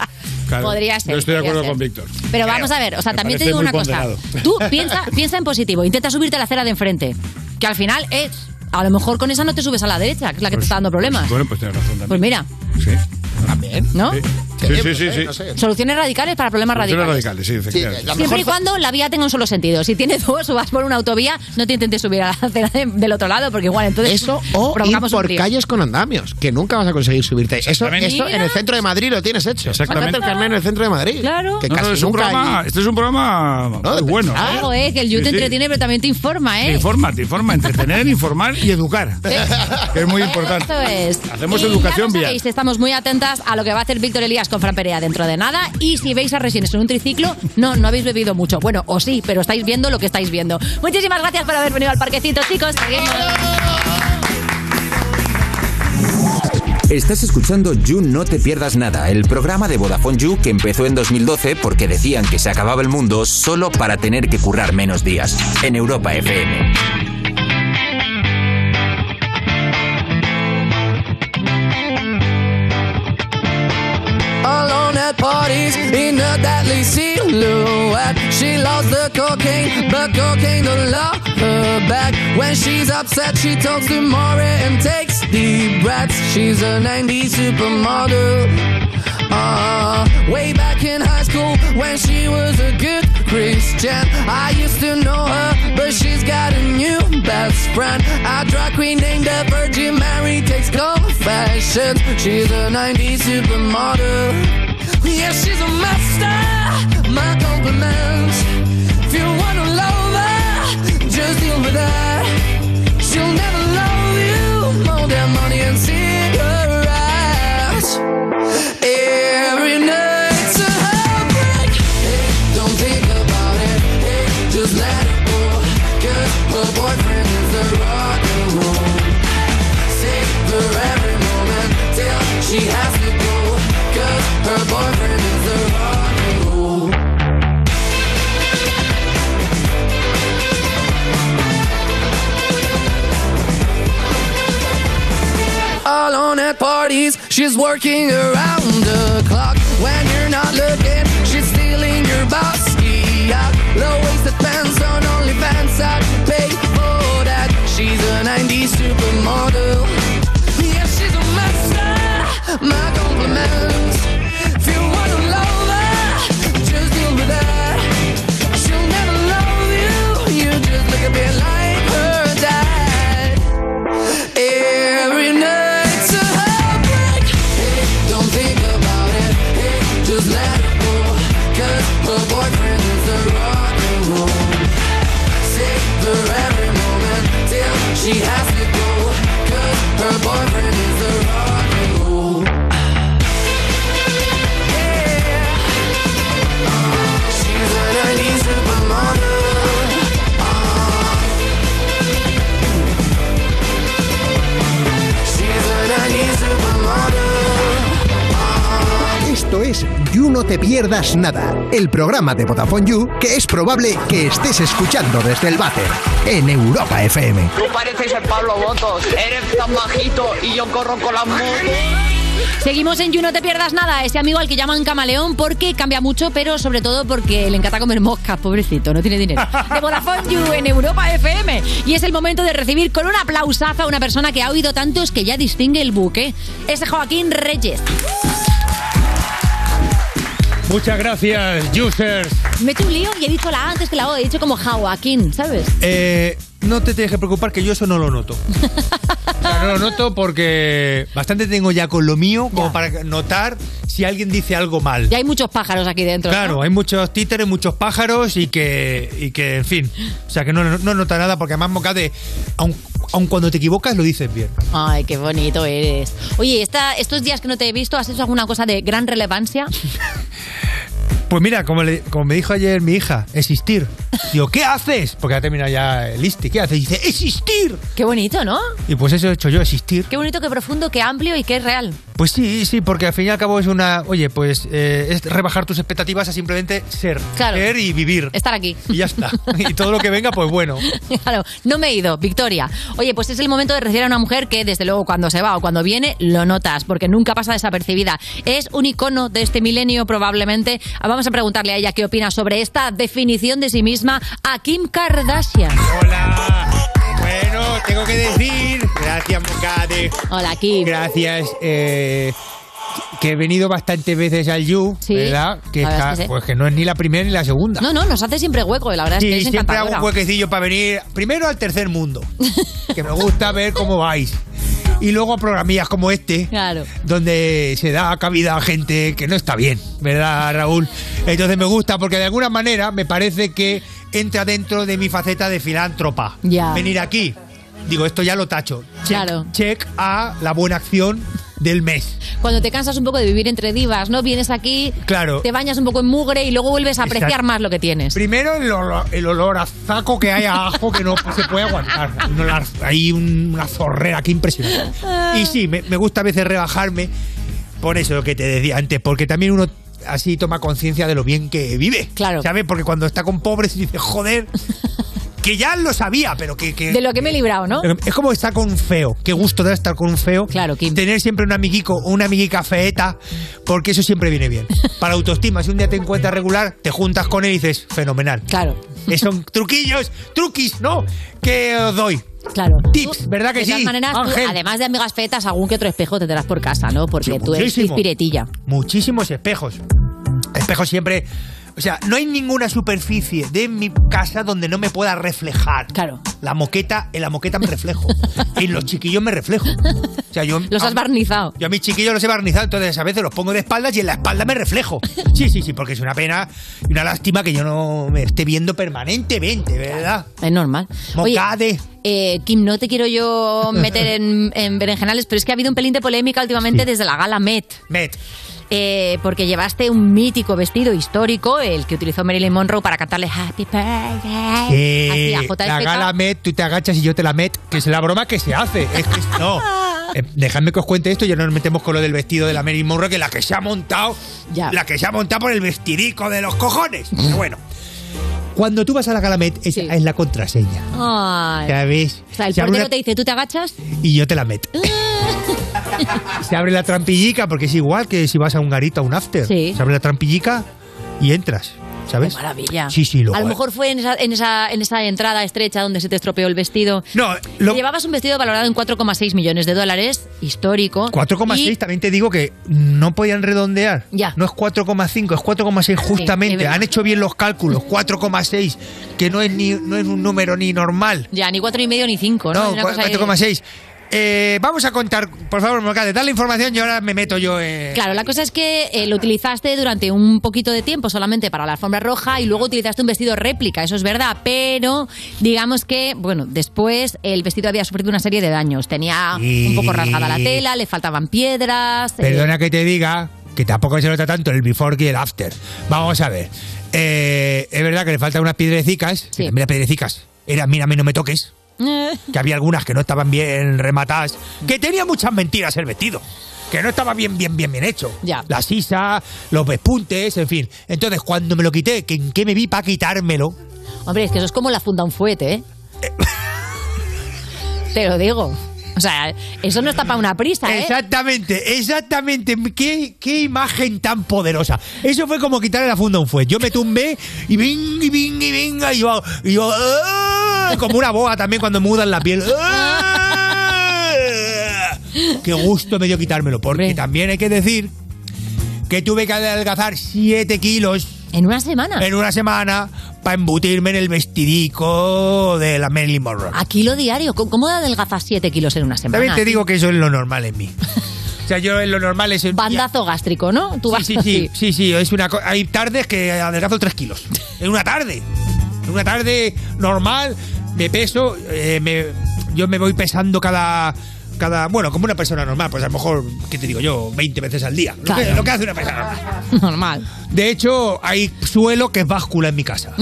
Podría ser,
Yo
estoy de podría acuerdo ser. con
Víctor.
Pero vamos a ver, o sea,
Me
también te
parece
digo
muy
una cosa.
ponderado.
Tú piensa, piensa en positivo, intenta subirte a la acera de enfrente, que al final es, a lo mejor con esa no te subes a la derecha, que es la que te está dando problemas.
Bueno, pues tienes razón
Pues
también.
mira,
También.
¿no? pues,
Sí, sí, sí. sí.
Soluciones radicales para problemas
Soluciones
radicales.
radicales, sí, efectivamente.
Siempre y cuando la vía tenga un solo sentido. Si tienes dos o vas por una autovía, no te intentes subir a la acera de- del otro lado, porque igual entonces
Eso o ir
provocamos un
por
lío.
calles con andamios, que nunca vas a conseguir subirte. Eso,
Exactamente.
eso en el centro de Madrid lo tienes hecho.
Exactamente.
Sacate el carnet en el centro de Madrid.
Claro.
Que
No, no,
casi
es un
nunca
programa,
hay-
Este es un programa muy bueno. ¿eh?
Ah.
Claro, eh, que el You
Sí,
te
sí.
entretiene, pero también te informa,
Te
¿eh?
informa, te informa. Entretener, informar y educar. Que es muy importante.
Esto es.
Hacemos
Y ya
educación
lo
vial.
sabéis, Estamos muy atentas a lo que va a hacer Víctor Elías Noticias con Fran Perea dentro de nada. Y si veis a Resines en un triciclo, no, no habéis bebido mucho. Bueno, o sí, pero estáis viendo lo que estáis viendo. Muchísimas gracias por haber venido al parquecito, chicos. Seguimos.
Estás escuchando You No Te Pierdas Nada, el programa de Vodafone You que empezó en 2012 porque decían que se acababa el mundo solo para tener que currar menos días. En Europa FM.
alone at parties in a deadly silhouette. She loves the cocaine, but cocaine don't love her back. When she's upset, she talks to Maury and takes deep breaths. She's a 90s supermodel. Uh, way back in high school, when she was a good Christian, I used to know her, but she's got a new best friend. A drag queen named the Virgin Mary takes confessions. She's a 90s supermodel. Yeah, she's a master. My compliments. If you wanna love her, just deal with her. She'll never love you more than money and cigarettes. Every night's a heartbreak. Hey, don't think about it. Hey, just let it go. 'Cause her boyfriend is a rock and roll. Save her every moment till she has to go. 'Cause her boyfriend is a rock and roll. alone at parties. She's working around the clock. When you're not looking, she's stealing your bossy out. Low waisted pants on OnlyFans, I'd pay for that. She's a 90s supermodel. Yeah, she's a master. My compliments. If you wanna love her, just deal with her. She'll never love you. You just look a bit like her dad. Every night's a heartbreak. Hey, don't think about it. Hey, just let it go. 'Cause her boyfriend is a rock and roll. Save her every moment till she has to go. 'Cause her boyfriend is a rock and roll. Yeah. Uh, she's a 90s supermodel.
Esto es You No Te Pierdas Nada, el programa de Vodafone You que es probable que estés escuchando desde el váter en Europa FM.
Tú pareces el Pablo Botos, eres tan bajito y yo corro con las motos.
Seguimos en You No Te Pierdas Nada, ese amigo al que llaman camaleón porque cambia mucho, pero sobre todo porque le encanta comer moscas, pobrecito, no tiene dinero. De Vodafone You en Europa FM. Y es el momento de recibir con un aplausazo a una persona que ha oído tantos que ya distingue el buque. Es Joaquín Reyes.
Muchas gracias, users.
Me he hecho un lío y he dicho la A antes que la O, he dicho como Joaquín, ¿sabes?
Eh, no te tienes que preocupar que yo eso no lo noto. O sea, no lo noto porque bastante tengo ya con lo mío como para notar si alguien dice algo mal.
Ya hay muchos pájaros aquí dentro. ¿no?
Claro, hay muchos títeres, muchos pájaros y que, y que en fin. O sea, que no, no nota nada porque además Moca de... Aun, aun cuando te equivocas lo dices bien.
Ay, qué bonito eres. Oye, esta- estos días que no te he visto, ¿has hecho alguna cosa de gran relevancia?
Pues mira, como, le- como me dijo ayer mi hija, existir. Digo, ¿qué haces? Porque ha terminado ya el ISTI. ¿Qué haces? Y dice, ¡existir!
Qué bonito, ¿no?
Y pues eso he hecho yo, existir.
Qué bonito, qué profundo, qué amplio y qué real.
Pues sí, sí, porque al fin y al cabo es una. Oye, pues eh, es rebajar tus expectativas a simplemente ser. Ser y vivir.
Estar aquí.
Y ya está. Y todo lo que venga, pues bueno.
Claro, no me he ido, Victoria. Oye, pues es el momento de recibir a una mujer que, desde luego, cuando se va o cuando viene, lo notas, porque nunca pasa desapercibida. Es un icono de este milenio, probablemente. Ah, Vamos a preguntarle a ella qué opina sobre esta definición de sí misma a Kim Kardashian.
Bueno, tengo que decir. Gracias, Mocade.
Hola, Kim.
Gracias. eh, que he venido bastantes veces al You, ¿verdad? Que,
la verdad
está-
es que sí.
pues que no es ni la primera ni la segunda.
No, no, nos hace siempre hueco, y la verdad
Sí,
es que es
siempre hago
encantadora.
un huequecillo para venir primero al tercer mundo, que me gusta ver cómo vais. Y luego a programillas como este, donde se da cabida a gente que no está bien, ¿verdad, Raúl? Entonces me gusta porque de alguna manera me parece que entra dentro de mi faceta de filántropa.
Ya.
Venir aquí, digo, esto ya lo tacho. Check, Check a la buena acción del mes.
Cuando te cansas un poco de vivir entre divas, ¿no? Vienes aquí,
Claro.
te bañas un poco en mugre y luego vuelves a apreciar
Exacto.
más lo que tienes.
Primero el olor, el olor a zaco que hay a ajo que no se puede aguantar. Un olor- hay un- una zorrera que impresionante. Y sí, me, me gusta a veces rebajarme por eso lo que te decía antes, porque también uno así toma conciencia de lo bien que vive. Claro. ¿Sabes? Porque cuando está con pobres dice, joder, que ya lo sabía, pero que... que
De lo que me he librado, ¿no?
es como estar con un feo. Qué gusto da estar con un feo. Claro, Tener siempre un amiguico o una amiguica feeta, porque eso siempre viene bien. Para autoestima, si un día te encuentras regular, te juntas con él y dices, fenomenal.
Claro.
son truquillos, truquis, ¿no? Que os doy.
Claro.
Tips, ¿verdad que
de
sí?
todas maneras, tú,
Ángel.
además de amigas fetas, algún que otro espejo tendrás por casa, ¿no? Porque
Sí,
tú eres
muchísimo.
piretilla.
Muchísimos espejos. Espejos siempre. O sea, no hay ninguna superficie de mi casa donde no me pueda reflejar. Claro. La moqueta, en la moqueta me reflejo. en los chiquillos me reflejo. O sea, yo. Los has
barnizado.
Yo a mis chiquillos los he barnizado, entonces a veces los pongo de espaldas y en la espalda me reflejo. Sí, sí, sí, porque es una pena y una lástima que yo no me esté viendo permanentemente, ¿verdad?
Es normal. Oye, eh, Kim, no te quiero yo meter en, en berenjenales, pero es que ha habido un pelín de polémica últimamente desde la gala Met. Eh,
Met.
porque llevaste un mítico vestido histórico, el que utilizó Marilyn Monroe para cantarle Happy Birthday. así
Eh,
a JFK.
la gala Met, tú te agachas y yo te la met, que es la broma que se hace. Es que es- no. Eh, dejadme que os cuente esto, ya no nos metemos con lo del vestido de la Mary Monroe, que la que se ha montado, la que se ha montado por el vestidico de los cojones. Pero bueno, cuando tú vas a la gala Met, esa es la contraseña.
Ay.
¿Sabéis?
O sea, el
Se abre
portero
una-
te dice, ¿tú te agachas?
Y yo te la met. se abre la trampillica, porque es igual que si vas a un garito a un after.
Sí.
Se abre la trampillica y entras, ¿sabes?
Qué maravilla.
Sí, sí, luego.
A lo mejor fue en esa, en, esa, en esa entrada estrecha donde se te estropeó el vestido.
No,
Llevabas un vestido valorado en 4,6 millones de dólares, histórico.
4,6,
Y-
también te digo que no podían redondear. No es 4,5, es 4,6
es
justamente.
verdad.
Han hecho bien los cálculos. 4,6, que no es, ni, no es un número ni normal.
Ya, ni 4,5 ni 5, ¿no?
No,
Una
cua-
cosa ahí-
4,6. Eh, vamos a contar, por favor, Morcade, da la información y ahora me meto yo eh, en...
Claro, la cosa es que eh, lo utilizaste durante un poquito de tiempo solamente para la alfombra roja y luego utilizaste un vestido réplica, eso es verdad, pero digamos que, bueno, después el vestido había sufrido una serie de daños. Tenía un poco rasgada la tela, le faltaban piedras. eh,
Perdona que te diga que tampoco se nota tanto el before y el after. Vamos a ver. Eh, es verdad que le faltan unas piedrecicas. que También las piedrecicas. Era, mírame, no me toques. que había algunas que no estaban bien rematadas, que tenía muchas mentiras el vestido, que no estaba bien, bien, bien, bien hecho.
Ya.
La sisa, los pespuntes, en fin. Entonces, cuando me lo quité, que en qué me vi para quitármelo,
Hombre, es que eso es como la funda un fuete, ¿eh? Te lo digo. O sea, eso no está para una prisa, ¿eh?
Exactamente, exactamente. ¿Qué, qué imagen tan poderosa. Eso fue como quitarle la funda a un fuet. Yo me tumbé y bing, y bing, y venga, y yo, y yo, ¡ah! como una boa también cuando mudan la piel. ¡Ah! Qué gusto me dio quitármelo, porque también hay que decir que tuve que adelgazar 7 kilos.
¿En una semana?
En una semana, para embutirme en el vestidico de la Marilyn Monroe.
A kilo diario. ¿Cómo- ¿Cómo adelgazas 7 kilos en una semana?
También te digo que eso es lo normal en mí. O sea, yo en lo normal es...
Bandazo gástrico, ¿no? Tú vas
Sí, sí, sí, sí, es una co- hay tardes que adelgazo 3 kilos. En una tarde. En una tarde normal, me peso, eh, me- yo me voy pesando cada, cada. Bueno, como una persona normal, pues a lo mejor, ¿qué te digo yo? 20 veces al día. Lo que-
Claro.
lo que hace una persona normal.
Normal.
De hecho, hay suelo que es báscula en mi casa.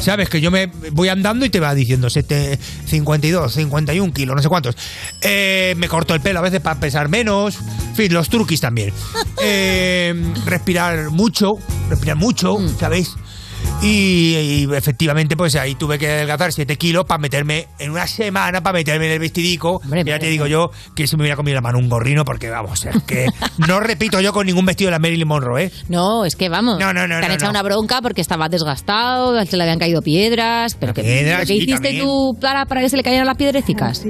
Sabes que yo me voy andando y te va diciendo "Sete- 52, 51 kilos, no sé cuántos. Eh, me corto el pelo a veces para pesar menos. En fin, los truquis también. Eh, respirar mucho, respirar mucho,
Mm.
¿sabéis? Y, y efectivamente, pues ahí tuve que adelgazar 7 kilos para meterme en una semana, para meterme en el vestidico. ya te digo yo que si me hubiera comido la mano un gorrino, porque vamos, es que no repito yo con ningún vestido de la Marilyn Monroe, ¿eh?
No, es que vamos.
No, no, no,
Te han
no,
echado
no.
una bronca porque estaba desgastado, se le habían caído piedras. Pero que,
Piedras,
¿pero qué
sí,
hiciste
también.
tú para, para que se le cayeran las piedrecicas?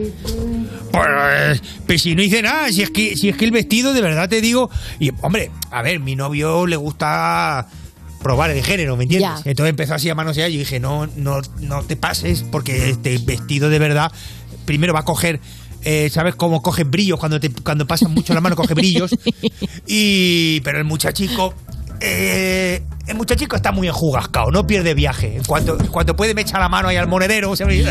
Pues, pues si no hice nada, si es que, si es que el vestido, de verdad te digo. Y hombre, a ver, mi novio le gusta probar el género, ¿me entiendes? Entonces empezó así a manosear y yo dije, no, no, no te pases, porque este vestido de verdad, primero va a coger. eh, ¿Sabes cómo cogen brillos? Cuando te cuando pasan mucho la mano, coge brillos. Y. Pero el muchachico. eh, el muchachico está muy enjugascado, no pierde viaje. En cuanto, en cuanto puede, me echa la mano ahí al monedero. ¿sabes?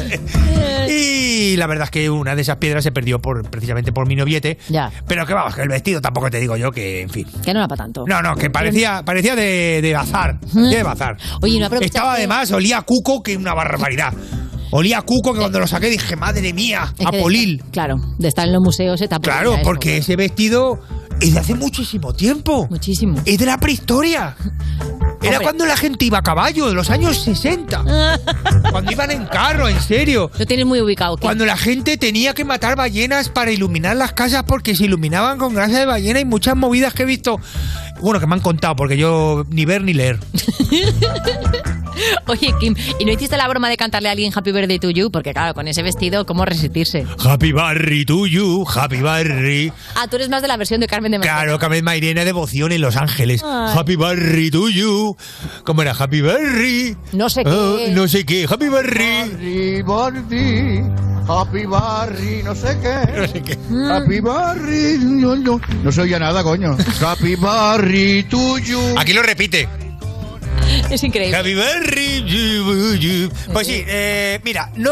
Y y la verdad es que una de esas piedras se perdió por, precisamente por mi noviete.
Ya.
Pero que vamos, que el vestido tampoco te digo yo que, en fin.
Que no era para tanto.
No, no, que parecía, parecía de, de bazar. De bazar.
Oye, eh. no aprovechaste-
Estaba además, olía a cuco que una barbaridad. Olía a cuco que cuando lo saqué dije, madre mía,
Eh. Es
a
que de-
polil.
claro, de estar en los museos se tapa.
Claro, porque ese vestido es de hace muchísimo tiempo.
Muchísimo.
Es de la prehistoria. Era cuando la gente iba a caballo, de los años 60. cuando iban en carro, en serio.
Lo tienes muy ubicado.
Cuando la gente tenía que matar ballenas para iluminar las casas porque se iluminaban con grasa de ballena y muchas movidas que he visto. Bueno, que me han contado, porque yo ni ver ni leer.
Oye, Kim, ¿y no hiciste la broma de cantarle a alguien Happy Birthday to You? Porque claro, con ese vestido, ¿cómo resistirse?
Happy Barry to you, Happy Barry.
Ah, tú eres más de la versión de Carmen de Mairena.
Claro, Carmen Mairena devoción en Los Ángeles.
Ay.
Happy Barry to you. ¿Cómo era? Happy Barry.
No sé
Oh,
qué.
no sé qué. Happy Barry.
Barry, Barry, Happy Barry, no sé qué. No sé qué. Happy Barry, no, no. No se oye nada, coño. Happy Barry, tuyo.
Aquí lo repite.
Es increíble.
Happy Barry. you, you. Pues sí, eh, mira, no,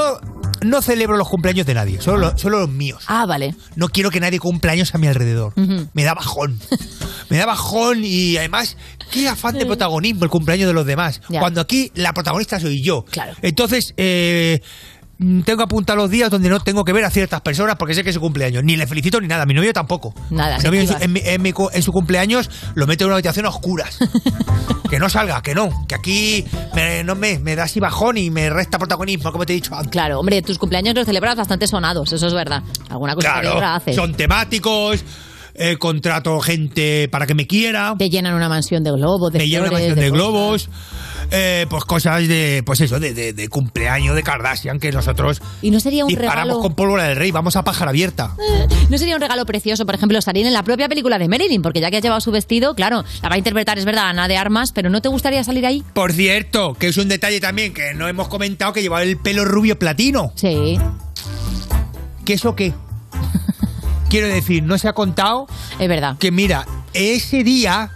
no celebro los cumpleaños de nadie, solo, solo los míos.
Ah, vale.
No quiero que nadie cumpla años a mi alrededor.
Ujú.
Me da bajón. Me da bajón y además, qué afán de protagonismo el cumpleaños de los demás.
Ya.
Cuando aquí la protagonista soy yo.
Claro.
Entonces, eh, mm, tengo que apuntar los días donde no tengo que ver a ciertas personas porque sé que es su cumpleaños. Ni le felicito ni nada. Mi novio tampoco.
Nada,
Mi
se
novio en, su,
esquiva.
en mi- en mi cu- en su cumpleaños lo mete en una habitación a oscuras. que no salga, que no. Que aquí me, no me, me da así bajón y me resta protagonismo, como te he dicho antes.
Claro, hombre, tus cumpleaños los celebras bastante sonados, eso es verdad. Alguna cosa que otra haces.
son temáticos. eh, contrato gente para que me quiera.
Te llenan una mansión de globos, de
me llevan una
flores,
mansión de,
de cosas.
globos. eh, pues cosas de, pues eso, de, de- de cumpleaños de Kardashian que nosotros
Y no sería un
disparamos
regalo.
con pólvora del rey, vamos a pájara abierta.
¿No sería un regalo precioso, por ejemplo, salir en la propia película de Marilyn? Porque ya que has llevado su vestido, claro, la va a interpretar, es verdad, Ana de Armas, pero ¿no te gustaría salir ahí?
Por cierto, que es un detalle también que no hemos comentado que llevaba el pelo rubio platino.
Sí.
¿Qué eso qué? Quiero decir, no se ha contado.
Es verdad.
Que mira, ese día,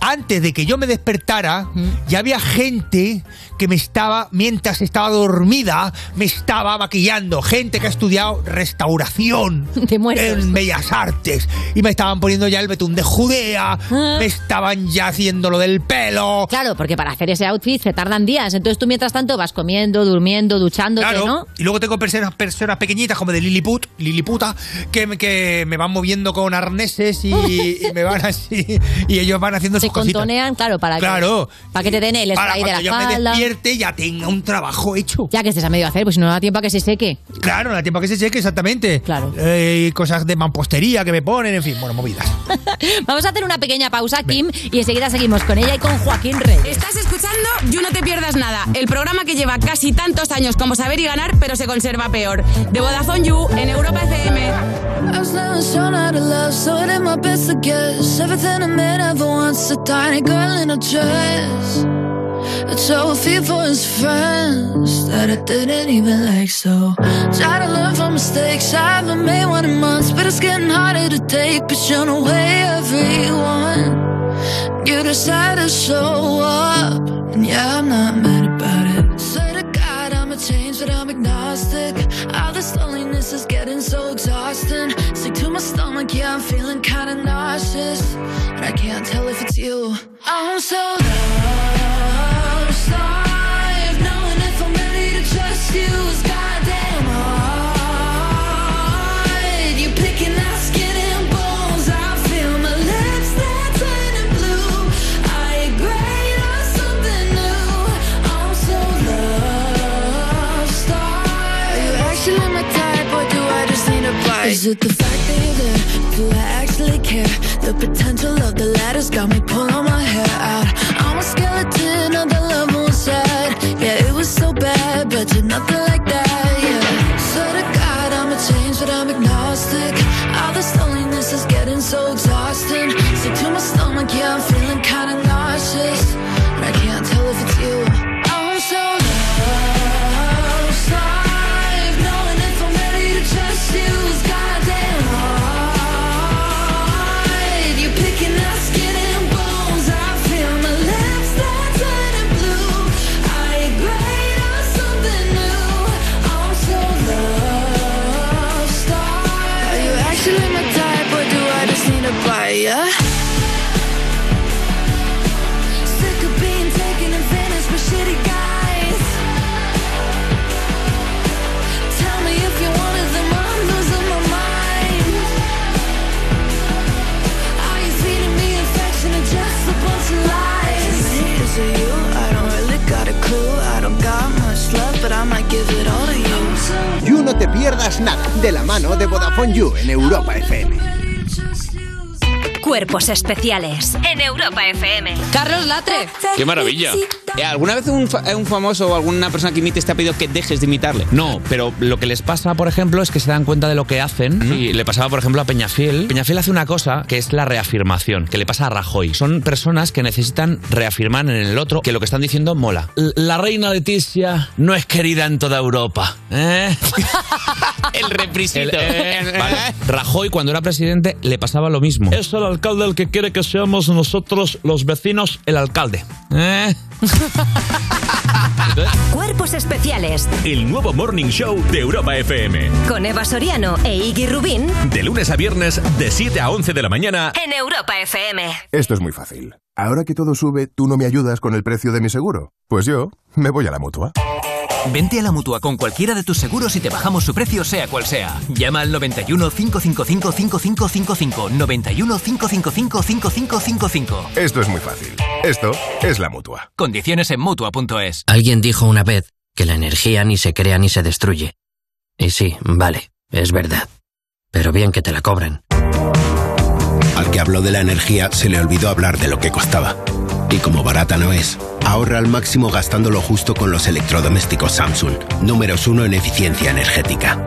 antes de que yo me despertara, ya había gente que me estaba, mientras estaba dormida, me estaba maquillando. Gente que ha estudiado restauración en Bellas Artes. Y me estaban poniendo ya el betún de Judea, me estaban ya haciendo lo del pelo.
Ah. Claro, porque para hacer ese outfit se tardan días, entonces tú mientras tanto vas comiendo, durmiendo, duchándote,
Claro.
¿no?
Y luego tengo personas, personas pequeñitas como de Lilliput, Lilliputa, que, me- que me van moviendo con arneses y, y me van así. Y ellos van haciendo
Se
sus cositas.
contonean, claro, para
Claro.
que, para que te den el
Para
spray de la
cuando yo me
espalda.
despierte ya tenga un trabajo hecho.
Ya que estés a medio hacer, pues si no da tiempo a que se seque.
Claro, la tiempo que se cheque, exactamente. Claro. cosas de mampostería que me ponen, en fin, bueno, movidas.
Vamos a hacer una pequeña pausa, Kim, y enseguida seguimos con ella y con Joaquín Reyes.
Estás escuchando You No Te Pierdas Nada, el programa que lleva casi tantos años como saber y ganar, pero se conserva peor. De Vodafone You en Europa FM.
I was never shown how to love, so I did my best to guess. Everything a man ever wants, a tiny girl in a dress. A trophy for his friends that I didn't even like, so. Try to learn from mistakes, I haven't made one in months, but it's getting harder to take. But you know, way everyone, you decide to show up, and yeah, I'm not mad about it. Swear to God, I'm a change, but I'm agnostic. All this loneliness is getting so exhausting. Sick to my stomach, yeah, I'm feeling kinda nauseous. But I can't tell if it's you. I'm so lost. I've known if I'm ready to trust you is goddamn hard. You're picking out skin and bones. I feel my lips, they're turning blue. I agree on something new. I'm so lost. Are you actually my type, or do I just need a bite? Is it the fact that you're there? Do I actually care? The potential of the ladder's got me pulling my hair out. I'm a skeleton of the love on side. Yeah, it was so bad, but you're nothing like that. Yeah, swear to God I'm a change, but I'm agnostic. All this loneliness is getting so exhausting. Sick to my stomach, yeah, I'm feeling kinda nauseous, but I can't tell if it's you. I'm so lost. I've known if I'm ready to trust you is goddamn hard. You're picking out skin and bones. I feel my lips that turning blue. I agree on something new. I'm so lost.
pierdas nada. De la mano de Vodafone You en Europa FM.
Cuerpos especiales en Europa FM.
Carlos Latre.
¡Qué maravilla! Eh, ¿Alguna vez un, fa- eh, un famoso o alguna persona que imites te ha pedido que dejes de imitarle?
No, pero lo que les pasa, por ejemplo, es que se dan cuenta de lo que hacen. Y le pasaba, por ejemplo, a Peñafiel. Peñafiel hace una cosa que es la reafirmación, que le pasa a Rajoy. Son personas que necesitan reafirmar en el otro que lo que están diciendo mola. L- La reina Leticia no es querida en toda Europa. ¿eh?
El reprisito.
Vale. Rajoy, cuando era presidente, le pasaba lo mismo. Es el alcalde el que quiere que seamos nosotros, los vecinos, el alcalde. ¿eh?
Cuerpos especiales
El nuevo Morning Show de Europa FM.
con Eva Soriano e Iggy Rubín
De lunes a viernes, de 7 a 11 de la mañana.
en Europa FM.
Esto es muy fácil. Ahora que todo sube, tú no me ayudas con el precio de mi seguro. Pues yo me voy a la mutua.
Vente a la mutua con cualquiera de tus seguros y te bajamos su precio, sea cual sea. Llama al 91 555 5555. 91 555 5555.
Esto es muy fácil. Esto es la mutua.
Condiciones en mutua.es.
Alguien dijo una vez que la energía ni se crea ni se destruye. Y sí, vale, es verdad. Pero bien que te la cobran.
Al que habló de la energía se le olvidó hablar de lo que costaba. Y como barata no es, ahorra al máximo gastando lo justo con los electrodomésticos Samsung, números uno en eficiencia energética.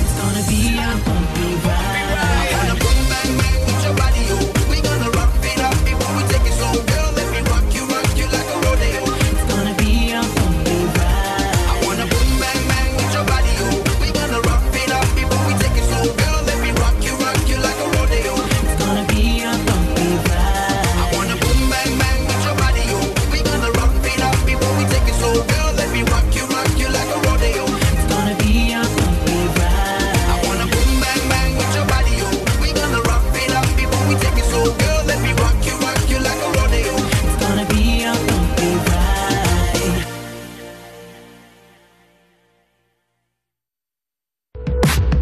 It's gonna be a bumpy ride. I wanna boom bang bang with your body, yo. We gonna rock it up before we take it slow, girl. Let me rock you, rock you like a rodeo. It's gonna be a bumpy ride. I wanna boom bang bang with your body, yo. We gonna rock it up before we take it slow, girl. Let me rock you, rock you like a rodeo. It's gonna be a bumpy ride. I wanna boom bang bang with your body, yo. We gonna rock it up before we take it slow, girl. Let me rock you, rock you like a rodeo. It's gonna be a bumpy ride. I wanna boom bang bang with your body, yo. We gonna rock it up before we take it slow, girl. Let me rock you, rock you like a rodeo. It's gonna be a bumpy ride.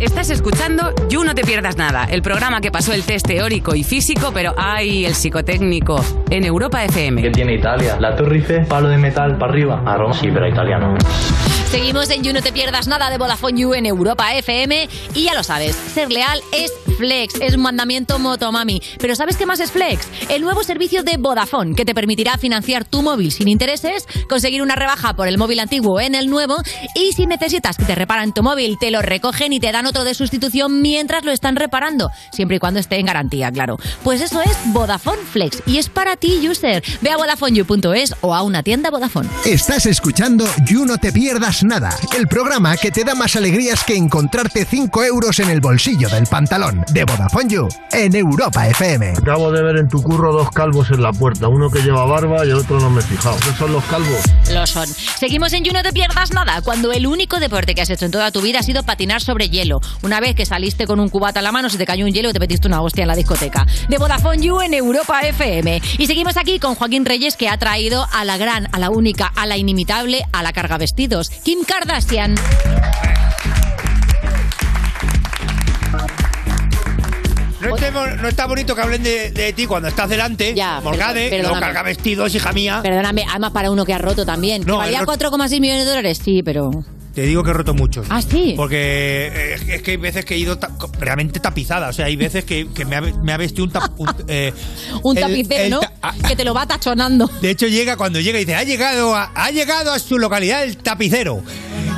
Estás escuchando You No Te Pierdas Nada, el programa que pasó el test teórico y físico, pero ¡ay! el psicotécnico, en Europa FM.
¿Qué tiene Italia? La Torre Eiffel, palo de metal para arriba. A Roma sí, pero italiano.
Seguimos en You No Te Pierdas Nada de Vodafone You en Europa FM. Y ya lo sabes, ser leal es flex, es un mandamiento motomami. Pero ¿sabes qué más es flex? El nuevo servicio de Vodafone que te permitirá financiar tu móvil sin intereses, conseguir una rebaja por el móvil antiguo en el nuevo y si necesitas que te reparan tu móvil, te lo recogen y te dan otro de sustitución mientras lo están reparando, siempre y cuando esté en garantía, claro. Pues eso es Vodafone Flex y es para ti, user. Ve a vodafoneyou.es o a una tienda Vodafone.
Estás escuchando You No Te Pierdas Nada, el programa que te da más alegrías que encontrarte 5 euros en el bolsillo del pantalón de Vodafone You en Europa FM.
Acabo de ver en tu curro dos calvos en la puerta, uno que lleva barba y el otro no me he fijado. ¿Qué son los calvos?
Lo son. Seguimos en You No Te Pierdas Nada, cuando el único deporte que has hecho en toda tu vida ha sido patinar sobre hielo. Una vez que saliste con un cubata a la mano, se te cayó un hielo y te metiste una hostia en la discoteca. De Vodafone You en Europa FM. Y seguimos aquí con Joaquín Reyes, que ha traído a la gran, a la única, a la inimitable, a la carga vestidos, Kim Kardashian. Pues
es, no está bonito que hablen de, de ti cuando estás delante. Ya, Morgade,
perdón-
no
perdóname.
carga vestidos, hija mía.
Perdóname, además para uno que ha roto también.
No,
que valía
el roto-
4,6 millones de dólares, sí, pero.
Te digo que he roto muchos.
Ah, sí.
Porque eh, es- es que hay veces que he ido ta- realmente tapizada. O sea, hay veces que, que me, ha, me ha vestido un, tap- un, eh,
Un
el-
tapicero,
el
¿no?
ta- ah,
Que te lo va tachonando.
de hecho, llega cuando llega y dice, ha llegado a, ha llegado a su localidad el tapicero.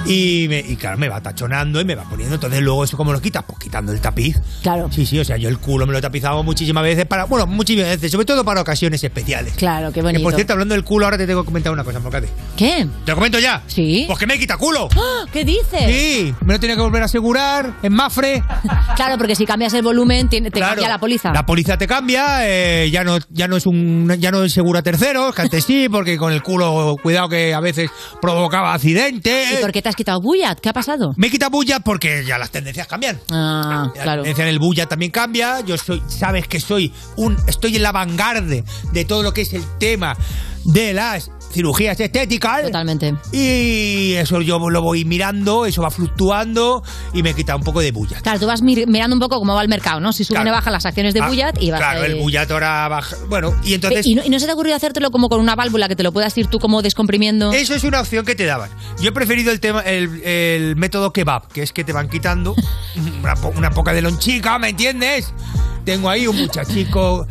Y, me- y claro, me va tachonando y me va poniendo. Entonces, luego, ¿eso cómo lo quitas? Pues quitando el tapiz.
Claro.
Sí, sí, o sea, yo el culo me lo he tapizado muchísimas veces para. Bueno, muchísimas veces, sobre todo para ocasiones especiales.
Claro, qué
Que,
bonito.
por cierto, hablando del culo, ahora te tengo que comentar una cosa, Morcate.
¿Qué?
¿Te lo comento ya? Sí. Pues que me quita culo.
¡Ah! ¿Qué dices?
Sí, me lo tenía que volver a asegurar en Mafre.
Claro, porque si cambias el volumen, tiene- te cambia la póliza.
La póliza te cambia, eh, ya no ya no es un ya no es seguro a terceros, que antes sí, porque con el culo cuidado que a veces provocaba accidentes.
¿Y por qué te has quitado Bullat? ¿Qué ha pasado?
Me quita bulla porque ya las tendencias cambian.
Ah,
La
claro.
tendencia del bulla también cambia. Yo soy, sabes que soy un estoy en la vanguardia de todo lo que es el tema de las cirugías estéticas.
Totalmente.
Y eso yo lo voy mirando, eso va fluctuando y me quita un poco de bulla.
Claro, tú vas mir- mirando un poco cómo va el mercado, ¿no? Si suben o bajan las acciones de
Ah,
Bullat y vas
Claro,
ahí.
el bullat ahora baja. Bueno, y entonces.
¿Y no, y no se te ha ocurrido hacértelo como con una válvula que te lo puedas ir tú como descomprimiendo?
Eso es una opción que te daban. Yo he preferido el tema, el, el método kebab, que es que te van quitando una, po- una poca de lonchica, ¿me entiendes? Tengo ahí un muchachico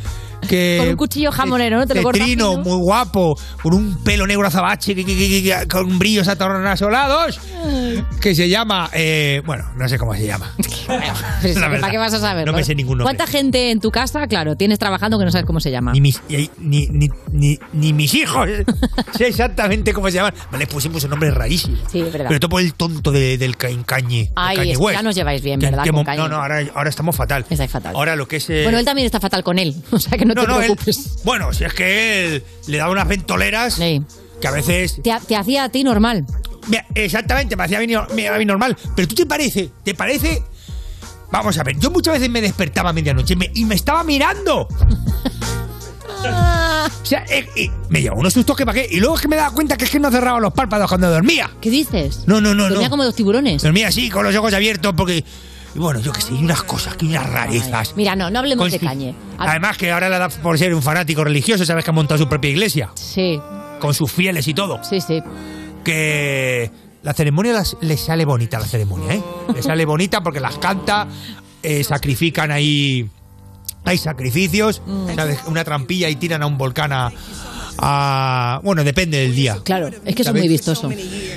que.
Con un cuchillo jamonero, ¿no? Te lo cortas
Petrino,
fino.
muy guapo, con un pelo negro azabache, que- que- que- que- con brillos atornasolados,
Pues
que se llama. eh, bueno, no sé cómo se llama.
Pero si
La
no,
verdad,
¿Para qué vas a saber?
No me sé ningún nombre.
¿Cuánta gente en tu casa, claro, tienes trabajando que no sabes cómo se llama?
Ni mis, y- ni, ni, ni, ni mis hijos sé exactamente cómo se llaman. pues Me les pusimos un nombre rarísimo.
Sí, es verdad.
Pero todo por el tonto de- del cañe.
Ay, es que ya nos lleváis bien, ¿verdad? con Kanye?
no, no, ahora, ahora estamos fatal. Estáis fatal. Ahora lo que es. eh,
Bueno, él también está fatal con él, o sea que no,
no,
te
no, él-
preocupes.
bueno, si es que él le daba unas ventoleras que a veces.
Te, ha- te hacía a ti normal.
Mira, exactamente, me hacía bien, me daba bien normal. Pero tú te parece, te parece. Vamos a ver, yo muchas veces me despertaba a medianoche y me, y me estaba mirando. O sea, eh, eh, me llevaba unos sustos que pa' qué. Y luego es que me daba cuenta que es que no cerraba los párpados cuando dormía.
¿Qué dices?
No, no, no.
Dormía
no.
como dos tiburones.
Dormía así, con los ojos abiertos, porque. y bueno, yo qué sé, y unas cosas, que unas rarezas.
Mira, no, no hablemos
Con-
de
Ah,
cañe. A-
Además que ahora la da por ser un fanático religioso, sabes que ha montado su propia iglesia.
Sí.
Con sus fieles y todo.
Sí, sí.
Que la ceremonia las- le sale bonita la ceremonia, ¿eh? Le sale bonita porque las canta, eh, sacrifican ahí. Hay sacrificios,
Mm.
¿sabes? Una trampilla y tiran a un volcán a. a- bueno, depende del día.
Claro, es que eso es muy vistoso.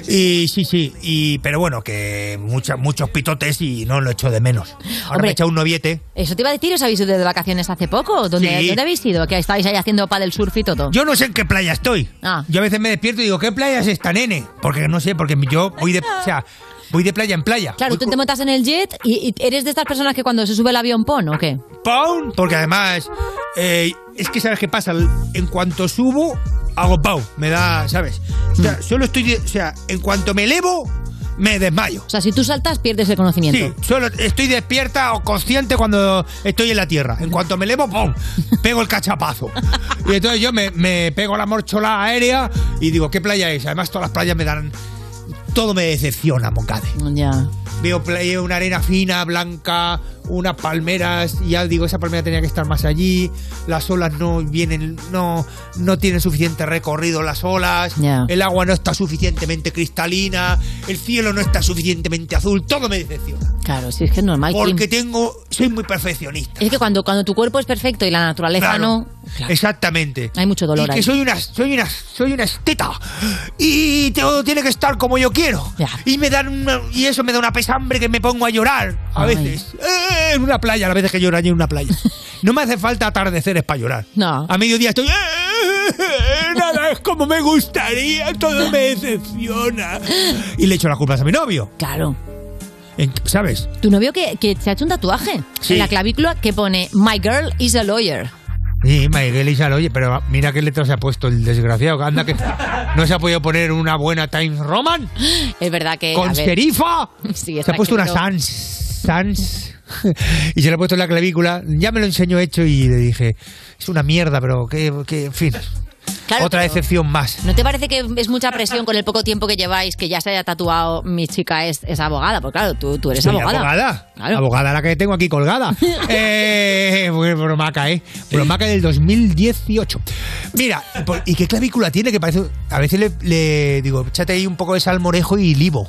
Y sí, sí, y, pero bueno, que mucha- muchos pitotes y no lo echo de menos. Ahora
Hombre.
me he echado un noviete.
Eso te iba a decir, ¿os habéis ido de vacaciones hace poco? ¿Dónde,
Sí.
dónde habéis ido? Que estáis ahí haciendo del surf y todo.
Yo no sé en qué playa estoy.
Ah.
Yo a veces me despierto y digo, ¿qué playa es esta, nene? Porque no sé, porque yo voy de, o sea, voy de playa en playa.
Claro,
Voy
tú
con-
te montas en el jet y, y eres de estas personas que cuando se sube el avión pon, ¿o qué?
¡Pum! Porque además, eh, es que sabes qué pasa. En cuanto subo, hago pau. Me da, ¿sabes? O sea, solo estoy, de- o sea, en cuanto me elevo, me desmayo.
O sea, si tú saltas, pierdes el conocimiento.
Sí, solo estoy despierta o consciente cuando estoy en la tierra. En cuanto me elevo, ¡pum! Pego el cachapazo. Y entonces yo me, me pego la morchola aérea y digo, ¿qué playa es? Además, todas las playas me dan. Todo me decepciona, Moncade.
Ya.
Veo playa, una arena fina, blanca, unas palmeras, y ya digo, esa palmera tenía que estar más allí, las olas no vienen, no, no tienen suficiente recorrido las olas,
Ya.
el agua no está suficientemente cristalina, el cielo no está suficientemente azul, todo me decepciona.
Claro, sí, es que es normal. Kim.
Porque tengo, soy muy perfeccionista.
Es que cuando, cuando tu cuerpo es perfecto y la naturaleza
Claro,
no,
Exactamente.
hay mucho dolor
y
ahí.
que soy una, soy una, soy una esteta. Y todo tiene que estar como yo quiero. Y me dan una- y eso me da una pesambre que me pongo a llorar a
Ay.
veces. Eh, en una playa, las veces que lloro allí en una playa. No me hace falta atardeceres para llorar.
No.
A mediodía estoy. "Eh, nada es como me gustaría, todo me decepciona. Y le echo las culpas a mi novio.
Claro.
¿Sabes?
Tu novio que, que se ha hecho un tatuaje
Sí.
en la clavícula que pone My girl is a lawyer.
Sí, Miguel Isal, oye, pero mira qué letra se ha puesto el desgraciado. Anda que no se ha podido poner una buena Times Roman.
Es verdad que.
¿Con
a ver.
serifa?
Sí,
Se
está
ha puesto una
escrito.
Sans. Sans. Y se la ha puesto en la clavícula. Ya me lo enseñó hecho y le dije, es una mierda, pero que, que en fin.
Claro,
Otra
pero-
decepción más.
¿No te parece que es mucha presión con el poco tiempo que lleváis que ya se haya tatuado mi chica es, es abogada? Porque claro, tú, tú eres
Soy
abogada.
Abogada. Abogada la que tengo aquí colgada. eh, muy bromaca, ¿eh? Bromaca del 2018. Mira, por- ¿y qué clavícula tiene? Que parece. A veces le, le digo, échate ahí un poco de salmorejo y libo.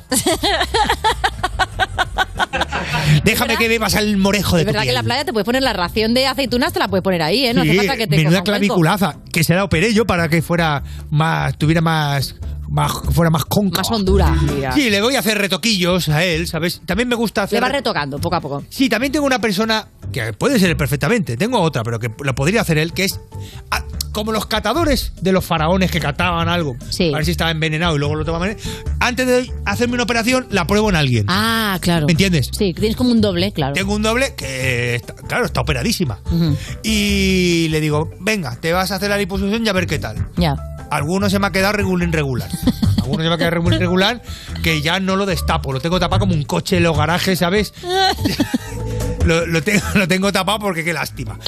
Déjame que bebas al morejo de
Es
tu
verdad que en
piel.
la playa te puedes poner la ración de aceitunas, te la puedes poner ahí, ¿eh? No
Sí,
hace falta que te
menuda
coja un cuenco.
claviculaza que se la operé yo para que fuera más tuviera más, más fuera más cóncava.
Más hondura, mira.
Sí, le voy a hacer retoquillos a él, ¿sabes? También me gusta hacer
Le vas retocando poco a poco.
Sí, también tengo una persona que puede ser él perfectamente. Tengo otra, pero que lo podría hacer él, que es ah, como los catadores de los faraones que cataban algo. A ver si estaba envenenado y luego lo tomaban. Antes de hacerme una operación, la pruebo en alguien.
Ah, claro.
¿Me entiendes?
Sí, tienes como un doble, claro.
Tengo un doble que, está- claro, está operadísima. Y le digo, venga, te vas a hacer la liposucción y a ver qué tal.
Ya.
Algunos se me ha quedado regular regular. Algunos se me ha quedado regular regular que ya no lo destapo. Lo tengo tapado como un coche en los garajes, ¿sabes? Lo, lo tengo, lo tengo tapado porque qué lástima.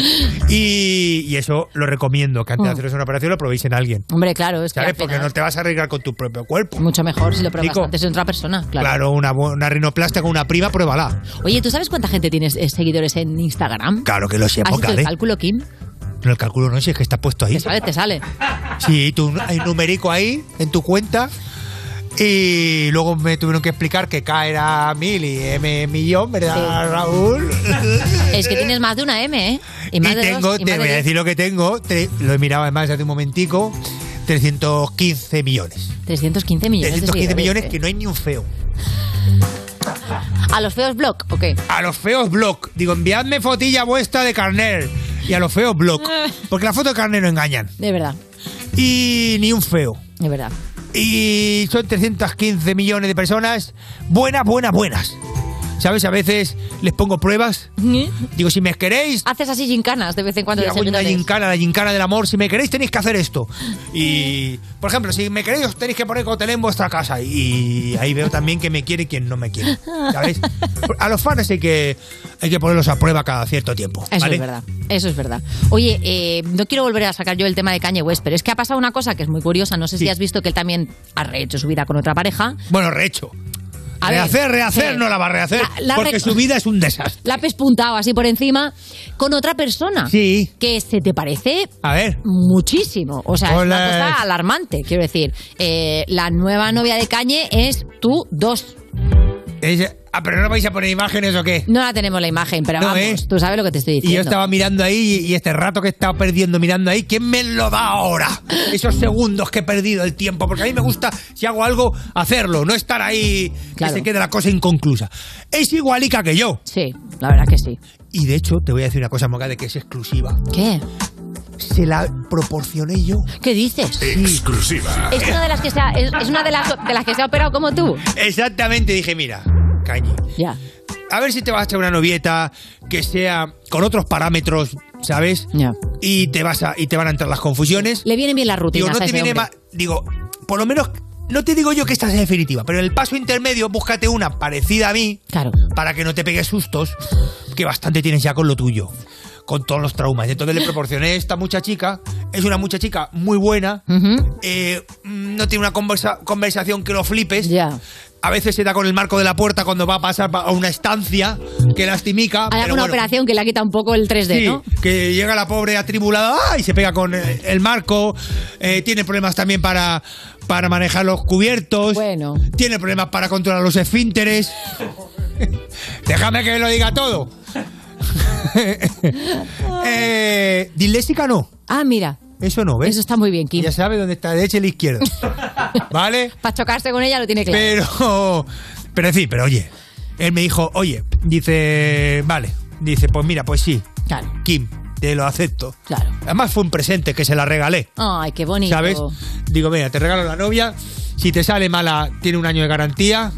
Y, y eso lo recomiendo, que antes de
Mm.
haceros una operación lo probéis en alguien.
Hombre, claro, es que
¿Sabes?
al
Porque
final-
no te vas a arriesgar con tu propio cuerpo.
Mucho mejor si lo pruebas
Nico.
antes de otra persona, claro.
Claro, una, bu- una rinoplastia con una prima, pruébala.
Oye, ¿tú sabes cuánta gente tienes eh, seguidores en Instagram?
Claro que lo sé,
¿Has hecho el
Mócale.
cálculo, Kim?
No, el cálculo no, si es que está puesto ahí.
Te sale, te sale.
Sí, tú, hay un numerico ahí en tu cuenta. Y luego me tuvieron que explicar que K era mil y M millón, ¿verdad,
Sí.
Raúl?
Es que tienes más de una M, ¿eh? Y
Y,
más de
tengo,
dos, y
te
más de
voy a
diez.
decir lo que tengo, tre- lo he mirado además hace un momentico, 315 millones.
315 millones. de
315 millones
seguidores,
que no hay ni un feo.
¿eh? ¿A los feos blog o qué?
A los feos blog. Digo, enviadme fotilla vuestra de carner. Y a los feos blog. Porque la foto de carner no engañan.
De verdad,
Y ni un feo.
de verdad.
y son 315 millones de personas buenas, buenas, buenas. ¿Sabes? A veces les pongo pruebas. Digo, si me queréis,
¿Eh? Haces así gincanas de vez en cuando.
y
de
hago una
seguidores.
gincana, la gincana del amor. Si me queréis, tenéis que hacer esto. Y, por ejemplo, si me queréis, os tenéis que poner hotel en vuestra casa. Y ahí veo también que me quiere y quien no me quiere. ¿Sabes? A los fans hay que, hay que ponerlos a prueba cada cierto tiempo.
Eso
¿vale?
es verdad, eso es verdad. Oye, eh, no quiero volver a sacar yo el tema de Kanye West, pero es que ha pasado una cosa que es muy curiosa. No sé si has visto que él también ha rehecho su vida con otra pareja.
Bueno, rehecho.
A ver,
rehacer, rehacer,
sí.
no la va a rehacer.
La- la
porque
rec-
su vida es un desastre.
La ha pespuntado así por encima con otra persona.
Sí.
Que se te parece
A ver.
muchísimo. O sea,
Hola.
es una cosa alarmante, quiero decir. Eh, la nueva novia de Kanye es tú dos.
Ella- ah, pero no vais a poner imágenes o qué?
No la tenemos la imagen, pero
No,
vamos,
¿eh?
tú sabes lo que te estoy
Y
diciendo.
yo estaba mirando ahí y este rato que he estado perdiendo mirando ahí, ¿quién me lo da ahora? Esos segundos que he perdido el tiempo, porque a mí me gusta, si hago algo, hacerlo, no estar ahí
Claro.
que se quede la cosa inconclusa. Es igualica que yo.
Sí, la verdad que sí.
Y de hecho, te voy a decir una cosa, Moca, de que es exclusiva.
¿Qué?
Se la proporcioné yo.
¿Qué dices?
Exclusiva.
Es una de las que se ha, es, es una de las, de las que se ha operado como tú.
Exactamente, dije, mira, Cañi.
Ya.
A ver si te vas a echar una novieta que sea con otros parámetros, ¿sabes?
Ya.
Y te vas a, y te van a entrar las confusiones.
Le vienen bien las rutinas.
Digo, no
a
te
ese
viene
hombre.
ma- Digo, por lo menos, no te digo yo que esta es definitiva, pero en el paso intermedio búscate una parecida a mí.
Claro.
Para que no te pegues sustos, que bastante tienes ya con lo tuyo. Con todos los traumas. Y Entonces le proporcioné esta mucha chica. Es una mucha chica muy buena. eh, mm, no tiene una conversa- conversación que lo flipes. A veces se da con el marco de la puerta cuando va a pasar pa- a una estancia. Que lastimica.
Hay
Ah, pero
alguna
bueno.
operación que le ha quitado un poco el 3D,
Sí,
¿no?
que llega la pobre atribulada ¡ah! y se pega con eh, el marco. eh, tiene problemas también para, para manejar los cubiertos. Bueno. Tiene problemas para controlar los esfínteres. Déjame que lo diga todo. eh, disléxica no.
Ah, mira.
Eso no, ¿ves?
Eso está muy bien, Kim.
Ya sabe dónde está, derecha y la izquierda. ¿Vale?
Para chocarse con ella lo tiene claro.
Pero, pero en fin, pero oye, él me dijo, oye, dice, vale, dice, pues mira, pues sí,
Claro.
Kim, te lo acepto.
Claro.
Además fue un presente que se la regalé,
Ay, qué bonito.
¿sabes? Digo, mira, te regalo la novia, si te sale mala, tiene un año de garantía,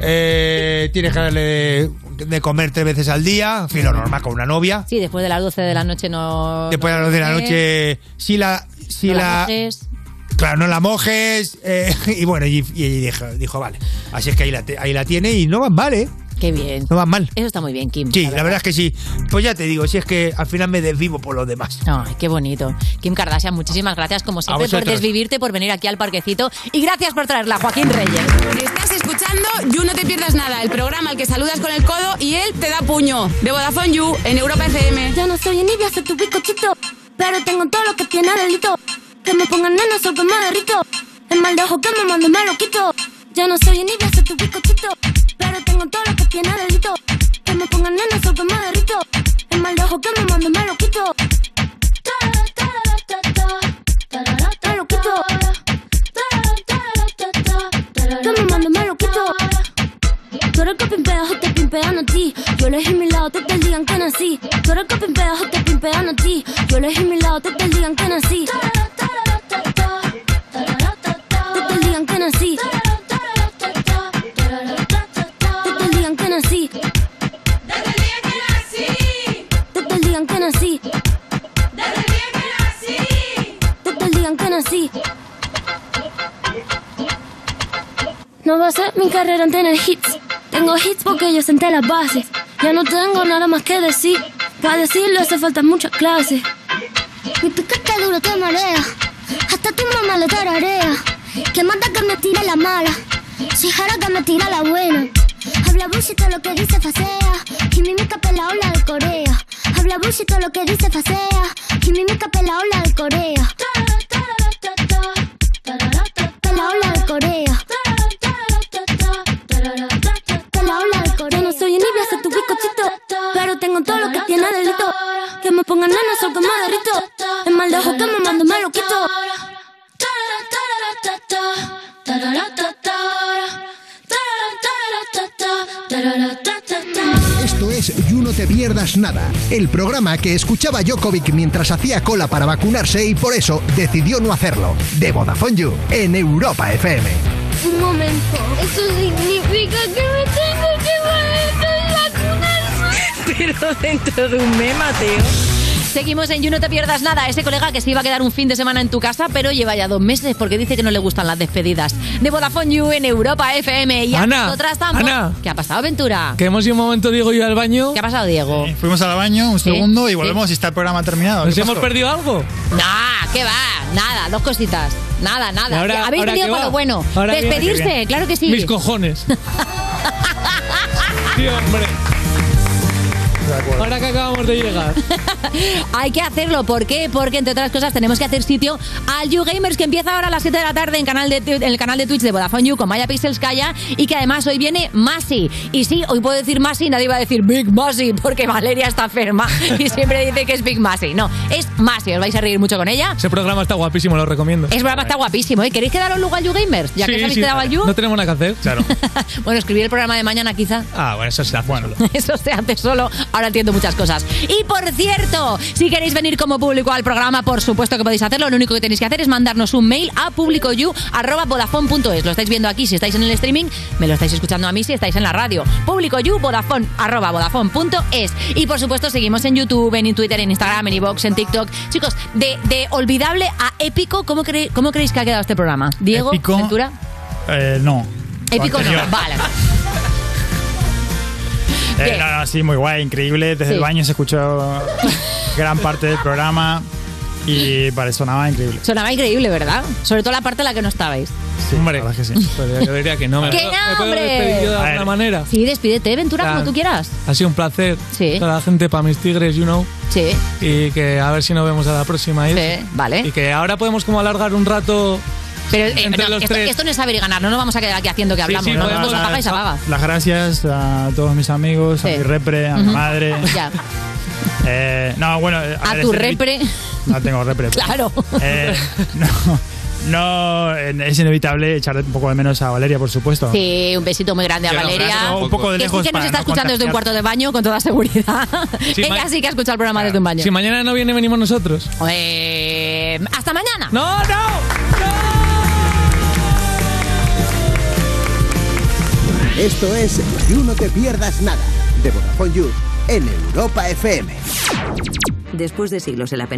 eh, tienes que darle de, de comer tres veces al día, en fin, lo normal con una novia.
Sí, después de las 12 de la noche no.
Después de
no
las doce de la
comes,
noche, si la... Si
no
la,
coges.
Claro, no la mojes. eh, y bueno, y, y- y dijo, dijo, vale. Así es que ahí la, te- ahí la tiene y no van vale.
Qué bien.
No van mal.
Eso está muy bien, Kim.
Sí, la verdad es que sí. Pues ya te digo, si es que al final me desvivo por los demás.
Ay, qué bonito. Kim Kardashian, muchísimas gracias como siempre por
vosotros.
desvivirte, por venir aquí al parquecito y gracias por traerla, Joaquín Reyes.
Estás escuchando You No Te Pierdas Nada, el programa al que saludas con el codo y él te da puño. De Vodafone You en Europa FM.
Yo no soy envidia, soy tu picochito. Pero tengo todo lo que tiene delito. Que me pongan nena, soy que me derrito. El mal de ojo que me mando me lo quito. Yo no soy envidia, soy tu picochito. Pero tengo todo lo que tiene delito. Que me pongan nena, soy que me derrito. El mal de ojo que me mando me lo quito. Tarara, tarara, ta, ta. Tarara, ta, me lo quito. Tarara, tarara, ta, ta. Que me mando me lo quito. Tú eres el que pimpea, o te pimpean a ti. Yo elegí mi lado, te te digan que nací. Tú eres el que pimpea, o te pimpean a ti. Yo elegí mi lado, te te digan que nací. Te te digan que nací. Te te digan que nací. Te te digan que nací. Te te digan que nací. No va a ser mi carrera en tener hits. Tengo hits porque yo senté las bases. Ya no tengo nada más que decir. Para decirlo hace falta muchas clases. Mi piquete duro te marea. Hasta tu mamá le tararea. Que manda que me tire la mala. Si jara que me tira la buena. Habla bullshit todo lo que dice facea. Química pela ola de Corea. Habla bullshit todo lo que dice facea. Química pela ola de Corea. Pela ola de Corea. Pela ola de Corea. Yo no soy envidia, soy tu picochito. Pero tengo todo lo que tiene delito. Que me pongan nana, soy como derrito. El mal de ojo que me mando me lo quito.
Esto es You No Te Pierdas Nada, el programa que escuchaba Jokovic mientras hacía cola para vacunarse y por eso decidió no hacerlo. De Vodafone You, en Europa FM.
Un momento. Eso significa que me tengo que
Pero dentro de un meme, Mateo. Seguimos en You No Te Pierdas Nada. Ese colega que se iba a quedar un fin de semana en tu casa, pero lleva ya dos meses porque dice que no le gustan las despedidas. De Vodafone You en Europa FM. Y a
Ana,
nosotras tampoco.
Ana.
¿Qué ha pasado, Ventura?
Que hemos ido un momento, Diego y yo, al baño.
¿Qué ha pasado, Diego?
Eh, Fuimos al baño un
segundo y volvemos
y está el programa terminado. ¿Nos
¿Qué
hemos
pasó?
perdido algo?
Nah, ¿qué va? Nada, dos cositas. Nada, nada.
Ahora-
Habéis
ahora
venido
qué
para
va.
lo bueno.
Ahora viene-
Despedirse, claro que sí.
Mis cojones. sí, hombre. Ahora que acabamos de llegar.
Hay que hacerlo. ¿Por qué? Porque, entre otras cosas, tenemos que hacer sitio al YouGamers, Gamers, que empieza ahora a las 7 de la tarde en, canal de, tu- en el canal de Twitch de Vodafone You con Maya Pixelskaya y que además hoy viene Masi. Y sí, hoy puedo decir Masi y nadie va a decir Big Masi porque Valeria está enferma y siempre dice que es Big Masi. No, es Masi. Os vais a reír mucho con ella.
Ese programa está guapísimo, lo recomiendo.
Es programa está guapísimo. ¿eh? ¿Queréis quedaros luego al You Gamers? Ya que os habéis quedado al You.
No tenemos nada que hacer. Claro.
Bueno, escribir el programa de mañana quizá.
Ah, bueno, eso se hace solo.
Eso se hace solo, ahora entiendo muchas cosas. Y por cierto, si queréis venir como público al programa, por supuesto que podéis hacerlo. Lo único que tenéis que hacer es mandarnos un mail a publicoyu.vodafone.es. Lo estáis viendo aquí si estáis en el streaming, me lo estáis escuchando a mí si estáis en la radio. publicoyu.vodafone.es. Y por supuesto, seguimos en YouTube, en Twitter, en Instagram, en iVoox, en TikTok. Chicos, de, de olvidable a épico, ¿cómo, cre- cómo creéis que ha quedado este programa? Diego,
Épico.
Ventura.
Eh, no.
Épico no,
Anterior.
vale.
Eh, no, no, sí, muy guay, increíble. Desde
Sí.
el baño se escuchó gran parte del programa y vale, sonaba increíble.
Sonaba increíble, ¿verdad? Sobre todo la parte en la que no estabais.
Hombre, la verdad es que sí. yo diría que no.
me- ¡Que no, me puedo hombre! despedir yo de alguna
manera.
Sí, despídete, Ventura,
Claro.
como tú quieras.
Ha sido un placer
Sí.
para la gente, para mis tigres, you know.
Sí.
Y que a ver si nos vemos a la próxima. ¿eh?
Sí, vale.
Y que ahora podemos como alargar un rato.
Pero eh,
Entre
no,
los
esto,
tres.
esto no es saber y ganar, no nos vamos a quedar aquí haciendo que hablamos. no, no, no, apaga y se apaga.
Las gracias a todos mis amigos, a mi repre, a mi
Ujú.
madre.
Ya.
Eh, no, bueno.
A,
ver,
tu
este-
repre.
No tengo repre.
Claro.
Eh, no, no, eh, es inevitable echar un poco de menos a Valeria, por supuesto.
Sí, un besito muy grande a
Que nos
Valeria.
veas un poco de
que
lejos
sí que nos
para
está
no
escuchando desde un cuarto
contagiar.
de baño con toda seguridad.
Sí,
Ella
ma-
sí que ha escuchado el programa desde un baño.
Si mañana no viene, venimos nosotros.
Eh, hasta mañana.
No, no.
Esto es You No Te Pierdas Nada, de Vodafone You, en Europa FM.
Después de siglos en la penumbra,